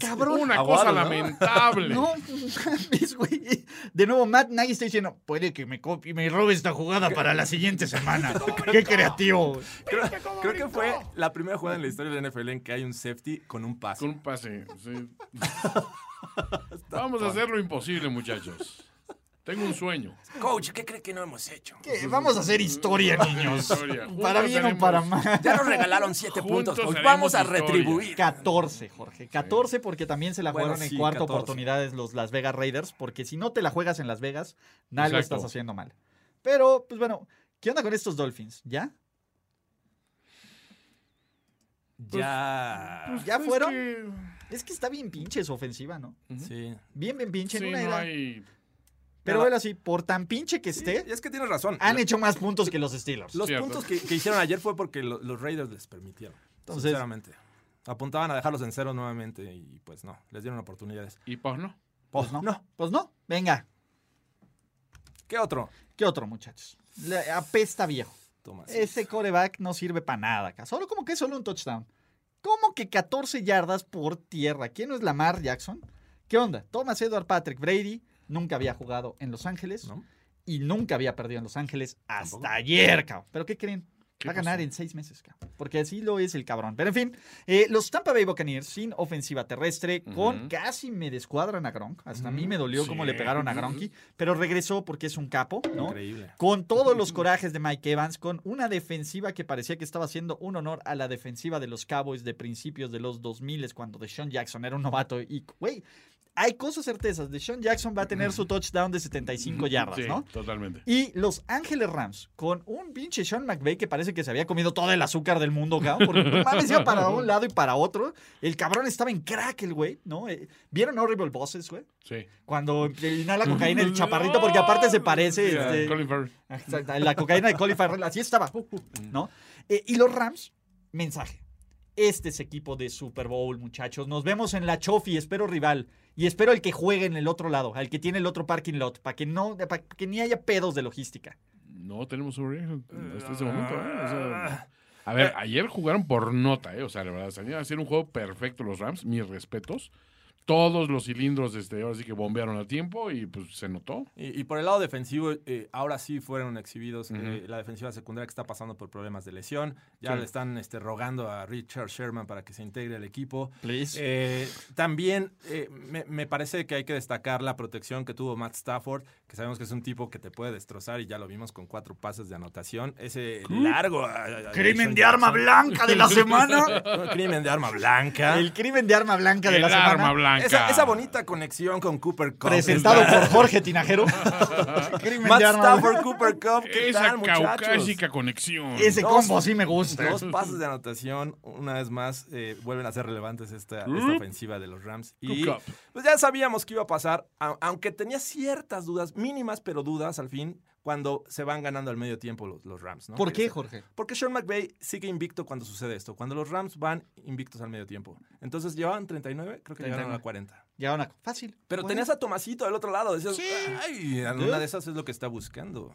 [SPEAKER 2] Cabrón.
[SPEAKER 6] Una
[SPEAKER 3] Aguado, ¿no?
[SPEAKER 6] cosa
[SPEAKER 2] [laughs]
[SPEAKER 6] lamentable.
[SPEAKER 2] No, mames, güey. De nuevo, Matt Nagy está diciendo, puede que me copie, me robe esta jugada para la siguiente semana. Qué creativo.
[SPEAKER 3] [laughs] Creo, creo que fue la primera jugada en la historia del NFL en que hay un safety con un pase.
[SPEAKER 6] Con un pase.
[SPEAKER 3] [laughs]
[SPEAKER 6] sí. Vamos a hacer lo imposible, muchachos. Tengo
[SPEAKER 3] [laughs]
[SPEAKER 6] un sueño.
[SPEAKER 3] Coach, ¿qué cree que no hemos hecho?
[SPEAKER 2] ¿Qué? Vamos a hacer historia, niños.
[SPEAKER 6] Historia.
[SPEAKER 2] Para
[SPEAKER 6] Juntos
[SPEAKER 2] bien o
[SPEAKER 6] haremos-
[SPEAKER 2] para mal.
[SPEAKER 3] Ya nos regalaron siete puntos,
[SPEAKER 6] Juntos
[SPEAKER 3] coach.
[SPEAKER 6] haremos
[SPEAKER 3] Vamos a
[SPEAKER 6] historia.
[SPEAKER 3] retribuir.
[SPEAKER 2] 14, Jorge. 14 porque también se la
[SPEAKER 3] Bueno,
[SPEAKER 2] jugaron en
[SPEAKER 3] sí,
[SPEAKER 2] cuarta
[SPEAKER 3] 14.
[SPEAKER 2] oportunidades los Las Vegas Raiders, porque si no te la juegas en Las Vegas, nada lo
[SPEAKER 6] Exacto.
[SPEAKER 2] estás haciendo mal. Pero, pues bueno, ¿qué onda con estos Dolphins? ¿Ya?
[SPEAKER 3] Pues, Ya.
[SPEAKER 2] ¿Ya
[SPEAKER 6] Pues, Es
[SPEAKER 2] fueron?
[SPEAKER 6] que-
[SPEAKER 2] Es que está bien pinche su ofensiva, ¿no?
[SPEAKER 3] Sí.
[SPEAKER 2] Bien, bien pinche en
[SPEAKER 6] sí,
[SPEAKER 2] una
[SPEAKER 6] no
[SPEAKER 2] era.
[SPEAKER 6] hay-
[SPEAKER 2] Pero
[SPEAKER 3] Nada.
[SPEAKER 2] él así, por tan pinche que esté,
[SPEAKER 3] Y es que tienes razón.
[SPEAKER 2] han hecho más puntos que los Steelers.
[SPEAKER 3] Los
[SPEAKER 6] Cierto.
[SPEAKER 3] puntos que, que hicieron ayer fue porque lo- los Raiders les permitieron.
[SPEAKER 2] Entonces-
[SPEAKER 3] sinceramente. Apuntaban a dejarlos en cero nuevamente y pues no, les dieron oportunidades.
[SPEAKER 6] Y pues no.
[SPEAKER 2] Pues no.
[SPEAKER 3] No.
[SPEAKER 2] Pues no. Venga.
[SPEAKER 3] ¿Qué otro?
[SPEAKER 2] ¿Qué otro, muchachos? Le apesta viejo.
[SPEAKER 3] Tomás.
[SPEAKER 2] Ese coreback no sirve para nada acá. Solo como que es solo un touchdown. ¿Cómo que 14 yardas por tierra? ¿Quién no es Lamar Jackson? ¿Qué onda? Thomas Edward Patrick Brady nunca había jugado en Los Ángeles
[SPEAKER 3] ¿No?
[SPEAKER 2] y nunca había perdido en Los Ángeles hasta
[SPEAKER 3] Tampoco.
[SPEAKER 2] ayer, cabrón. ¿Pero qué creen?
[SPEAKER 6] ¿Qué
[SPEAKER 2] Va a ganar
[SPEAKER 6] pasó?
[SPEAKER 2] en seis meses, cabrón. Porque así lo es el cabrón. Pero en fin, eh, los Tampa Bay Buccaneers sin ofensiva terrestre, con
[SPEAKER 6] Ujú.
[SPEAKER 2] casi me descuadran a Gronk. Hasta a mí me dolió cómo
[SPEAKER 6] Sí.
[SPEAKER 2] le pegaron a Gronky, pero regresó porque es un capo, ¿no?
[SPEAKER 3] Increíble.
[SPEAKER 2] con todos los corajes de Mike Evans, con una defensiva que parecía que estaba haciendo un honor a la defensiva de los Cowboys de principios de los 2000 cuando Deshaun Jackson era un novato y güey, hay cosas certezas, Deshaun Jackson va a tener su touchdown de 75 yardas,
[SPEAKER 6] Sí,
[SPEAKER 2] ¿no?
[SPEAKER 6] Totalmente.
[SPEAKER 2] Y los Ángeles Rams, con un pinche Sean McVay que parece que se había comido todo el azúcar del mundo, cabrón. Porque no mames, iba para un lado y para otro. El cabrón estaba en crack, el güey, ¿no? Eh, ¿Vieron Horrible Bosses, güey?
[SPEAKER 6] Sí.
[SPEAKER 2] Cuando inhala cocaína el chaparrito, porque aparte se parece.
[SPEAKER 6] Sí, a
[SPEAKER 2] este,
[SPEAKER 6] Colin Farrell.
[SPEAKER 2] Exacto, la cocaína de Colin Farrell, así estaba, uh, ¿no? Eh, y los Rams, mensaje. Este es equipo de Super Bowl, muchachos. Nos vemos en la Chofi, espero rival. Y espero el que juegue en el otro lado, al que tiene el otro parking lot, para que no, para que ni haya pedos de logística.
[SPEAKER 6] No tenemos overreaction hasta
[SPEAKER 3] Ah,
[SPEAKER 6] ese momento. ¿eh? O sea, a ver, ayer jugaron por nota, ¿eh? O sea, la verdad, salieron a hacer un juego perfecto los Rams, mis respetos. Todos los cilindros, este, ahora sí que bombearon a tiempo y pues se notó.
[SPEAKER 3] Y, y por el lado defensivo, eh, ahora sí fueron exhibidos eh, la defensiva secundaria que está pasando por problemas de lesión. Ya
[SPEAKER 6] Sí.
[SPEAKER 3] le están este, rogando a Richard Sherman para que se integre al equipo.
[SPEAKER 2] Please.
[SPEAKER 3] Eh, también eh, me, me parece que hay que destacar la protección que tuvo Matt Stafford, que sabemos que es un tipo que te puede destrozar y ya lo vimos con cuatro pases de anotación. Ese largo. ah, a- a- a Deshaun Jackson.
[SPEAKER 2] blanca de la semana.
[SPEAKER 3] Un Crimen de arma blanca.
[SPEAKER 2] [laughs] El crimen de arma blanca de
[SPEAKER 6] El
[SPEAKER 2] la semana.
[SPEAKER 6] arma blanca.
[SPEAKER 3] Esa, esa bonita conexión con Cooper Cup.
[SPEAKER 2] Presentado por Jorge Tinajero. [laughs] crimen
[SPEAKER 3] Matt
[SPEAKER 2] de arma blanca.
[SPEAKER 3] Stafford, Cooper Cup. ¿qué
[SPEAKER 6] Esa
[SPEAKER 3] tal, muchachos?
[SPEAKER 6] caucásica conexión.
[SPEAKER 2] Ese
[SPEAKER 3] Dos-
[SPEAKER 2] combo sí me gusta.
[SPEAKER 3] Dos pases de anotación, una vez más, eh, vuelven a ser relevantes esta, esta ofensiva de los Rams. Y
[SPEAKER 6] Cook up.
[SPEAKER 3] pues ya sabíamos que iba a pasar, a- aunque tenía ciertas dudas, mínimas, pero dudas al fin, cuando se van ganando al medio tiempo los, los Rams. ¿no?
[SPEAKER 2] ¿Por
[SPEAKER 3] Que
[SPEAKER 2] qué,
[SPEAKER 3] se-
[SPEAKER 2] Jorge?
[SPEAKER 3] Porque Sean McVay sigue invicto cuando sucede esto, cuando los Rams van invictos al medio tiempo. Entonces llevaban 39, creo que llegaron a
[SPEAKER 2] 39.
[SPEAKER 3] 40.
[SPEAKER 2] Ya una fácil.
[SPEAKER 3] Pero
[SPEAKER 2] Bueno. ¿Eh?
[SPEAKER 3] tenías a Tomasito del otro lado. Decías, ay, en una de esas es lo que está buscando.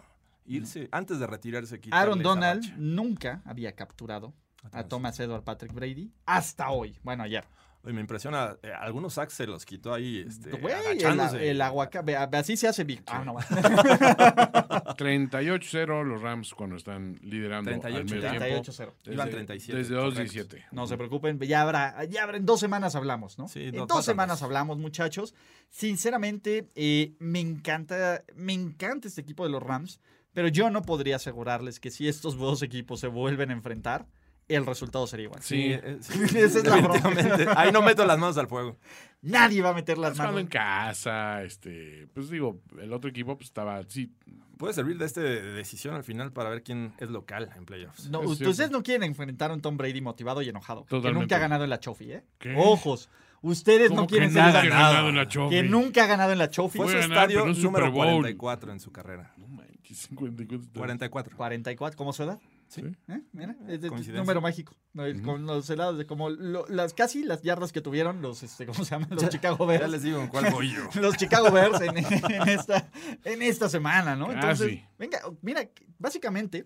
[SPEAKER 3] Irse antes de retirarse. quitarle
[SPEAKER 2] Mm. Aaron
[SPEAKER 3] esa
[SPEAKER 2] Donald
[SPEAKER 3] racha.
[SPEAKER 2] nunca había capturado a Thomas Edward Patrick Brady hasta hoy. Bueno, ayer.
[SPEAKER 3] Oye, me impresiona. eh, algunos sacks se los quitó ahí este,
[SPEAKER 2] Güey, el,
[SPEAKER 3] agachándose.
[SPEAKER 2] el aguaca- ve- así se hace Big. Ah, no. [laughs]
[SPEAKER 6] 38-0 los Rams cuando están liderando
[SPEAKER 3] 38,
[SPEAKER 6] al medio
[SPEAKER 3] ya.
[SPEAKER 6] tiempo.
[SPEAKER 2] 38-0.
[SPEAKER 6] Desde-
[SPEAKER 3] Iban 37,
[SPEAKER 6] Desde
[SPEAKER 3] correcto.
[SPEAKER 6] 2-17.
[SPEAKER 2] No se preocupen, ya habrá, ya habrá, en dos semanas hablamos, ¿no?
[SPEAKER 3] Sí,
[SPEAKER 2] en
[SPEAKER 3] dos
[SPEAKER 2] dos
[SPEAKER 3] plátanos.
[SPEAKER 2] semanas hablamos, muchachos. Sinceramente, eh, me encanta, me encanta este equipo de los Rams, pero yo no podría asegurarles que si estos dos equipos se vuelven a enfrentar, el resultado sería igual.
[SPEAKER 3] Sí,
[SPEAKER 6] Sí.
[SPEAKER 3] eh, sí,
[SPEAKER 2] Esa es la broma.
[SPEAKER 3] definitivamente. Ahí no meto las manos al fuego.
[SPEAKER 2] Nadie va a meter las
[SPEAKER 6] Jugando
[SPEAKER 2] manos.
[SPEAKER 6] en casa, este, pues digo, el otro equipo pues estaba, sí,
[SPEAKER 3] Puede servir de este de decisión al final para ver quién es local en playoffs.
[SPEAKER 2] No,
[SPEAKER 6] Es
[SPEAKER 2] ustedes
[SPEAKER 6] cierto.
[SPEAKER 2] no quieren enfrentar a un Tom Brady motivado y enojado. Que
[SPEAKER 6] Totalmente.
[SPEAKER 2] nunca ha ganado en la Chofi, ¿eh?
[SPEAKER 6] ¿Qué?
[SPEAKER 2] Ojos. Ustedes
[SPEAKER 6] como
[SPEAKER 2] no
[SPEAKER 6] que
[SPEAKER 2] quieren ser
[SPEAKER 6] nada
[SPEAKER 2] esa-
[SPEAKER 6] ganado en la Chofi.
[SPEAKER 2] que nunca ha ganado en la Chofi.
[SPEAKER 3] Fue
[SPEAKER 6] Voy
[SPEAKER 3] su
[SPEAKER 6] a ganar,
[SPEAKER 3] estadio
[SPEAKER 6] pero un Super
[SPEAKER 3] número
[SPEAKER 6] Bowl.
[SPEAKER 3] 44 en su carrera.
[SPEAKER 6] No manches, 54.
[SPEAKER 3] 44.
[SPEAKER 2] 44, ¿cómo su edad?
[SPEAKER 3] Sí.
[SPEAKER 2] ¿Eh? Mira, es de-
[SPEAKER 3] Coincidencia.
[SPEAKER 2] número mágico. ¿no? El- Con los helados, de como lo- las casi las yardas que tuvieron los, este, ¿cómo se llaman? Los Chicago
[SPEAKER 3] Ya
[SPEAKER 2] Bears.
[SPEAKER 3] les digo en cuál voy yo.
[SPEAKER 2] Los Chicago Bears en, en esta, en esta semana, ¿no? Entonces,
[SPEAKER 6] Casi.
[SPEAKER 2] venga, mira, básicamente,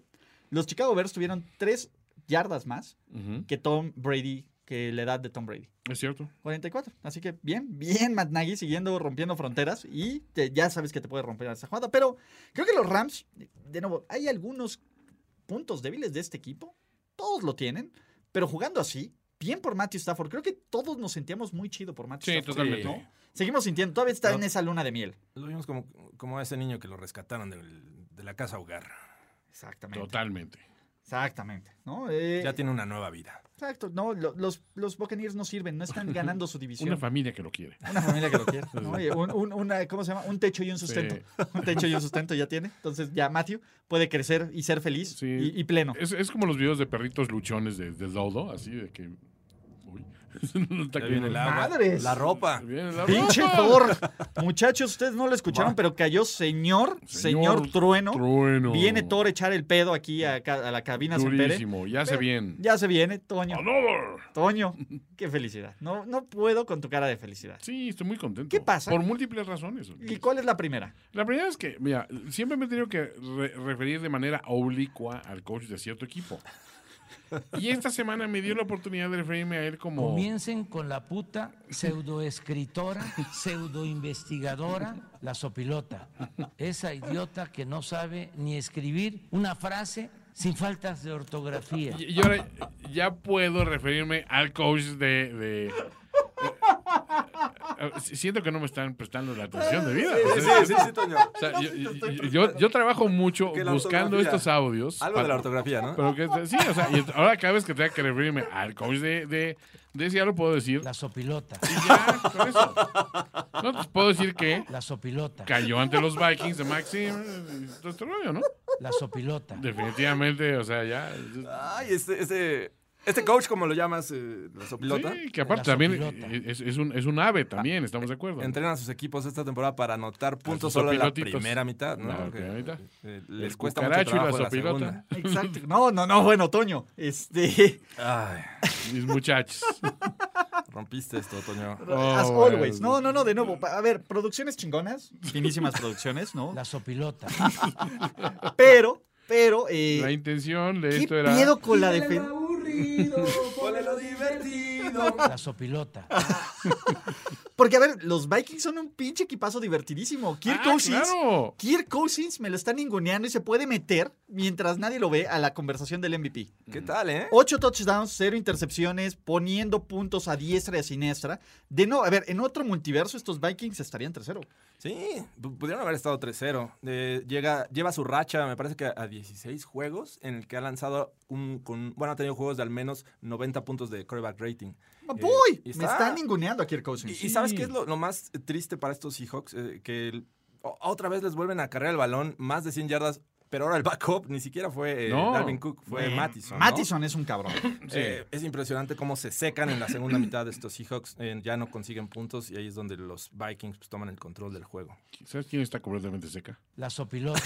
[SPEAKER 2] los Chicago Bears tuvieron tres yardas más
[SPEAKER 6] Ujú,
[SPEAKER 2] que Tom Brady, que la edad de Tom Brady.
[SPEAKER 6] Es cierto.
[SPEAKER 2] 44. Así que bien, bien, Matt Nagy siguiendo rompiendo fronteras y te- ya sabes que te puede romper esa jugada. Pero creo que los Rams, de nuevo, hay algunos puntos débiles de este equipo. Todos lo tienen, pero jugando así, bien por Matthew Stafford. Creo que todos nos sentíamos muy chido por Matthew
[SPEAKER 6] Sí,
[SPEAKER 2] Stafford.
[SPEAKER 6] totalmente.
[SPEAKER 2] ¿no? Seguimos sintiendo, todavía está
[SPEAKER 3] No.
[SPEAKER 2] en esa luna de miel.
[SPEAKER 3] Lo vimos como, como a ese niño que lo rescataron del- de la casa hogar.
[SPEAKER 2] Exactamente.
[SPEAKER 6] Totalmente.
[SPEAKER 2] Exactamente. ¿no? Eh,
[SPEAKER 3] Ya tiene una nueva vida.
[SPEAKER 2] exacto. No, lo- los, los Buccaneers no sirven, no
[SPEAKER 6] [laughs]
[SPEAKER 2] están ganando su división.
[SPEAKER 6] Una familia que lo quiere.
[SPEAKER 2] Una familia que lo [laughs] quiere. ¿no? Y un, un- una- ¿Cómo se llama? Un techo y un sustento.
[SPEAKER 6] Sí.
[SPEAKER 2] Un techo y un sustento ya tiene. Entonces ya Matthew puede crecer y ser feliz
[SPEAKER 6] Sí.
[SPEAKER 2] y, y pleno.
[SPEAKER 6] Es, es como los videos de perritos luchones de, de Dodo, así de que. Uy. [laughs] no está
[SPEAKER 3] Ya viene el
[SPEAKER 6] cayendo.
[SPEAKER 3] agua,
[SPEAKER 2] ¡Madres!
[SPEAKER 3] La ropa.
[SPEAKER 6] Viene ¡Ah! la
[SPEAKER 2] Pinche
[SPEAKER 6] ropa.
[SPEAKER 2] Thor. Muchachos, ustedes no lo escucharon, pero cayó señor, señor, trueno.
[SPEAKER 6] Trueno.
[SPEAKER 2] Viene Thor a echar el pedo aquí a, ca- a la cabina Sempere.
[SPEAKER 6] Durísimo, ya se
[SPEAKER 2] Pero
[SPEAKER 6] bien.
[SPEAKER 2] Ya se viene, Ah, Toño.
[SPEAKER 6] Another.
[SPEAKER 2] Toño, qué felicidad. No, no puedo con tu cara de felicidad.
[SPEAKER 6] Sí, estoy muy contento.
[SPEAKER 2] ¿Qué pasa?
[SPEAKER 6] Por múltiples razones.
[SPEAKER 2] ¿Y cuál es la [laughs] primera?
[SPEAKER 6] La primera es que, mira, siempre me he tenido que re- referir de manera oblicua al coach de cierto equipo. Y esta semana me dio la oportunidad de referirme a él como.
[SPEAKER 8] Comiencen con la puta pseudoescritora, pseudoinvestigadora, la sopilota. Esa idiota que no sabe ni escribir una frase sin faltas de ortografía.
[SPEAKER 6] Y, y ahora ya puedo referirme al coach de. de- eh, eh, siento que no me están prestando la atención de vida.
[SPEAKER 3] Sí, sí, sí, sí, [laughs] Toño.
[SPEAKER 6] O sea, yo, yo- yo- yo trabajo mucho
[SPEAKER 3] Que la
[SPEAKER 6] buscando
[SPEAKER 3] ortografía.
[SPEAKER 6] estos audios.
[SPEAKER 3] Algo de la
[SPEAKER 6] para-
[SPEAKER 3] ortografía, ¿no?
[SPEAKER 6] [laughs] Pero que sí, o sea, y ahora cada vez que tenga que referirme al coach de, de, de ese, ya lo puedo decir.
[SPEAKER 8] La sopilota,
[SPEAKER 6] Y ya, con eso. No, pues puedo decir que
[SPEAKER 8] la sopilota,
[SPEAKER 6] cayó ante los Vikings de Maxim y todo este rollo, ¿no?
[SPEAKER 8] la sopilota.
[SPEAKER 6] Definitivamente, o sea, ya.
[SPEAKER 3] Ay, este, este, este coach, como lo llamas, eh, la sopilota,
[SPEAKER 6] Sí, que aparte
[SPEAKER 8] La
[SPEAKER 6] también e,
[SPEAKER 8] sopilota.
[SPEAKER 6] es, es un, es un ave también, estamos de acuerdo.
[SPEAKER 3] entrena a sus equipos esta temporada para anotar puntos
[SPEAKER 6] sus
[SPEAKER 3] solo en la
[SPEAKER 6] sopilotitos.
[SPEAKER 3] primera mitad, ¿no?
[SPEAKER 6] La
[SPEAKER 3] Porque,
[SPEAKER 6] primera mitad.
[SPEAKER 3] eh,
[SPEAKER 6] El
[SPEAKER 3] les cuesta mucho
[SPEAKER 6] cucaracho y la
[SPEAKER 3] trabajo la,
[SPEAKER 6] sopilota.
[SPEAKER 3] segunda.
[SPEAKER 2] Exacto. No, no, no, bueno, Toño. Este.
[SPEAKER 3] Ay,
[SPEAKER 6] Mis muchachos.
[SPEAKER 3] rompiste esto, Toño.
[SPEAKER 6] Oh,
[SPEAKER 2] [laughs] As always.
[SPEAKER 6] bueno.
[SPEAKER 2] No, no, no, de nuevo. pa- A ver, producciones chingonas, finísimas producciones, ¿no?
[SPEAKER 8] La sopilota,
[SPEAKER 2] [laughs] Pero, pero, eh,
[SPEAKER 6] La intención de
[SPEAKER 2] ¿qué
[SPEAKER 6] esto era.
[SPEAKER 2] pedo con la
[SPEAKER 7] Quítale lo
[SPEAKER 2] defensa?
[SPEAKER 7] aburrido, ponle lo divertido.
[SPEAKER 8] la sopilota,
[SPEAKER 2] Porque, a ver, los Vikings son un pinche equipazo divertidísimo. Kirk
[SPEAKER 6] Ah,
[SPEAKER 2] Cousins.
[SPEAKER 6] claro.
[SPEAKER 2] Kirk Cousins me lo está ninguneando y se puede meter mientras nadie lo ve a la conversación del MVP.
[SPEAKER 3] ¿Qué tal, eh?
[SPEAKER 2] Ocho touchdowns, cero intercepciones, poniendo puntos a diestra y a siniestra. De no, a ver, en otro multiverso estos Vikings estarían tercero.
[SPEAKER 3] Sí, pu- pudieron haber estado 3-0. Eh, llega, lleva su racha, me parece que a 16 juegos en el que ha lanzado un, con, bueno, ha tenido juegos de al menos 90 puntos de quarterback rating. Eh, y
[SPEAKER 2] ¡Voy! Me
[SPEAKER 3] está-
[SPEAKER 2] están ninguneando a Kirk
[SPEAKER 3] Y,
[SPEAKER 2] Cousins.
[SPEAKER 3] y sabes qué es lo, lo más triste para estos Seahawks? Eh, que el- o- otra vez les vuelven a cargar el balón, más de 100 yardas, pero ahora el backup ni siquiera fue eh,
[SPEAKER 6] No.
[SPEAKER 3] Dalvin Cook, fue
[SPEAKER 2] Eh,
[SPEAKER 3] Mattison. ¿no?
[SPEAKER 2] Mattison es un cabrón.
[SPEAKER 3] Eh, es impresionante cómo se secan en la
[SPEAKER 2] [clears throat]
[SPEAKER 3] segunda mitad de estos Seahawks. eh, ya no consiguen puntos y ahí es donde los Vikings pues, toman el control del juego.
[SPEAKER 6] ¿Sabes quién está completamente seca?
[SPEAKER 8] la sopilota,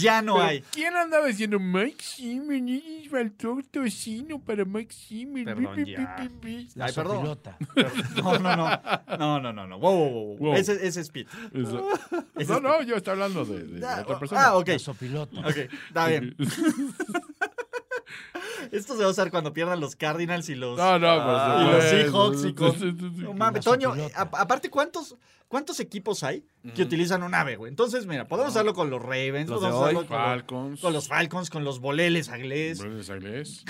[SPEAKER 2] Ya no
[SPEAKER 6] Pero,
[SPEAKER 2] hay.
[SPEAKER 6] ¿Quién andaba diciendo Mike Simon? Y faltó tocino para Mike Simon.
[SPEAKER 2] Perdón,
[SPEAKER 6] Pi, pi,
[SPEAKER 2] ya.
[SPEAKER 6] pi, pi, pi.
[SPEAKER 8] la
[SPEAKER 2] Ay, perdón.
[SPEAKER 8] sopilota,
[SPEAKER 2] [laughs] No, no, no. No, no, no, no. Wow, wow, wow, wow.
[SPEAKER 6] Wow.
[SPEAKER 2] Ese, ese es Pete.
[SPEAKER 6] Eso.
[SPEAKER 2] [laughs] Ese
[SPEAKER 6] No,
[SPEAKER 2] es
[SPEAKER 6] no, yo estaba hablando de, de
[SPEAKER 2] Pete. Ah,
[SPEAKER 6] otra
[SPEAKER 2] [laughs]
[SPEAKER 6] persona.
[SPEAKER 2] ah, ok.
[SPEAKER 8] la sopilota,
[SPEAKER 2] Ok, está bien. Esto se va a usar cuando pierdan los Cardinals y los,
[SPEAKER 6] [laughs]
[SPEAKER 2] ah,
[SPEAKER 6] No, no, pues.
[SPEAKER 2] y los
[SPEAKER 6] pues,
[SPEAKER 2] Seahawks y con-
[SPEAKER 6] [laughs] sí, sí, sí.
[SPEAKER 2] No mames, Toño, eh, a- aparte, ¿cuántos, ¿cuántos equipos hay que utilizan un ave, güey? Entonces, mira, podemos hacerlo con los Ravens,
[SPEAKER 3] Los de
[SPEAKER 2] podemos
[SPEAKER 3] hoy,
[SPEAKER 2] hacerlo con,
[SPEAKER 6] Falcons.
[SPEAKER 2] con los Falcons, con los Boleles Aglés.
[SPEAKER 6] Braves Aglés.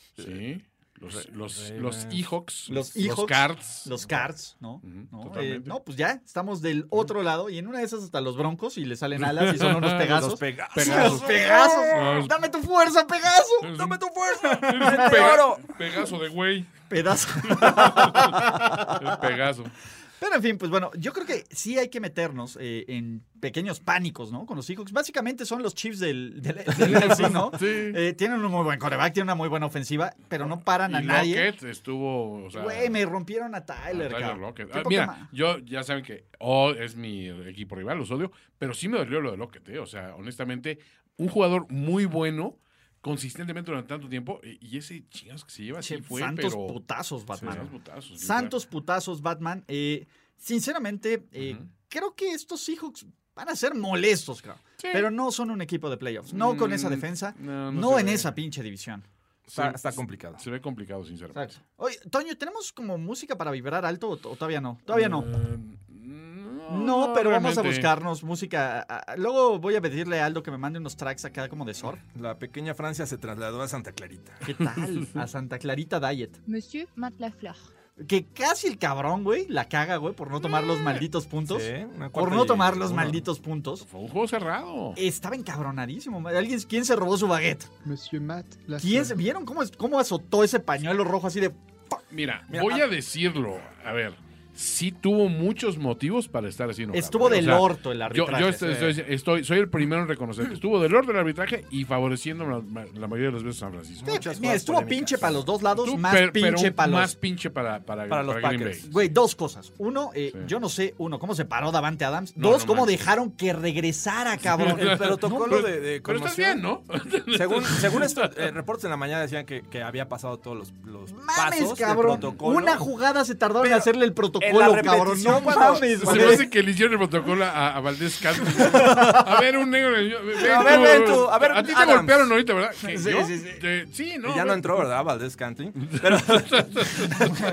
[SPEAKER 2] [laughs]
[SPEAKER 6] Sí. Los, los, los Seahawks.
[SPEAKER 2] Pues, eh, Los Seahawks.
[SPEAKER 6] Cards.
[SPEAKER 2] Los Cards, ¿no? ¿no? Eh,
[SPEAKER 6] totalmente.
[SPEAKER 2] no, pues ya, estamos del otro lado y en una de esas hasta los broncos y le
[SPEAKER 6] [laughs]
[SPEAKER 2] salen alas y son unos pegasos.
[SPEAKER 3] Los Pegasos.
[SPEAKER 2] Los Pegasos.
[SPEAKER 6] Los-
[SPEAKER 2] Dame tu fuerza, Pegaso.
[SPEAKER 6] Eres
[SPEAKER 3] ¡Dame
[SPEAKER 6] un
[SPEAKER 3] tu fuerza!
[SPEAKER 6] pega-
[SPEAKER 3] oro!
[SPEAKER 6] Pegaso de güey.
[SPEAKER 2] Pedazo. [laughs]
[SPEAKER 6] El Pegaso.
[SPEAKER 2] Pero en fin, pues bueno, yo creo que sí hay que meternos eh, en pequeños pánicos, ¿no? Con los Seahawks. Básicamente son los Chiefs del, del,
[SPEAKER 6] [laughs]
[SPEAKER 2] del NFC, ¿no?
[SPEAKER 6] Sí.
[SPEAKER 2] Eh, tienen un muy buen coreback, tienen una muy buena ofensiva, pero no paran a
[SPEAKER 6] Y
[SPEAKER 2] nadie.
[SPEAKER 6] Lockett estuvo. o sea,
[SPEAKER 2] Güey, me rompieron a
[SPEAKER 6] a
[SPEAKER 2] Tyler,
[SPEAKER 6] Tyler
[SPEAKER 2] cabrón.
[SPEAKER 6] Lockett.
[SPEAKER 2] Qué
[SPEAKER 6] Ah,
[SPEAKER 2] poca
[SPEAKER 6] mira,
[SPEAKER 2] ma-
[SPEAKER 6] yo ya saben que oh, es mi equipo rival, los odio, pero sí me dolió lo de Lockett, eh, o sea, honestamente, un jugador muy bueno, consistentemente durante tanto tiempo, y, y ese chingas que se lleva sí
[SPEAKER 2] Che,
[SPEAKER 6] fue,
[SPEAKER 2] santos
[SPEAKER 6] pero...
[SPEAKER 2] putazos, Batman.
[SPEAKER 6] Sí, santos putazos, Pues, sí,
[SPEAKER 2] Santos putazos, Batman. Eh, sinceramente, eh, creo que estos Seahawks van a ser molestos, cabrón.
[SPEAKER 6] Sí.
[SPEAKER 2] Pero no son un equipo de playoffs. No con esa
[SPEAKER 6] Mm,
[SPEAKER 2] defensa.
[SPEAKER 6] no,
[SPEAKER 2] No,
[SPEAKER 6] no se
[SPEAKER 2] en
[SPEAKER 6] ve.
[SPEAKER 2] esa pinche división.
[SPEAKER 3] Está, está complicado.
[SPEAKER 6] Se ve complicado, sinceramente.
[SPEAKER 2] Exacto. Oye, Toño, ¿tenemos como música para vibrar alto o, o todavía no? Todavía no.
[SPEAKER 6] Eh,
[SPEAKER 2] No, pero vamos a
[SPEAKER 6] realmente.
[SPEAKER 2] buscarnos música. a- a- Luego voy a pedirle a Aldo que me mande unos tracks acá como de Sor.
[SPEAKER 3] La pequeña Francia se trasladó a Santa Clarita. [laughs]
[SPEAKER 2] ¿Qué tal? A Santa Clarita Diet.
[SPEAKER 9] Monsieur Matt Lafleur.
[SPEAKER 2] Que casi el cabrón, güey, la caga, güey, por no tomar los malditos puntos.
[SPEAKER 3] Sí, una cuarta
[SPEAKER 2] Por no
[SPEAKER 3] y
[SPEAKER 2] tomar los
[SPEAKER 3] uno.
[SPEAKER 2] malditos puntos.
[SPEAKER 6] Fue un juego cerrado.
[SPEAKER 2] Estaba encabronadísimo. ¿Alguien, ¿Quién se robó su baguette?
[SPEAKER 10] Monsieur Matt
[SPEAKER 2] ¿Quién se- ¿Vieron cómo, es- cómo azotó ese pañuelo rojo así de...
[SPEAKER 6] Mira,
[SPEAKER 3] Mira,
[SPEAKER 6] voy
[SPEAKER 3] ah-
[SPEAKER 6] a decirlo. A ver, sí tuvo muchos motivos para estar así. enojado.
[SPEAKER 2] Estuvo del orto el
[SPEAKER 6] Yo,
[SPEAKER 2] arbitraje.
[SPEAKER 6] yo estoy, estoy- estoy- soy el primero en reconocer que estuvo del orto el arbitraje y favoreciendo la, la mayoría de las veces a San Francisco.
[SPEAKER 2] Sí,
[SPEAKER 3] Muchas
[SPEAKER 2] Eh, mira,
[SPEAKER 3] más
[SPEAKER 2] estuvo
[SPEAKER 3] polémicas.
[SPEAKER 2] pinche para los dos lados,
[SPEAKER 6] Tú,
[SPEAKER 2] más
[SPEAKER 6] pero- pero
[SPEAKER 2] pinche para los...
[SPEAKER 6] Más pinche para, para,
[SPEAKER 3] Para los
[SPEAKER 6] para Green
[SPEAKER 3] Packers.
[SPEAKER 6] Bay.
[SPEAKER 2] Güey, dos cosas. Uno, eh,
[SPEAKER 6] Sí.
[SPEAKER 2] yo no sé, uno, cómo se paró Davante Adams.
[SPEAKER 6] No,
[SPEAKER 2] dos,
[SPEAKER 6] no
[SPEAKER 2] cómo
[SPEAKER 6] manches.
[SPEAKER 2] dejaron que regresara, cabrón.
[SPEAKER 3] [laughs] Pero tocó lo de, de
[SPEAKER 6] Pero estás bien, ¿no?
[SPEAKER 3] Según, según estos eh, reportes en la mañana decían que, que había pasado todos los, los
[SPEAKER 2] Mames,
[SPEAKER 3] pasos de
[SPEAKER 2] cabrón.
[SPEAKER 3] protocolo.
[SPEAKER 2] Una jugada se tardaron en
[SPEAKER 3] Pero
[SPEAKER 2] hacerle el
[SPEAKER 3] en
[SPEAKER 2] protocolo,
[SPEAKER 3] la
[SPEAKER 2] cabrón. No
[SPEAKER 3] repetición, cuando-
[SPEAKER 2] mames,
[SPEAKER 6] Se
[SPEAKER 2] güey.
[SPEAKER 6] me hace que le hicieron el protocolo a, a Valdés Campos. A ver, un negro. yo- ven
[SPEAKER 3] A ver, ven tú, a ver,
[SPEAKER 6] A ti te
[SPEAKER 3] Adams.
[SPEAKER 6] golpearon ahorita, ¿verdad? ¿Que
[SPEAKER 2] Sí,
[SPEAKER 6] yo?
[SPEAKER 2] sí, sí.
[SPEAKER 6] Te- sí, no.
[SPEAKER 3] Y ya no
[SPEAKER 6] güey.
[SPEAKER 3] entró, ¿verdad? Valdés Cantlin. Pero, [laughs]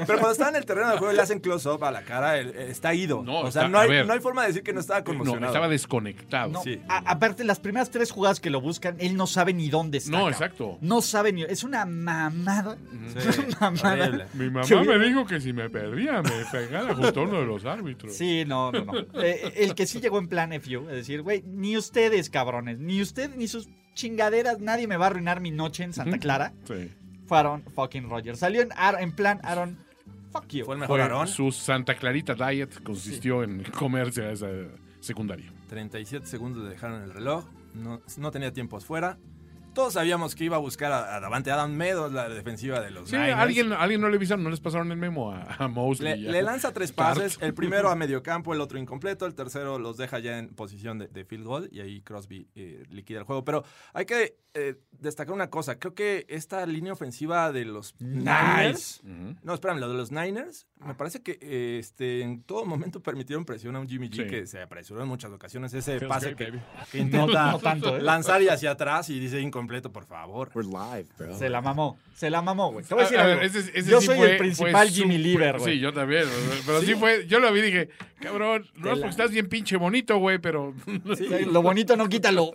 [SPEAKER 3] pero cuando está en el terreno de juego y le hacen close-up a la cara, él- él está ido.
[SPEAKER 6] No,
[SPEAKER 3] o sea,
[SPEAKER 6] está-
[SPEAKER 3] no,
[SPEAKER 6] a
[SPEAKER 3] hay,
[SPEAKER 6] ver.
[SPEAKER 3] no hay forma de decir que no estaba
[SPEAKER 6] No,
[SPEAKER 3] conmocionado.
[SPEAKER 6] estaba desconectado.
[SPEAKER 2] No,
[SPEAKER 3] Sí.
[SPEAKER 2] a- aparte, las primeras tres jugadas que lo buscan, él no sabe ni dónde está.
[SPEAKER 6] No,
[SPEAKER 2] cabrón.
[SPEAKER 6] exacto.
[SPEAKER 2] No sabe ni. Es una mamada. Es
[SPEAKER 3] Sí,
[SPEAKER 2] una mamada.
[SPEAKER 3] horrible. [laughs]
[SPEAKER 6] Mi mamá
[SPEAKER 2] Yo-
[SPEAKER 6] me dijo que si me perdía me pegara justo uno de los árbitros.
[SPEAKER 2] Sí, no, no, no. Eh, el que sí llegó en plan FU, es decir, güey, ni ustedes, cabrones, ni usted, ni sus chingaderas, nadie me va a arruinar mi noche en Santa Clara.
[SPEAKER 6] Sí.
[SPEAKER 2] Fue Aaron fucking Rodgers. Salió en, Ar- en plan Aaron, fuck you.
[SPEAKER 3] Fue el mejor
[SPEAKER 6] Fue-
[SPEAKER 3] Aarón.
[SPEAKER 6] su Santa Clarita Diet consistió en comerse a esa secundaria.
[SPEAKER 3] 37 segundos le dejaron el reloj. No, no tenía tiempos fuera. Todos sabíamos que iba a buscar a, a Davante Adam Meadows, la defensiva de los
[SPEAKER 6] Sí,
[SPEAKER 3] Niners.
[SPEAKER 6] alguien, alguien no le avisaron, no les pasaron el memo a, a Mosley.
[SPEAKER 3] Le,
[SPEAKER 6] a-
[SPEAKER 3] le lanza tres
[SPEAKER 6] Cart.
[SPEAKER 3] pases,
[SPEAKER 6] [laughs]
[SPEAKER 3] el primero a medio campo, el otro incompleto, el tercero los deja ya en posición de, de field goal y ahí Crosby eh, liquida el juego. Pero hay que eh, destacar una cosa, creo que esta línea ofensiva de los Niners...
[SPEAKER 6] Ujú.
[SPEAKER 3] No, espérame, lo de los Niners, me parece que eh, este, en todo momento permitieron presión a un Jimmy G
[SPEAKER 6] Sí.
[SPEAKER 3] que se apresuró en muchas ocasiones. Ese
[SPEAKER 6] Feels
[SPEAKER 3] pase
[SPEAKER 6] great,
[SPEAKER 3] que,
[SPEAKER 6] baby.
[SPEAKER 3] que
[SPEAKER 6] [laughs]
[SPEAKER 3] intenta
[SPEAKER 2] no tanto, ¿eh?
[SPEAKER 3] lanzar y hacia atrás y dice incompleto, por favor.
[SPEAKER 2] Se la mamó, se la mamó, güey. Te voy a
[SPEAKER 6] A-
[SPEAKER 2] decir
[SPEAKER 6] a
[SPEAKER 2] algo.
[SPEAKER 6] ver, ese- ese
[SPEAKER 2] Yo
[SPEAKER 6] sí
[SPEAKER 2] soy
[SPEAKER 6] fue-
[SPEAKER 2] el
[SPEAKER 6] fue
[SPEAKER 2] principal Jimmy
[SPEAKER 6] súper-
[SPEAKER 2] Lieber, güey.
[SPEAKER 6] Sí, yo también. Pero sí. fue. Yo lo vi y dije, cabrón, no
[SPEAKER 2] la-
[SPEAKER 6] es porque estás bien pinche bonito, güey, pero. [laughs]
[SPEAKER 2] O sea, Lo bonito no quítalo.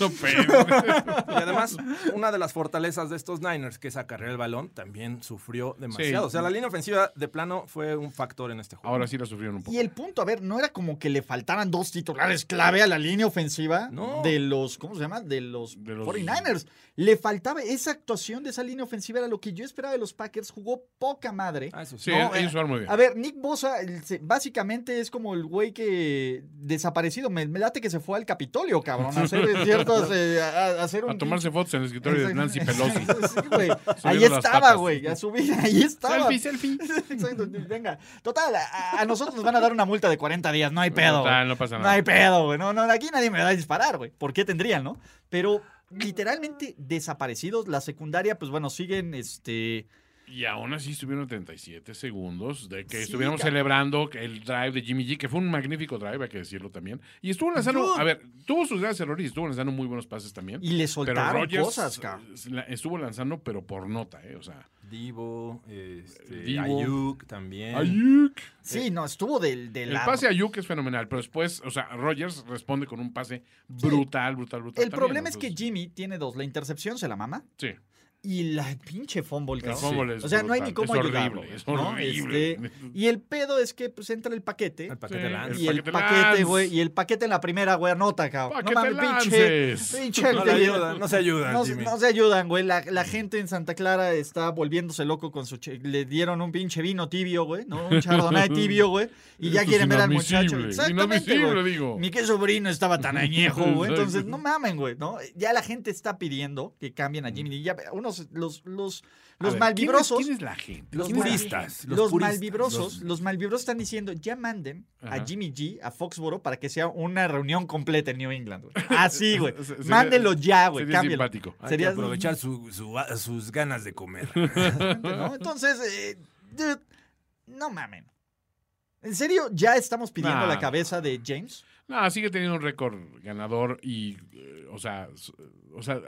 [SPEAKER 6] no,
[SPEAKER 2] [laughs]
[SPEAKER 6] pero.
[SPEAKER 3] Y además, una de las fortalezas de estos Niners, que es acarrear el balón, también sufrió demasiado.
[SPEAKER 6] Sí.
[SPEAKER 3] O sea, la línea ofensiva de plano fue un factor en este juego.
[SPEAKER 6] Ahora sí la sufrieron un poco.
[SPEAKER 2] Y el punto, a ver, no era como que le faltaran dos titulares clave a la línea ofensiva
[SPEAKER 3] No.
[SPEAKER 2] de los, ¿cómo se llama? De los,
[SPEAKER 6] De los-
[SPEAKER 2] 49ers. Le faltaba esa actuación de esa línea ofensiva, era lo que yo esperaba de los Packers. Jugó poca madre.
[SPEAKER 3] Ah, eso sí.
[SPEAKER 6] Sí,
[SPEAKER 2] No, eh,
[SPEAKER 6] ellos jugaron muy bien.
[SPEAKER 2] A ver, Nick Bosa el- se- básicamente es como el güey que desaparecido. Me, me late que se fue al Capitolio, cabrón, a
[SPEAKER 6] [laughs]
[SPEAKER 2] hacer ciertos. eh, a, a hacer un
[SPEAKER 6] A tomarse fotos en el escritorio de Nancy Pelosi.
[SPEAKER 2] Sí, güey. Ahí
[SPEAKER 6] Subiendo las
[SPEAKER 2] estaba,
[SPEAKER 6] patas.
[SPEAKER 2] güey. A subir, ahí [laughs] estaba.
[SPEAKER 6] Selfie, selfie.
[SPEAKER 2] [laughs] Exacto, venga. Total, a, a nosotros nos van a dar una multa de 40 días, no hay pedo.
[SPEAKER 6] Total,
[SPEAKER 2] güey.
[SPEAKER 6] no pasa
[SPEAKER 2] No
[SPEAKER 6] nada.
[SPEAKER 2] hay pedo, güey. No, no, aquí nadie me va a disparar, güey. ¿Por qué tendrían, no? Pero literalmente desaparecidos, la secundaria, pues bueno, siguen este.
[SPEAKER 6] Y aún así estuvieron 37 segundos de que estuviéramos celebrando el drive de Jimmy G, que fue un magnífico drive, hay que decirlo también. Y estuvo lanzando,
[SPEAKER 2] Dude.
[SPEAKER 6] a ver, tuvo sus grandes errores y estuvo lanzando muy buenos pases también.
[SPEAKER 2] Y le soltaron
[SPEAKER 6] Rodgers,
[SPEAKER 2] cosas, cabrón.
[SPEAKER 6] eh, la- Estuvo lanzando, pero por nota, ¿eh? O sea,
[SPEAKER 3] Divo, este,
[SPEAKER 6] Divo.
[SPEAKER 3] Ayuk también.
[SPEAKER 6] Ayuk.
[SPEAKER 2] Sí, no, estuvo del, del
[SPEAKER 6] eh, El
[SPEAKER 2] ar-
[SPEAKER 6] pase a Ayuk es fenomenal, pero después, o sea, Rogers responde con un pase brutal, brutal, brutal.
[SPEAKER 2] El problema es que Jimmy tiene dos. La intercepción se la mama
[SPEAKER 6] que. Sí.
[SPEAKER 2] y la pinche fumble,
[SPEAKER 6] El
[SPEAKER 2] cabrón.
[SPEAKER 6] fumble es
[SPEAKER 2] O sea, no hay
[SPEAKER 6] brutal.
[SPEAKER 2] ni cómo
[SPEAKER 6] Es
[SPEAKER 2] ayudarlo.
[SPEAKER 6] horrible, es
[SPEAKER 2] ¿no?
[SPEAKER 6] horrible.
[SPEAKER 2] Este, y el pedo es que pues entra el paquete.
[SPEAKER 3] El paquete
[SPEAKER 6] Sí,
[SPEAKER 3] Lance.
[SPEAKER 6] el
[SPEAKER 2] y el
[SPEAKER 6] paquete
[SPEAKER 2] paquete,
[SPEAKER 6] Lance.
[SPEAKER 2] güey. Y el paquete en la primera, güey, anota, cabrón.
[SPEAKER 6] Paquete
[SPEAKER 2] No mames, pinche.
[SPEAKER 6] Lances.
[SPEAKER 2] Pinche.
[SPEAKER 3] No le ayudan, no se ayudan,
[SPEAKER 2] No, se-
[SPEAKER 3] Jimmy.
[SPEAKER 2] no se ayudan, güey. La, la gente en Santa Clara está volviéndose loco con su. che- Le dieron un pinche vino tibio, güey. ¿no?
[SPEAKER 6] [laughs]
[SPEAKER 2] Un chardonnay tibio, güey. Y ya
[SPEAKER 6] Esto
[SPEAKER 2] quieren
[SPEAKER 6] es
[SPEAKER 2] ver al muchacho.
[SPEAKER 6] inadmisible,
[SPEAKER 2] Exactamente,
[SPEAKER 6] inadmisible,
[SPEAKER 2] güey.
[SPEAKER 6] digo.
[SPEAKER 2] Ni qué sobrino estaba tan añejo, güey.
[SPEAKER 6] Exacto.
[SPEAKER 2] Entonces, no mamen, güey, ¿no? Ya la gente está pidiendo que cambien a Jimmy. G. Ya, unos, los, los,
[SPEAKER 6] A
[SPEAKER 2] los
[SPEAKER 6] ver,
[SPEAKER 2] malvibrosos.
[SPEAKER 6] ¿quién es, quién es la gente?
[SPEAKER 3] Los
[SPEAKER 6] ¿Quién es la
[SPEAKER 3] puristas.
[SPEAKER 2] Los,
[SPEAKER 3] puristas,
[SPEAKER 2] malvibrosos,
[SPEAKER 3] los-
[SPEAKER 2] los... malvibrosos están diciendo, ya manden
[SPEAKER 6] Ajá.
[SPEAKER 2] a Jimmy G a Foxboro para que sea una reunión completa en New England,
[SPEAKER 6] [laughs]
[SPEAKER 2] güey. Así, güey.
[SPEAKER 6] Se- sería-
[SPEAKER 2] Mándenlo ya, güey.
[SPEAKER 6] sería
[SPEAKER 2] cámbienlo.
[SPEAKER 6] simpático.
[SPEAKER 3] Hay
[SPEAKER 2] Sería
[SPEAKER 3] que aprovechar su- su- sus ganas de
[SPEAKER 6] [laughs]
[SPEAKER 3] comer.
[SPEAKER 2] ¿no? Entonces, eh, dude, no mamen. ¿En serio ya estamos pidiendo
[SPEAKER 6] Nah.
[SPEAKER 2] la cabeza de James?
[SPEAKER 6] No, sigue teniendo un récord ganador y, eh, o sea, s- o sea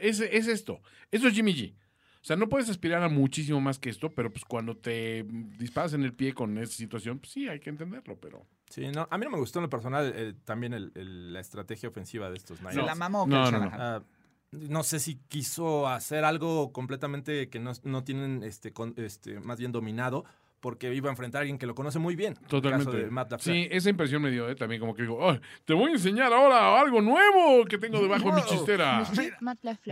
[SPEAKER 6] es, es esto. Eso es Jimmy G. O sea, no puedes aspirar a muchísimo más que esto, pero pues cuando te mm, disparas en el pie con esa situación, pues sí, hay que entenderlo, pero...
[SPEAKER 3] Sí, no, a mí no me gustó en lo personal eh, también el- el- la estrategia ofensiva de estos Niners.
[SPEAKER 2] Se la mamó
[SPEAKER 6] No,
[SPEAKER 2] Kyle
[SPEAKER 6] no, no.
[SPEAKER 2] Shanahan.
[SPEAKER 3] Ah, no sé si quiso hacer algo completamente que no, no tienen este, con- este, más bien dominado, porque iba a enfrentar a alguien que lo conoce muy bien. en el
[SPEAKER 6] Totalmente.
[SPEAKER 3] Caso de Matt Lafleur.
[SPEAKER 6] sí, esa impresión me dio ¿eh? también, como que digo, "Ay, te voy a enseñar ahora algo nuevo que tengo debajo de mi chistera.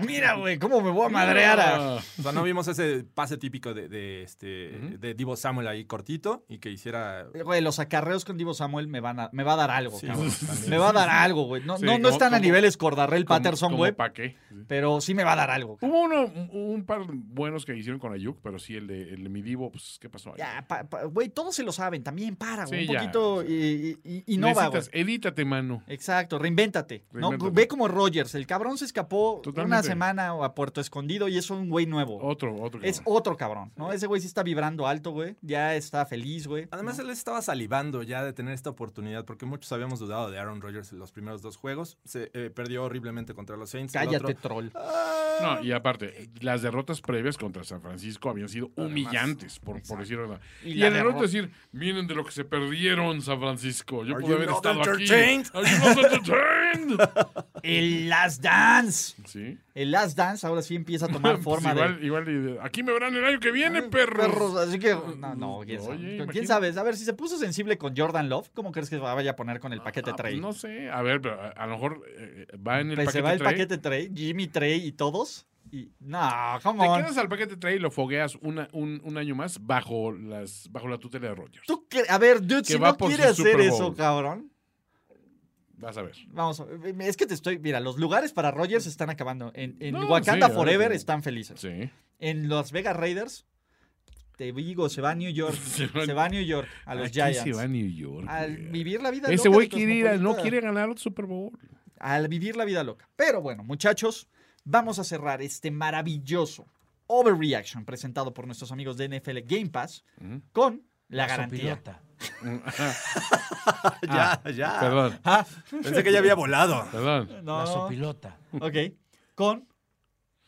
[SPEAKER 2] Mira, güey, cómo me voy a madrear a...
[SPEAKER 6] Ah,
[SPEAKER 3] O sea, no vimos ese pase típico de, de, este,
[SPEAKER 6] Ujú.
[SPEAKER 3] de Divo Samuel ahí cortito y que hiciera.
[SPEAKER 2] Güey, los acarreos con Divo Samuel me van a, me va a dar algo,
[SPEAKER 3] Sí,
[SPEAKER 2] cabrón.
[SPEAKER 3] también.
[SPEAKER 2] Me va a dar algo, güey. No,
[SPEAKER 6] Sí,
[SPEAKER 2] no, no
[SPEAKER 6] como-
[SPEAKER 2] están a
[SPEAKER 6] como-
[SPEAKER 2] niveles Cordarrell
[SPEAKER 6] como-
[SPEAKER 2] Patterson,
[SPEAKER 6] como
[SPEAKER 2] güey,
[SPEAKER 6] pa' qué. Sí.
[SPEAKER 2] pero sí me va a dar algo.
[SPEAKER 6] Hubo uno, un- un par buenos que hicieron con Ayuk, pero sí, el de, el de mi divo, pues, ¿qué pasó? ahí?
[SPEAKER 2] Ya, pa- pa- güey, todos se lo saben. También para, güey.
[SPEAKER 6] Sí,
[SPEAKER 2] un
[SPEAKER 6] ya.
[SPEAKER 2] poquito y, y- y- innova, güey.
[SPEAKER 6] Necesitas- edítate, mano.
[SPEAKER 2] Exacto, reinvéntate. ¿no?
[SPEAKER 6] Reinvéntate.
[SPEAKER 2] Ve como Rogers, el cabrón se escapó una
[SPEAKER 6] Totalmente.
[SPEAKER 2] semana a Puerto Escondido y es un güey nuevo.
[SPEAKER 6] Otro, otro.
[SPEAKER 2] Es
[SPEAKER 6] cabrón.
[SPEAKER 2] otro cabrón, ¿no? Ese güey sí está vibrando alto, güey. Ya está feliz, güey.
[SPEAKER 3] Además,
[SPEAKER 2] ¿no?
[SPEAKER 3] él estaba salivando ya de tener esta oportunidad, porque muchos habíamos dudado de Aaron Rodgers en los primeros dos juegos. Se eh, perdió horriblemente contra los Saints. el
[SPEAKER 2] Cállate,
[SPEAKER 3] otro-
[SPEAKER 2] troll.
[SPEAKER 6] No, y
[SPEAKER 2] eh,
[SPEAKER 6] aparte, las derrotas previas contra San Francisco habían sido humillantes, por, por decirlo verdad.
[SPEAKER 2] Y
[SPEAKER 6] Y,
[SPEAKER 2] la
[SPEAKER 6] el error
[SPEAKER 2] derrota-
[SPEAKER 6] de decir, miren de lo que se perdieron San Francisco. Yo
[SPEAKER 3] Are
[SPEAKER 6] pude
[SPEAKER 3] you
[SPEAKER 6] haber
[SPEAKER 3] not
[SPEAKER 6] estado
[SPEAKER 3] entertained?
[SPEAKER 6] aquí. Are you
[SPEAKER 3] [laughs]
[SPEAKER 6] not entertained?
[SPEAKER 2] El Last Dance.
[SPEAKER 6] sí.
[SPEAKER 2] El Last Dance ahora sí empieza a tomar
[SPEAKER 6] [laughs] Pues
[SPEAKER 2] forma de.
[SPEAKER 6] igual, igual y de, aquí me verán el año que viene, perros.
[SPEAKER 2] Perros, así que. No, no, quién sabe.
[SPEAKER 6] Oye,
[SPEAKER 2] ¿Quién
[SPEAKER 6] imagínate.
[SPEAKER 2] sabe? A ver, si se puso sensible con Jordan Love, ¿cómo crees que vaya a poner con el paquete
[SPEAKER 6] Ah, pues
[SPEAKER 2] Trey?
[SPEAKER 6] no sé, a ver, pero a, a lo mejor eh, va en el
[SPEAKER 2] Pues
[SPEAKER 6] paquete
[SPEAKER 2] se va el
[SPEAKER 6] Trey.
[SPEAKER 2] paquete Trey, Jimmy Trey y todos. Y. No, come
[SPEAKER 6] Te
[SPEAKER 2] on.
[SPEAKER 6] quedas al paquete Trey y lo fogueas una- un, un año más bajo las bajo la tutela de Rogers.
[SPEAKER 2] ¿Tú cre- a ver, dude,
[SPEAKER 6] Que
[SPEAKER 2] si
[SPEAKER 6] va
[SPEAKER 2] no
[SPEAKER 6] por
[SPEAKER 2] quiere
[SPEAKER 6] su Super
[SPEAKER 2] hacer
[SPEAKER 6] Bowl.
[SPEAKER 2] eso, cabrón.
[SPEAKER 6] Vas a ver.
[SPEAKER 2] Vamos, a- es que te estoy. Mira, los lugares para Rogers se están acabando. En, en
[SPEAKER 6] No,
[SPEAKER 2] Wakanda
[SPEAKER 6] sí,
[SPEAKER 2] Forever
[SPEAKER 6] ahora-
[SPEAKER 2] están felices.
[SPEAKER 6] Sí.
[SPEAKER 2] En Las Vegas Raiders, te digo, se va a New York.
[SPEAKER 6] [laughs]
[SPEAKER 2] se,
[SPEAKER 6] Se va-
[SPEAKER 2] va, a New York, a los
[SPEAKER 6] Aquí
[SPEAKER 2] Giants.
[SPEAKER 6] se va a New York.
[SPEAKER 2] Al
[SPEAKER 6] güey.
[SPEAKER 2] vivir la vida loca.
[SPEAKER 6] Ese güey
[SPEAKER 2] de
[SPEAKER 6] quiere ir a- no
[SPEAKER 2] cosmopolita.
[SPEAKER 6] quiere ganar otro Super Bowl.
[SPEAKER 2] Al vivir la vida loca. Pero bueno, muchachos, vamos a cerrar este maravilloso Overreaction presentado por nuestros amigos de NFL Game Pass con la, garantía.
[SPEAKER 8] Sopilota.
[SPEAKER 3] [laughs] Ya, ya.
[SPEAKER 6] Perdón,
[SPEAKER 2] Ah,
[SPEAKER 3] Pensé que ya había volado.
[SPEAKER 6] perdón.
[SPEAKER 2] no.
[SPEAKER 8] La sopilota.
[SPEAKER 2] Ok. Con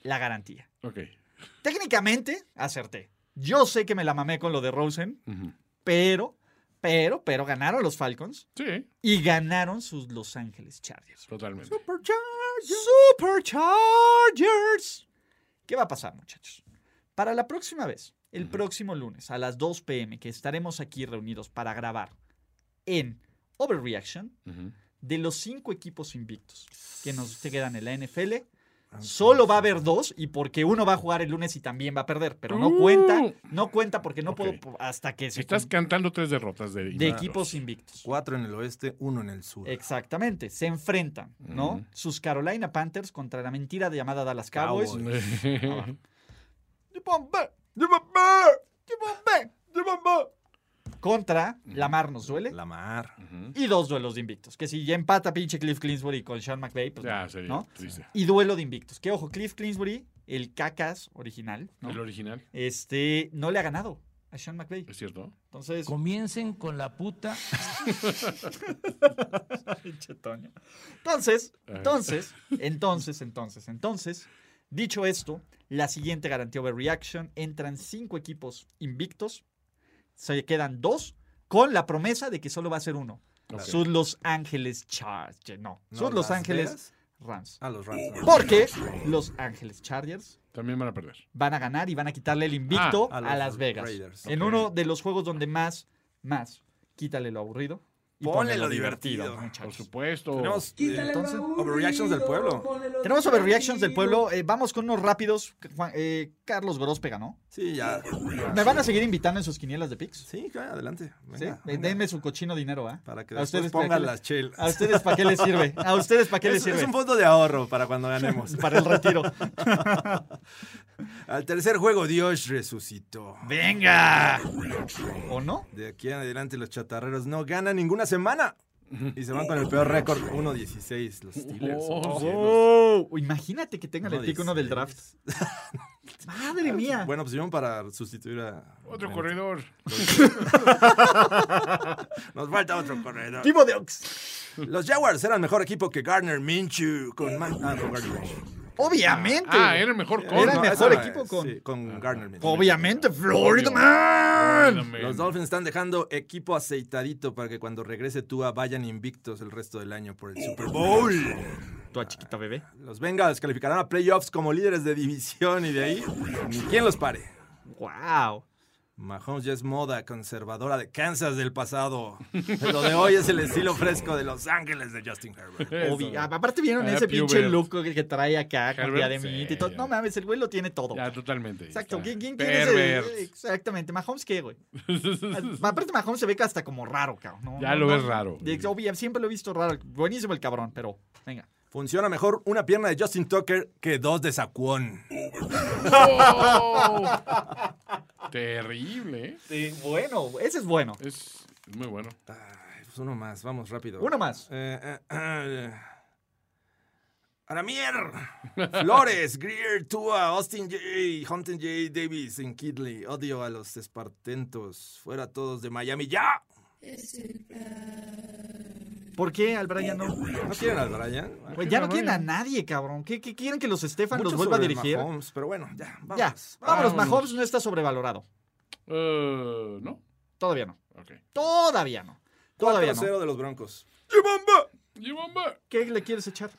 [SPEAKER 2] la garantía.
[SPEAKER 6] Ok.
[SPEAKER 2] Técnicamente, acerté. Yo sé que me la mamé con lo de Rosen,
[SPEAKER 6] Ujú.
[SPEAKER 2] pero, pero, pero ganaron los Falcons
[SPEAKER 6] Sí,
[SPEAKER 2] y ganaron sus Los Ángeles Chargers.
[SPEAKER 6] totalmente.
[SPEAKER 2] Superchargers. ¿Qué va a pasar, muchachos? Para la próxima vez, el próximo lunes a las 2 pm, que estaremos aquí reunidos para grabar en Overreaction,
[SPEAKER 6] Ujú.
[SPEAKER 2] de los cinco equipos invictos que nos quedan en la NFL,
[SPEAKER 6] Ah,
[SPEAKER 2] solo va a haber dos y porque uno va a jugar el lunes y también va a perder, pero no
[SPEAKER 6] Uh.
[SPEAKER 2] cuenta, no cuenta porque no
[SPEAKER 6] Ok.
[SPEAKER 2] puedo hasta que se
[SPEAKER 6] Estás
[SPEAKER 2] cum-
[SPEAKER 6] cantando tres derrotas de,
[SPEAKER 2] de
[SPEAKER 6] [laughs]
[SPEAKER 2] equipos invictos.
[SPEAKER 3] Cuatro en el oeste, uno en el sur.
[SPEAKER 2] Exactamente, se enfrentan, ¿no?
[SPEAKER 6] Ujú.
[SPEAKER 2] Sus Carolina Panthers contra la mentira de llamada Dallas Cowboys.
[SPEAKER 3] Cowboys.
[SPEAKER 2] Yubombe, yubombe, yubombe. Contra Lamar nos duele.
[SPEAKER 3] La mar.
[SPEAKER 2] Y dos duelos de invictos. Que si ya empata pinche Cliff Clinsbury con Sean McVay, pues
[SPEAKER 6] Ya
[SPEAKER 2] no,
[SPEAKER 6] sería
[SPEAKER 2] ¿no?
[SPEAKER 6] triste.
[SPEAKER 2] Y duelo de invictos. Que ojo, Cliff Clinsbury el Cacas original, ¿no?
[SPEAKER 6] El original,
[SPEAKER 2] este, no le ha ganado a Sean McVay.
[SPEAKER 6] es cierto.
[SPEAKER 2] Entonces,
[SPEAKER 8] Comiencen con la puta.
[SPEAKER 2] Pinche Toño.
[SPEAKER 3] [laughs]
[SPEAKER 2] Entonces, entonces, entonces, entonces, entonces, dicho esto, la siguiente garantía overreaction, entran cinco equipos invictos, se quedan dos, con la promesa de que solo va a ser uno.
[SPEAKER 6] Ok.
[SPEAKER 2] Sus Los Ángeles Chargers, no,
[SPEAKER 3] No,
[SPEAKER 2] sus Los
[SPEAKER 3] Las
[SPEAKER 2] Ángeles
[SPEAKER 3] Vegas.
[SPEAKER 2] Rams.
[SPEAKER 3] Ah, los Rams. no.
[SPEAKER 2] Porque Los Ángeles Chargers
[SPEAKER 6] También van a perder.
[SPEAKER 2] van a ganar y van a quitarle el invicto
[SPEAKER 3] Ah, a
[SPEAKER 2] a,
[SPEAKER 3] los
[SPEAKER 2] Las Vegas.
[SPEAKER 3] Raiders.
[SPEAKER 2] En
[SPEAKER 3] Ok.
[SPEAKER 2] uno de los juegos donde más, más, quítale lo aburrido. y
[SPEAKER 3] Ponle
[SPEAKER 2] ponle
[SPEAKER 3] lo
[SPEAKER 2] lo divertido,
[SPEAKER 3] divertido.
[SPEAKER 6] Por
[SPEAKER 2] muchachos.
[SPEAKER 6] supuesto.
[SPEAKER 3] Tenemos, eh,
[SPEAKER 7] Quítale lo
[SPEAKER 3] entonces,
[SPEAKER 7] aburrido,
[SPEAKER 3] overreactions del pueblo.
[SPEAKER 7] ponle lo
[SPEAKER 2] Tenemos overreactions del
[SPEAKER 7] divertido.
[SPEAKER 2] pueblo. Eh, vamos con unos rápidos. Juan- eh, Carlos Gorospega, ¿no?
[SPEAKER 3] Sí, ya.
[SPEAKER 2] ¿Me van a seguir invitando en sus quinielas de picks?
[SPEAKER 3] Sí, claro, adelante.
[SPEAKER 2] Sí.
[SPEAKER 3] venga,
[SPEAKER 2] Eh,
[SPEAKER 3] venga.
[SPEAKER 2] Denme su cochino dinero, ¿ah?
[SPEAKER 3] Para que
[SPEAKER 2] ¿A
[SPEAKER 3] después
[SPEAKER 2] para
[SPEAKER 3] pongan
[SPEAKER 2] qué le-
[SPEAKER 3] las chelas.
[SPEAKER 2] ¿A ustedes para qué les sirve? ¿A ustedes para qué les
[SPEAKER 3] Es, es
[SPEAKER 2] sirve?
[SPEAKER 3] un fondo de ahorro para cuando
[SPEAKER 2] [laughs]
[SPEAKER 3] ganemos.
[SPEAKER 2] Para el retiro.
[SPEAKER 3] Al tercer juego, Dios resucitó.
[SPEAKER 2] ¡Venga! ¿O no?
[SPEAKER 3] De aquí en adelante, los chatarreros no ganan ninguna semana. Y se van con el peor récord, 1-16, los Steelers.
[SPEAKER 6] Oh,
[SPEAKER 3] cielos.
[SPEAKER 2] Oh, imagínate que tengan el pick
[SPEAKER 3] 1-16.
[SPEAKER 2] uno del draft. Madre mía.
[SPEAKER 3] Buena opción pues para sustituir a.
[SPEAKER 6] Otro
[SPEAKER 3] Bennett.
[SPEAKER 6] corredor.
[SPEAKER 3] Nos falta otro corredor.
[SPEAKER 2] Tipo de Ox.
[SPEAKER 3] Los Jaguars eran mejor equipo que Gardner Minshew. Con más. Ah, con Gardner Minshew.
[SPEAKER 2] Obviamente.
[SPEAKER 6] Ah, era el mejor corredor.
[SPEAKER 2] Era el
[SPEAKER 3] No,
[SPEAKER 2] mejor
[SPEAKER 3] eso no
[SPEAKER 2] equipo
[SPEAKER 3] es,
[SPEAKER 2] con- Ah,
[SPEAKER 3] sí, con Gardner Minshew.
[SPEAKER 2] Obviamente, Florida Man.
[SPEAKER 3] Los Dolphins están dejando equipo aceitadito para que cuando regrese Tua vayan invictos el resto del año por el Super Bowl.
[SPEAKER 2] Tu chiquita bebé.
[SPEAKER 3] Los Bengals calificarán a playoffs como líderes de división y de ahí ni quien los pare.
[SPEAKER 2] Wow.
[SPEAKER 3] Mahomes ya es moda conservadora de Kansas del pasado. Lo de hoy es el estilo fresco de Los Ángeles de Justin Herbert.
[SPEAKER 2] Obvi- a- Aparte vieron
[SPEAKER 6] Ah,
[SPEAKER 2] ese pinche
[SPEAKER 6] Pubert.
[SPEAKER 2] loco que, que trae acá,
[SPEAKER 6] Herbert,
[SPEAKER 2] cambiada de
[SPEAKER 6] sí,
[SPEAKER 2] mí y todo.
[SPEAKER 6] ya.
[SPEAKER 2] No mames, el güey lo tiene todo.
[SPEAKER 6] Ya, totalmente.
[SPEAKER 2] Exacto.
[SPEAKER 6] Está.
[SPEAKER 2] ¿Quién, quién, quién es el-
[SPEAKER 6] Pervert. [laughs]
[SPEAKER 2] Exactamente. Mahomes, ¿qué, güey? A- Aparte, Mahomes se ve que hasta como raro, cabrón. No,
[SPEAKER 6] Ya
[SPEAKER 2] no,
[SPEAKER 6] lo
[SPEAKER 2] no.
[SPEAKER 6] ves raro.
[SPEAKER 2] De- obvia- siempre lo he visto raro. Buenísimo el cabrón, pero venga.
[SPEAKER 3] Funciona mejor una pierna de Justin Tucker que dos de Saquon.
[SPEAKER 2] [laughs]
[SPEAKER 6] Oh. Terrible, ¿eh?
[SPEAKER 2] Bueno, ese es bueno.
[SPEAKER 6] Es muy bueno.
[SPEAKER 3] Ay, pues uno más, vamos rápido.
[SPEAKER 2] Uno más.
[SPEAKER 3] Eh, eh, eh. Aramier, Flores, Greer, Tua, Austin J, Hunton J, Davis en Kidley. Odio a los espartentos. Fuera todos de Miami ya.
[SPEAKER 2] ¿Por qué al Brian no?
[SPEAKER 3] ¿No quieren al Brian?
[SPEAKER 2] Güey, ya no quieren a nadie, cabrón. ¿Qué, qué quieren que los Estefan los vuelva a
[SPEAKER 3] sobre
[SPEAKER 2] dirigir?
[SPEAKER 3] Mahomes, pero bueno, ya, vamos.
[SPEAKER 2] Ya, vámonos.
[SPEAKER 6] Vámonos.
[SPEAKER 2] Mahomes no está sobrevalorado.
[SPEAKER 6] Eh, ¿No?
[SPEAKER 2] Todavía no.
[SPEAKER 6] Ok.
[SPEAKER 2] Todavía no. Todavía no.
[SPEAKER 3] 4-0 de los Broncos.
[SPEAKER 6] ¡Y bomba!
[SPEAKER 2] ¿Qué le quieres echar?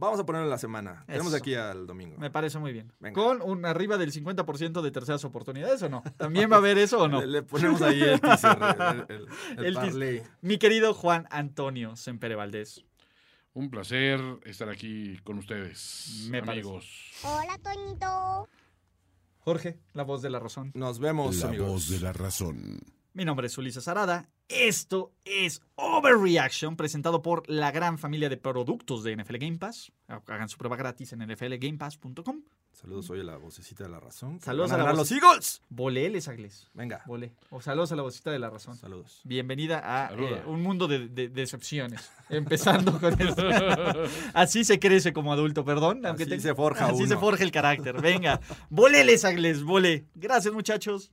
[SPEAKER 3] Vamos a ponerlo en la semana. Tenemos
[SPEAKER 2] Eso.
[SPEAKER 3] aquí al domingo.
[SPEAKER 2] Me parece muy bien.
[SPEAKER 3] Venga.
[SPEAKER 2] Con un arriba del 50% de terceras
[SPEAKER 3] [laughs]
[SPEAKER 2] oportunidades o no. ¿También va a haber eso o no?
[SPEAKER 3] Le, le ponemos ahí el teaser, el, el- el
[SPEAKER 2] [laughs] El teaser.
[SPEAKER 3] parlay.
[SPEAKER 2] Mi querido Juan Antonio Sempere Valdés.
[SPEAKER 6] Un placer estar aquí con ustedes,
[SPEAKER 2] Me
[SPEAKER 6] amigos.
[SPEAKER 2] Jorge, la voz de la razón.
[SPEAKER 3] Nos vemos,
[SPEAKER 1] La
[SPEAKER 3] amigos.
[SPEAKER 1] voz de la razón.
[SPEAKER 2] Mi nombre es Ulises Arada. Esto es Overreaction, presentado por la gran familia de productos de NFL Game Pass. Hagan su prueba gratis en nflgamepass.com.
[SPEAKER 3] Saludos, hoy la vocecita de la razón.
[SPEAKER 2] Saludos
[SPEAKER 3] Van
[SPEAKER 2] a la
[SPEAKER 3] ganar
[SPEAKER 2] voce-
[SPEAKER 3] los Eagles.
[SPEAKER 2] Volé, les agles.
[SPEAKER 3] Venga.
[SPEAKER 2] Volé. O saludos a la vocita de la razón.
[SPEAKER 3] Saludos.
[SPEAKER 2] Bienvenida a
[SPEAKER 6] Saluda.
[SPEAKER 2] eh, un mundo de, de- de decepciones. [laughs] Empezando con esto.
[SPEAKER 3] [laughs]
[SPEAKER 2] Así se crece como adulto, perdón. aunque
[SPEAKER 3] Así se forja
[SPEAKER 2] Así
[SPEAKER 3] uno.
[SPEAKER 2] se forja el carácter. Venga. Vole, les agles, vole. Gracias, muchachos.